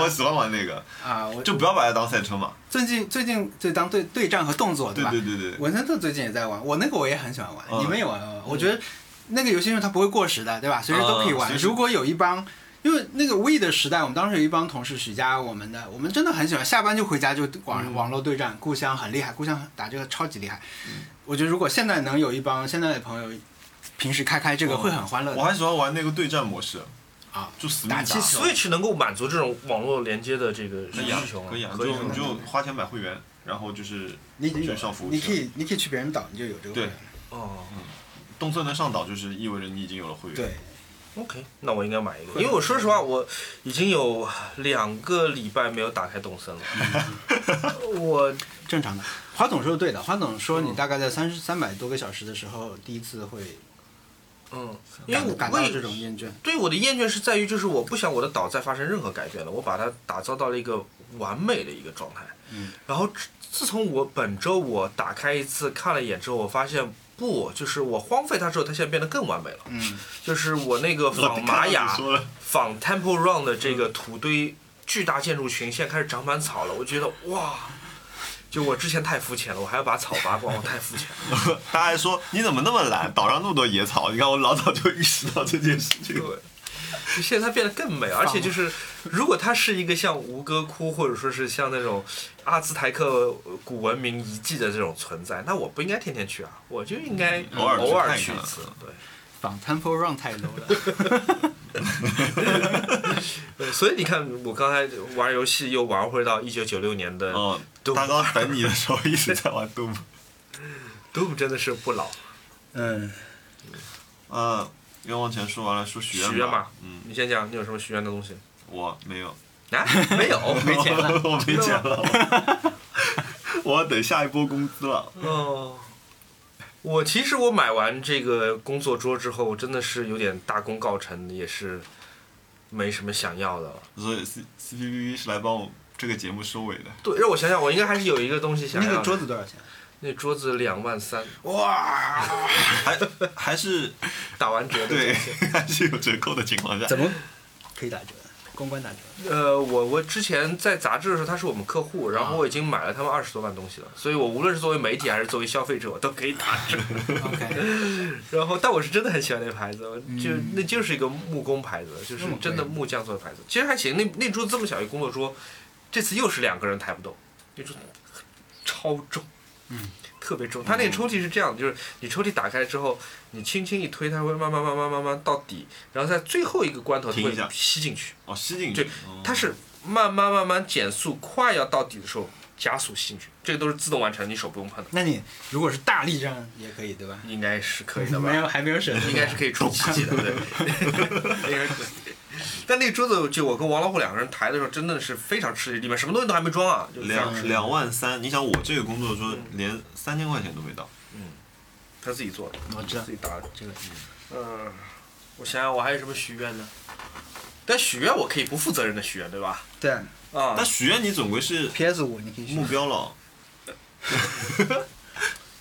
A: [laughs] 我喜欢玩那个，
C: 啊？我
A: 就不要把它当赛车嘛。
C: 最近最近就当对哦对战和动作
A: 对
C: 吧？
A: 对对对，
C: 文森特最近也在玩，我那个我也很喜欢玩，啊
A: 嗯
C: 你们也玩吗？我觉得那个游戏因为它不会过时的，对吧？随时都可以玩。
A: 嗯随时
C: 如果有一帮因为那个 We 的时代，我们当时有一帮同事，许佳，我们的，我们真的很喜欢，下班就回家就
A: 嗯
C: 网网络对战，故乡很厉害，故乡打这个超级厉害。
A: 嗯
C: 我觉得如果现在能有一帮现在的朋友，平时开
A: 嗯
C: 开这个会很欢乐
A: 我
C: 的
A: 还喜欢玩那个对战模式，
C: 啊。
A: 就死命
C: 打气球
B: Switch 能够满足这种网络连接的这个
A: 可以啊
B: 需求，吗？
A: 可以啊，
B: 可以
A: 就你就花钱买会员，然后就是
C: 你已经有
A: 就
C: 了
A: 上服务器
C: 你可以你可以去别人岛，你就有这个会
A: 对
C: 员。
B: 哦
A: 东村能上岛，就是意味着你已经有了会员。 [laughs]
C: 对，
B: ，OK，那我应该买一个，因为我说实话，我已经有两个礼拜没有打开动
C: [laughs]
B: 森了。我
C: 正常的。花总说的对的，花总说你大概在三十三百多个小时的时候，第一次会
B: 嗯，因为
C: 感
B: 我
C: 感
B: 我
C: 到
B: 也
C: 这种厌倦。
B: 对我的厌倦是在于，就是我不想我的岛再发生任何改变了，我把它打造到了一个完美的一个状态。
C: 嗯，
B: 然后自自从我本周我打开一次看了一眼之后，我发现不，就是我荒废它之后，它现在变得更完美了。
C: 嗯，
B: 就是我那个
A: 我
B: 仿
A: 看
B: 玛
A: 到你
B: 雅、
A: 说了嗯
B: 仿 Temple Run 的这个土堆巨大建筑群，现在开始长满草了。我觉得哇，就我之前太肤浅了，我还要把草拔光，我太肤浅了。
A: 大家还说你怎么那么懒，岛上那么多野草？你看我老早就意识到这件事情。
B: 对，就现在它变
A: [laughs]
B: 得更美，而且就是，如果它是一个像吴哥窟或者说是像那种阿兹台克古文明遗迹的这种存在，那我不应该天天去啊，我就应该
A: 嗯偶尔去
B: 偶尔
A: 看一啊
B: 去一
A: 看
B: 次。对
C: 仿 Temple Run 太 low 了。
B: 对，所以你看，我刚才玩游戏又玩回到一九九六年的
A: 嗯，
B: Doom
A: 大刚等你的时候一直在玩 [laughs] Doom。
B: Doom，真的是不老。
C: 嗯，
A: 呃，愿望前说完了，说许愿
B: 许愿吧
A: 吧。嗯，
B: 你先讲，你有什么许愿的东西？
A: 我没有，
B: 啊，没有，
C: [laughs]
B: 没钱。
A: [laughs]
C: 哦
A: 我没钱了， [laughs] 我要等下一波工资了。
B: 哦，我其实我买完这个工作桌之后，真的是有点大功告成，也是没什么想要的了。
A: 所以 C C P B B 是来帮我这个节目收尾的。
B: 对，让我想想，我应该还是有一个东西想
C: [laughs] 那
B: 要的。
C: 个桌子多少钱？
B: 那桌子两万三，
C: 哇，
A: 还还是
B: 打完折的。
A: 对， [laughs] 还是有折扣的情况下，
C: [laughs] 怎么可以打折？公关打 [laughs] 折？
B: 呃，我我之前在杂志的时候，他是我们客户，然
C: 啊
B: 后我已经买了他们二十多万东西了，所以我无论是作为媒体还是作为消费者，我都可以打折。
C: OK，
B: 然后，但我是真的很喜欢那个牌子，我就、
C: 嗯
B: 那就是一个木工牌子，就是
C: 那么贵
B: 真的木匠做的牌子。其实还行，那那桌这么小一个工作桌，这次又是两个人抬不动，那桌超重，
C: 嗯，
B: 特别重。它那个抽屉是这样的，就是你抽屉打开之后，你轻轻一推，它会慢慢慢慢慢慢到底，然后在最后一个关头它
A: 停
B: 会
A: 一下
B: 吸进去。
A: 哦，吸进去
B: 对。
A: 哦
B: 它是慢慢慢慢减速，快要到底的时候加速吸进去，这个都是自动完成，你手不用碰的，
C: 那你如果是大力这样也可以对吧？
B: 应该是可以的吧？
C: [laughs] 没有，还没有审，
B: 应该是可以出奇迹的，对，应该是 [laughs] 可以。但那个桌子，就我跟王老虎两个人抬的时候，真的是非常吃力，里面什么东西都还没装啊，就非常吃
A: 两
B: 力。
A: 两万三，你想我这个工作说连三千块钱都没到，
B: 他自己做的，
C: 我知道
B: 自己打的。
C: 这个。
B: 嗯，我想想，我还有什么许愿呢？但许愿我可以不负责任的许愿，对吧？
C: 对
B: 啊、
A: 但许愿你总归是
C: ，PS 五你可以选
A: 目标了。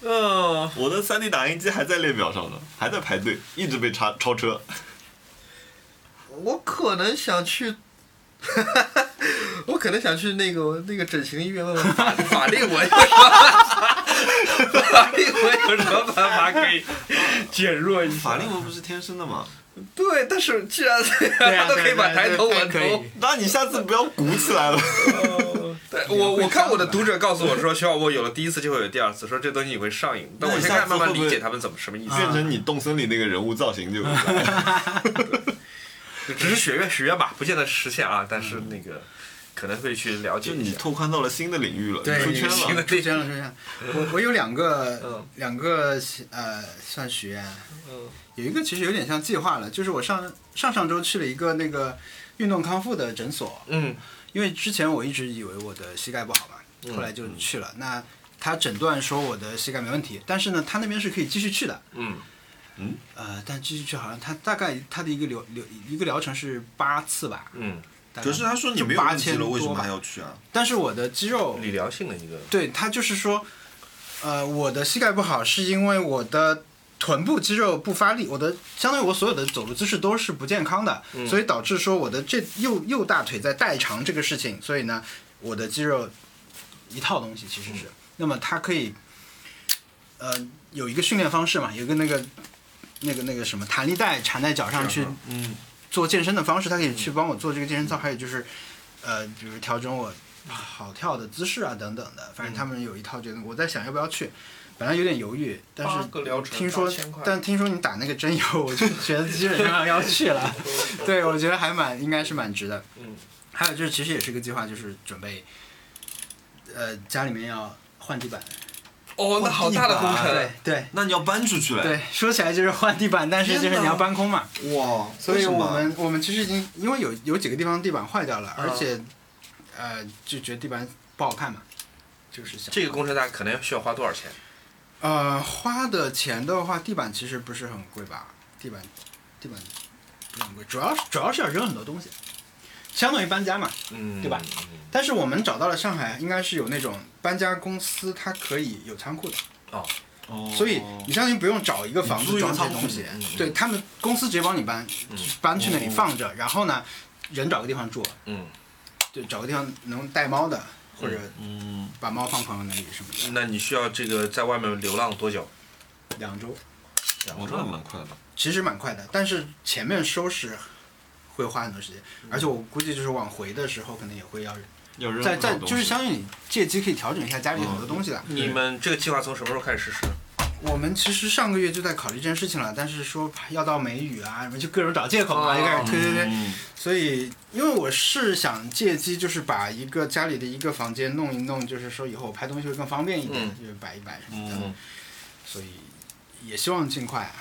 B: 嗯，
A: 我的 3D 打印机还在列表上呢，还在排队，一直被超超车。
B: 我可能想去， [laughs] 我可能想去那个那个整形医院问问法法令纹有什么，法令纹有什么办法可以减弱一
A: 法
B: 下？
A: 令纹不是天生的吗？
B: 对，但是既然这
C: 对
B: 样，[laughs]
C: 啊
B: 他都可以把抬头纹
C: 可
B: 头
C: 以。。
A: [laughs] 那你下次不要鼓起来了。
B: 对
C: 啊
B: 我我看我的读者告诉我说，徐小波有了第一次就会有第二次，说这东西你会上瘾。但我现在慢慢理解他们怎么什么意思，
A: 变成你动森里那个人物造型就可以了。
B: 就只是许愿许愿吧，不见得实现啊，但是那个可能会去了解
A: 就 [laughs]
B: 一
A: 你
B: 下。
A: 拓宽到了新的领域了，
C: [laughs] 对，
A: 你出圈
B: 新
A: 了
B: 的。
C: 出圈了，出圈了。我我有两个
B: 嗯，
C: 两个呃，算许愿，
B: 嗯
C: 有一个其实有点像计划了，就是我上上上周去了一个那个运动康复的诊所，
B: 嗯
C: 因为之前我一直以为我的膝盖不好
A: 嗯
C: 嘛，后来就去了。那他诊断说我的膝盖没问题，但是呢，他那边是可以继续去的。
B: 嗯，
C: 呃，但继续去好像他大概他的一个疗疗一个疗程是八次吧。
B: 嗯，
C: 大概
A: 可是他说你没有
C: 就
A: 问题
C: 8000
A: 了，为什
C: 多
A: 么
C: 吧
A: 还要去啊？
C: 但是我的肌肉
B: 理疗性的一个。
C: 对他就是说，呃，我的膝盖不好是因为我的臀部肌肉不发力，我的相当于我所有的走路姿势都是不健康的，所以导致说我的这右右大腿在代偿这个事情，所以呢，我的肌肉一套东西其实是，那么它可以，呃，有一个训练方式嘛，有一个那个那个那个什么弹力带缠在脚上去
B: 嗯，
C: 做健身的方式，它可以去帮我做这个健身操，还有就是，呃，比如调整我跑跳的姿势啊等等的，反正
B: 嗯
C: 他们有一套这个，我在想要不要去。本来有点犹豫，但
B: 八个疗
C: 是
B: 程
C: 听说
B: 8000块，
C: 但听说你打那个针以后，我就觉得基本上要去
B: [laughs]
C: 了。 [laughs] 对，我觉得还蛮应该是蛮值的。
B: 嗯，
C: 还有就是，其实也是个计划，就是准备，呃，家里面要换地板，
B: 哦，那好大的工
C: 对
B: 程，
C: 对
A: 那你要搬出去嘞？
C: 对，说起来就是换地板，但是就是你要搬空嘛，
A: 哇，
C: 所以
A: 为什么啊
C: 我们我们其实已经因为有有几个地方地板坏掉了，
B: 嗯
C: 而且呃就觉得地板不好看嘛，就是想
B: 这个工程大概可能需要花多少钱？
C: 呃花的钱的话，地板其实不是很贵吧，地板地板不是很贵，主要主要是要扔很多东西，相当于搬家嘛，
B: 嗯，
C: 对吧？但是我们找到了上海，应该是有那种搬家公司，它可以有仓库的，
A: 哦
C: 所以你相当于不用找一个房
A: 你租
C: 子
A: 一个
C: 装这
A: 仓
C: 些
A: 库嗯
C: 东西
B: 嗯嗯，
C: 对他们公司直接帮你搬，搬去那里放着，然后呢，人找个地方住，
B: 嗯，
C: 就找个地方能带猫的，或者
A: 嗯，
C: 把猫放朋友那里什么的，
B: 那你需要这个在外面流浪多久？
C: 两周
A: 我这蛮快的。
C: 其实蛮快的，但是前面收拾会花很多时间，而且我估计就是往回的时候可能也会要
A: 要嗯扔
C: 在在
A: 很多东西嗯
C: 就是相当于你借机可以调整一下家里很多东西的。
B: 你们这个计划从什么时候开始实施？
C: 我们其实上个月就在考虑这件事情了，但是说要到梅雨啊，什么就各种找借口嘛，
B: 哦
C: 就开始推推推。
A: 嗯
C: 所以，因为我是想借机，就是把一个家里的一个房间弄一弄，就是说以后我拍东西会更方便一点，
B: 嗯
C: 就是摆一摆什么的。
A: 嗯，
C: 所以也希望尽快啊。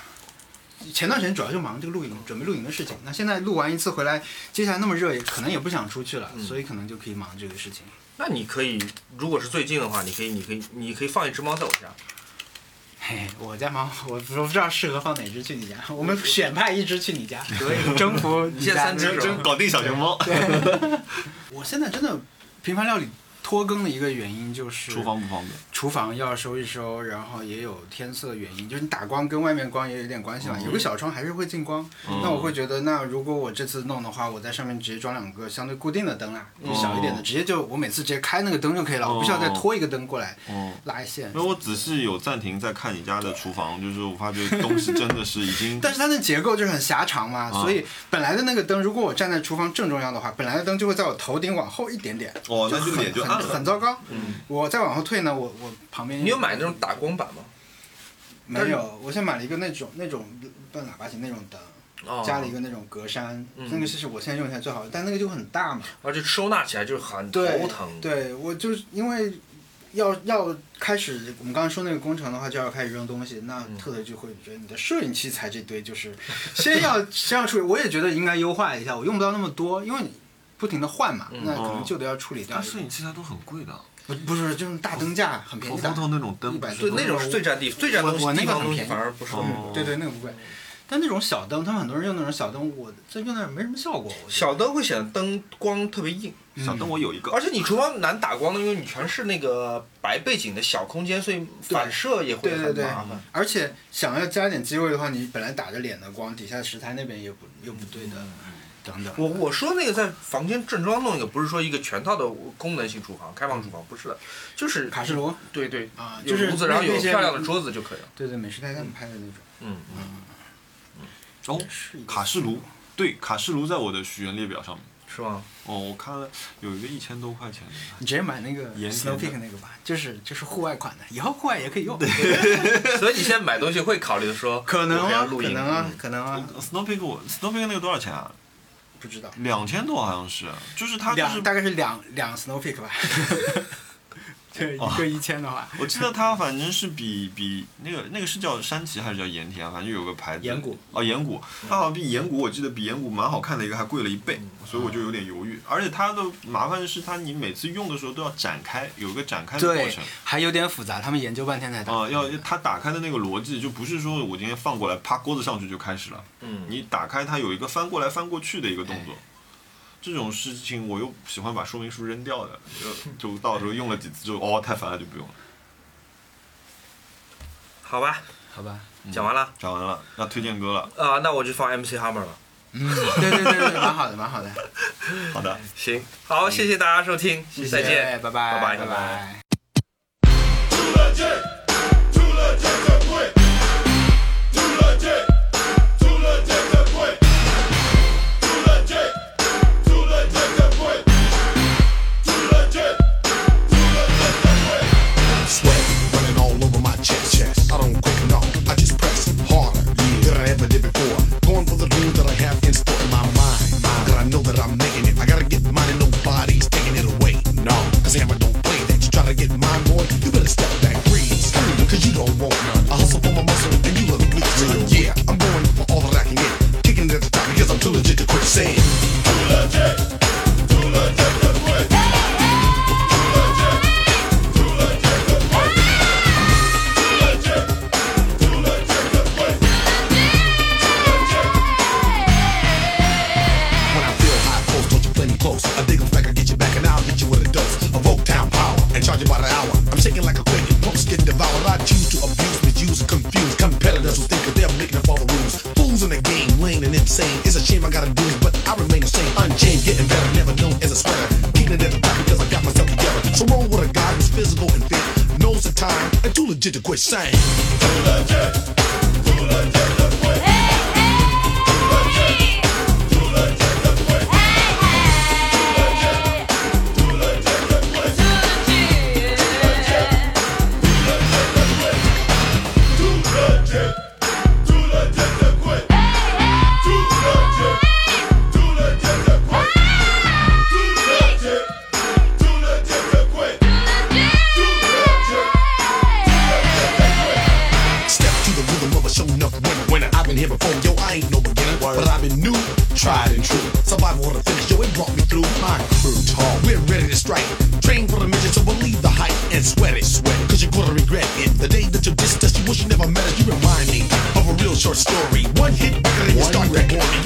C: 前段时间主要就忙这个露营，准备露营的事情。那现在录完一次回来，接下来那么热，也可能也不想出去了，
B: 嗯
C: 所以可能就可以忙这个事情。
B: 那你可以，如果是最近的话，你可以，你可以，你可以放一只猫在我家。
C: 嘿嘿，我家忙，我不知道适合放哪只去你家，我们选派一只去你家，
B: 可以。
C: 征服你
B: 现在
C: 家
B: 三只
C: 那种
B: 是吧
A: 搞定小熊猫，
C: 我现在真的频繁料理拖更的一个原因就是
A: [laughs] 厨房不方便。
C: 厨房要收一收，然后也有天色原因，就是你打光跟外面光也有点关系嘛。
A: 嗯
C: 有个小窗还是会进光，
A: 嗯
C: 那我会觉得，那如果我这次弄的话，我在上面直接装两个相对固定的灯啦，啊
A: 哦
C: 小一点的，直接就我每次直接开那个灯就可以了，
A: 哦
C: 我不需要再拖一个灯过来
A: 哦，
C: 拉一线
A: 因为。我仔细有暂停在看你家的厨房，就是我发觉东西真的是已经
C: 但是它的结构就是很狭长嘛，
A: 哦
C: 所以本来的那个灯，如果我站在厨房正中央的话，本来的灯就会在我头顶往后一点点，
A: 哦，那就脸就
C: 很
A: 暗
C: 很
A: 了。嗯
C: 糟糕。我再往后退呢，我我旁边
B: 你有买那种打光板吗？但
C: 没
B: 是
C: 有，我先买了一个那种那种半喇叭型那种灯，
B: 哦
C: 加了一个那种格栅，
B: 嗯
C: 那个是我现在用起来最好的，但那个就很大嘛，
B: 而且收纳起来就是很
C: 对
B: 头疼。，
C: 对，我就是因为要要开始我们刚刚说那个工程的话，就要开始扔东西，那
B: 嗯
C: 特特就会觉得你的摄影器材这堆就是 [laughs] 先要先要处理，我也觉得应该优化一下，我用不到那么多，因为你不停的换嘛，
B: 嗯
C: 那可
A: 哦
C: 能旧的要处理掉
A: 但。摄影器材都很贵的，啊
C: 不不是，就是大灯架很便
A: 普
C: 宜的
A: 通，的那种灯不是
B: 对，
A: 都
B: 那种是最占地，最占东西
C: 我那
B: 地
C: 个
B: 方
C: 很
B: 东西
C: 便宜嗯
B: 反而不是很
A: 哦
C: 对对，那个不贵。但那种小灯，他们很多人用那种小灯，我这用那没什么效果。我觉得
B: 小灯会显得灯光特别硬，
A: 小灯我有一个，
B: 而且你厨房难打光的，因为你全是那个白背景的小空间，所以反射也会
C: 对对
B: 很
C: 对
B: 麻烦。
C: 而且想要加点机会的话，你本来打着脸的光，底下食材那边也不又不对的，
B: 嗯
C: 等等。
B: 我我说那个在房间正装弄一个，不是说一个全套的功能性厨房、开放厨
C: 嗯
B: 房，不是的，就是
C: 卡式炉
B: 对对，
C: 啊，
B: 有
C: 就是
B: 炉子，然后有
C: 那些
B: 漂亮的桌子就可以了。
C: 对对，美食台他们拍的那种。
B: 嗯，
A: 哦，
C: 是一个
A: 卡式炉，对，卡式炉在我的许愿列表上面。
B: 是
C: [laughs]
B: 吗？
A: 哦，我看了有一个一千多块钱的，
C: 你直接买那个
A: 盐
C: Snow
A: 田
C: Peak 那个吧，就是就是户外款的，以后户外也可以用。
B: 所以你现在买东西会考虑说，
C: 可能
B: 我要嗯
C: 啊，
B: 露
C: 可
B: 营
C: 能啊，可能啊，
A: Snow Peak 呃我 Snow Peak 那个多少钱啊？
C: 不知道。
A: 两千多好像是，就是它就
C: 两
A: 是
C: 大概是两两 Snow Peak
B: [laughs]
C: 吧。 [laughs] 对，一个一千的话，
A: [laughs] 我记得它反正是比比那个那个是叫山崎还是叫盐田啊，反正有个牌子。
C: 盐谷
A: 哦，盐谷，它好像比盐谷，我记得比盐谷蛮好看的一个还贵了一倍，所以我就有点犹豫。而且它的麻烦是它你每次用的时候都要展开，有一个展开的过
C: 对
A: 程。，
C: 还有点复杂，他们研究半天才打。
B: 哦
A: 啊、要它打开的那个逻辑就不是说我今天放过来，啪锅子上去就开始了。
B: 嗯
A: 你打开它有一个翻过来翻过去的一个动作。这种事情我又喜欢把说明书扔掉的，
B: 呃
A: 就就到时候用了几次就哦太烦了就不用了。
B: 好吧，
C: 好吧。
B: 讲完了
A: 讲完了，要推荐歌了。
B: 啊、那我就放 MC Hammer 了。
C: 嗯，对对对对，蛮好的，蛮好的。
A: 好的。
B: 行，好，
C: 嗯
B: 谢谢大家收听， [laughs] 再见。
C: 拜拜，
B: 拜拜
C: 拜拜。
D: Too legit, too legit to quit. Too legit, too legit to quit. Too
E: won't none. I hustle for my muscle, and you look weak. So yeah, I'm going for all that I can get. Kicking it at the top because I'm too legit to quit saying. When I feel high close, don't you play me close. I dig 'em back, I get you back, and I'll hit you with a dose of Oak Town power and charge you by the hour. I'm shaking like a quake, punks get devoured. I choose to abuse, misuse, confuse competitors who think that they're making up all the rules. Fools in the game, lame and insane. It's a shame I gotta do it, but I remain the same. Unchained, getting better, never known as a spreader. Keeping it at the top because I got myself together. So roll with a guy who's physical and fit, knows the time, and too legit to quit saying. Step to the rhythm of a show enough winner. winner. I've been here before, yo, I ain't no beginner. But I've been new, tried and true. Survival of the finish, yo, it brought me through. My crew tall, we're ready to strike. Train for the mission, so believe the hype and sweat it. Sweat it, cause you're gonna regret it. The day that you dissed us, you wish you never met us. You remind me of a real short story. One hit record and you start to bore me.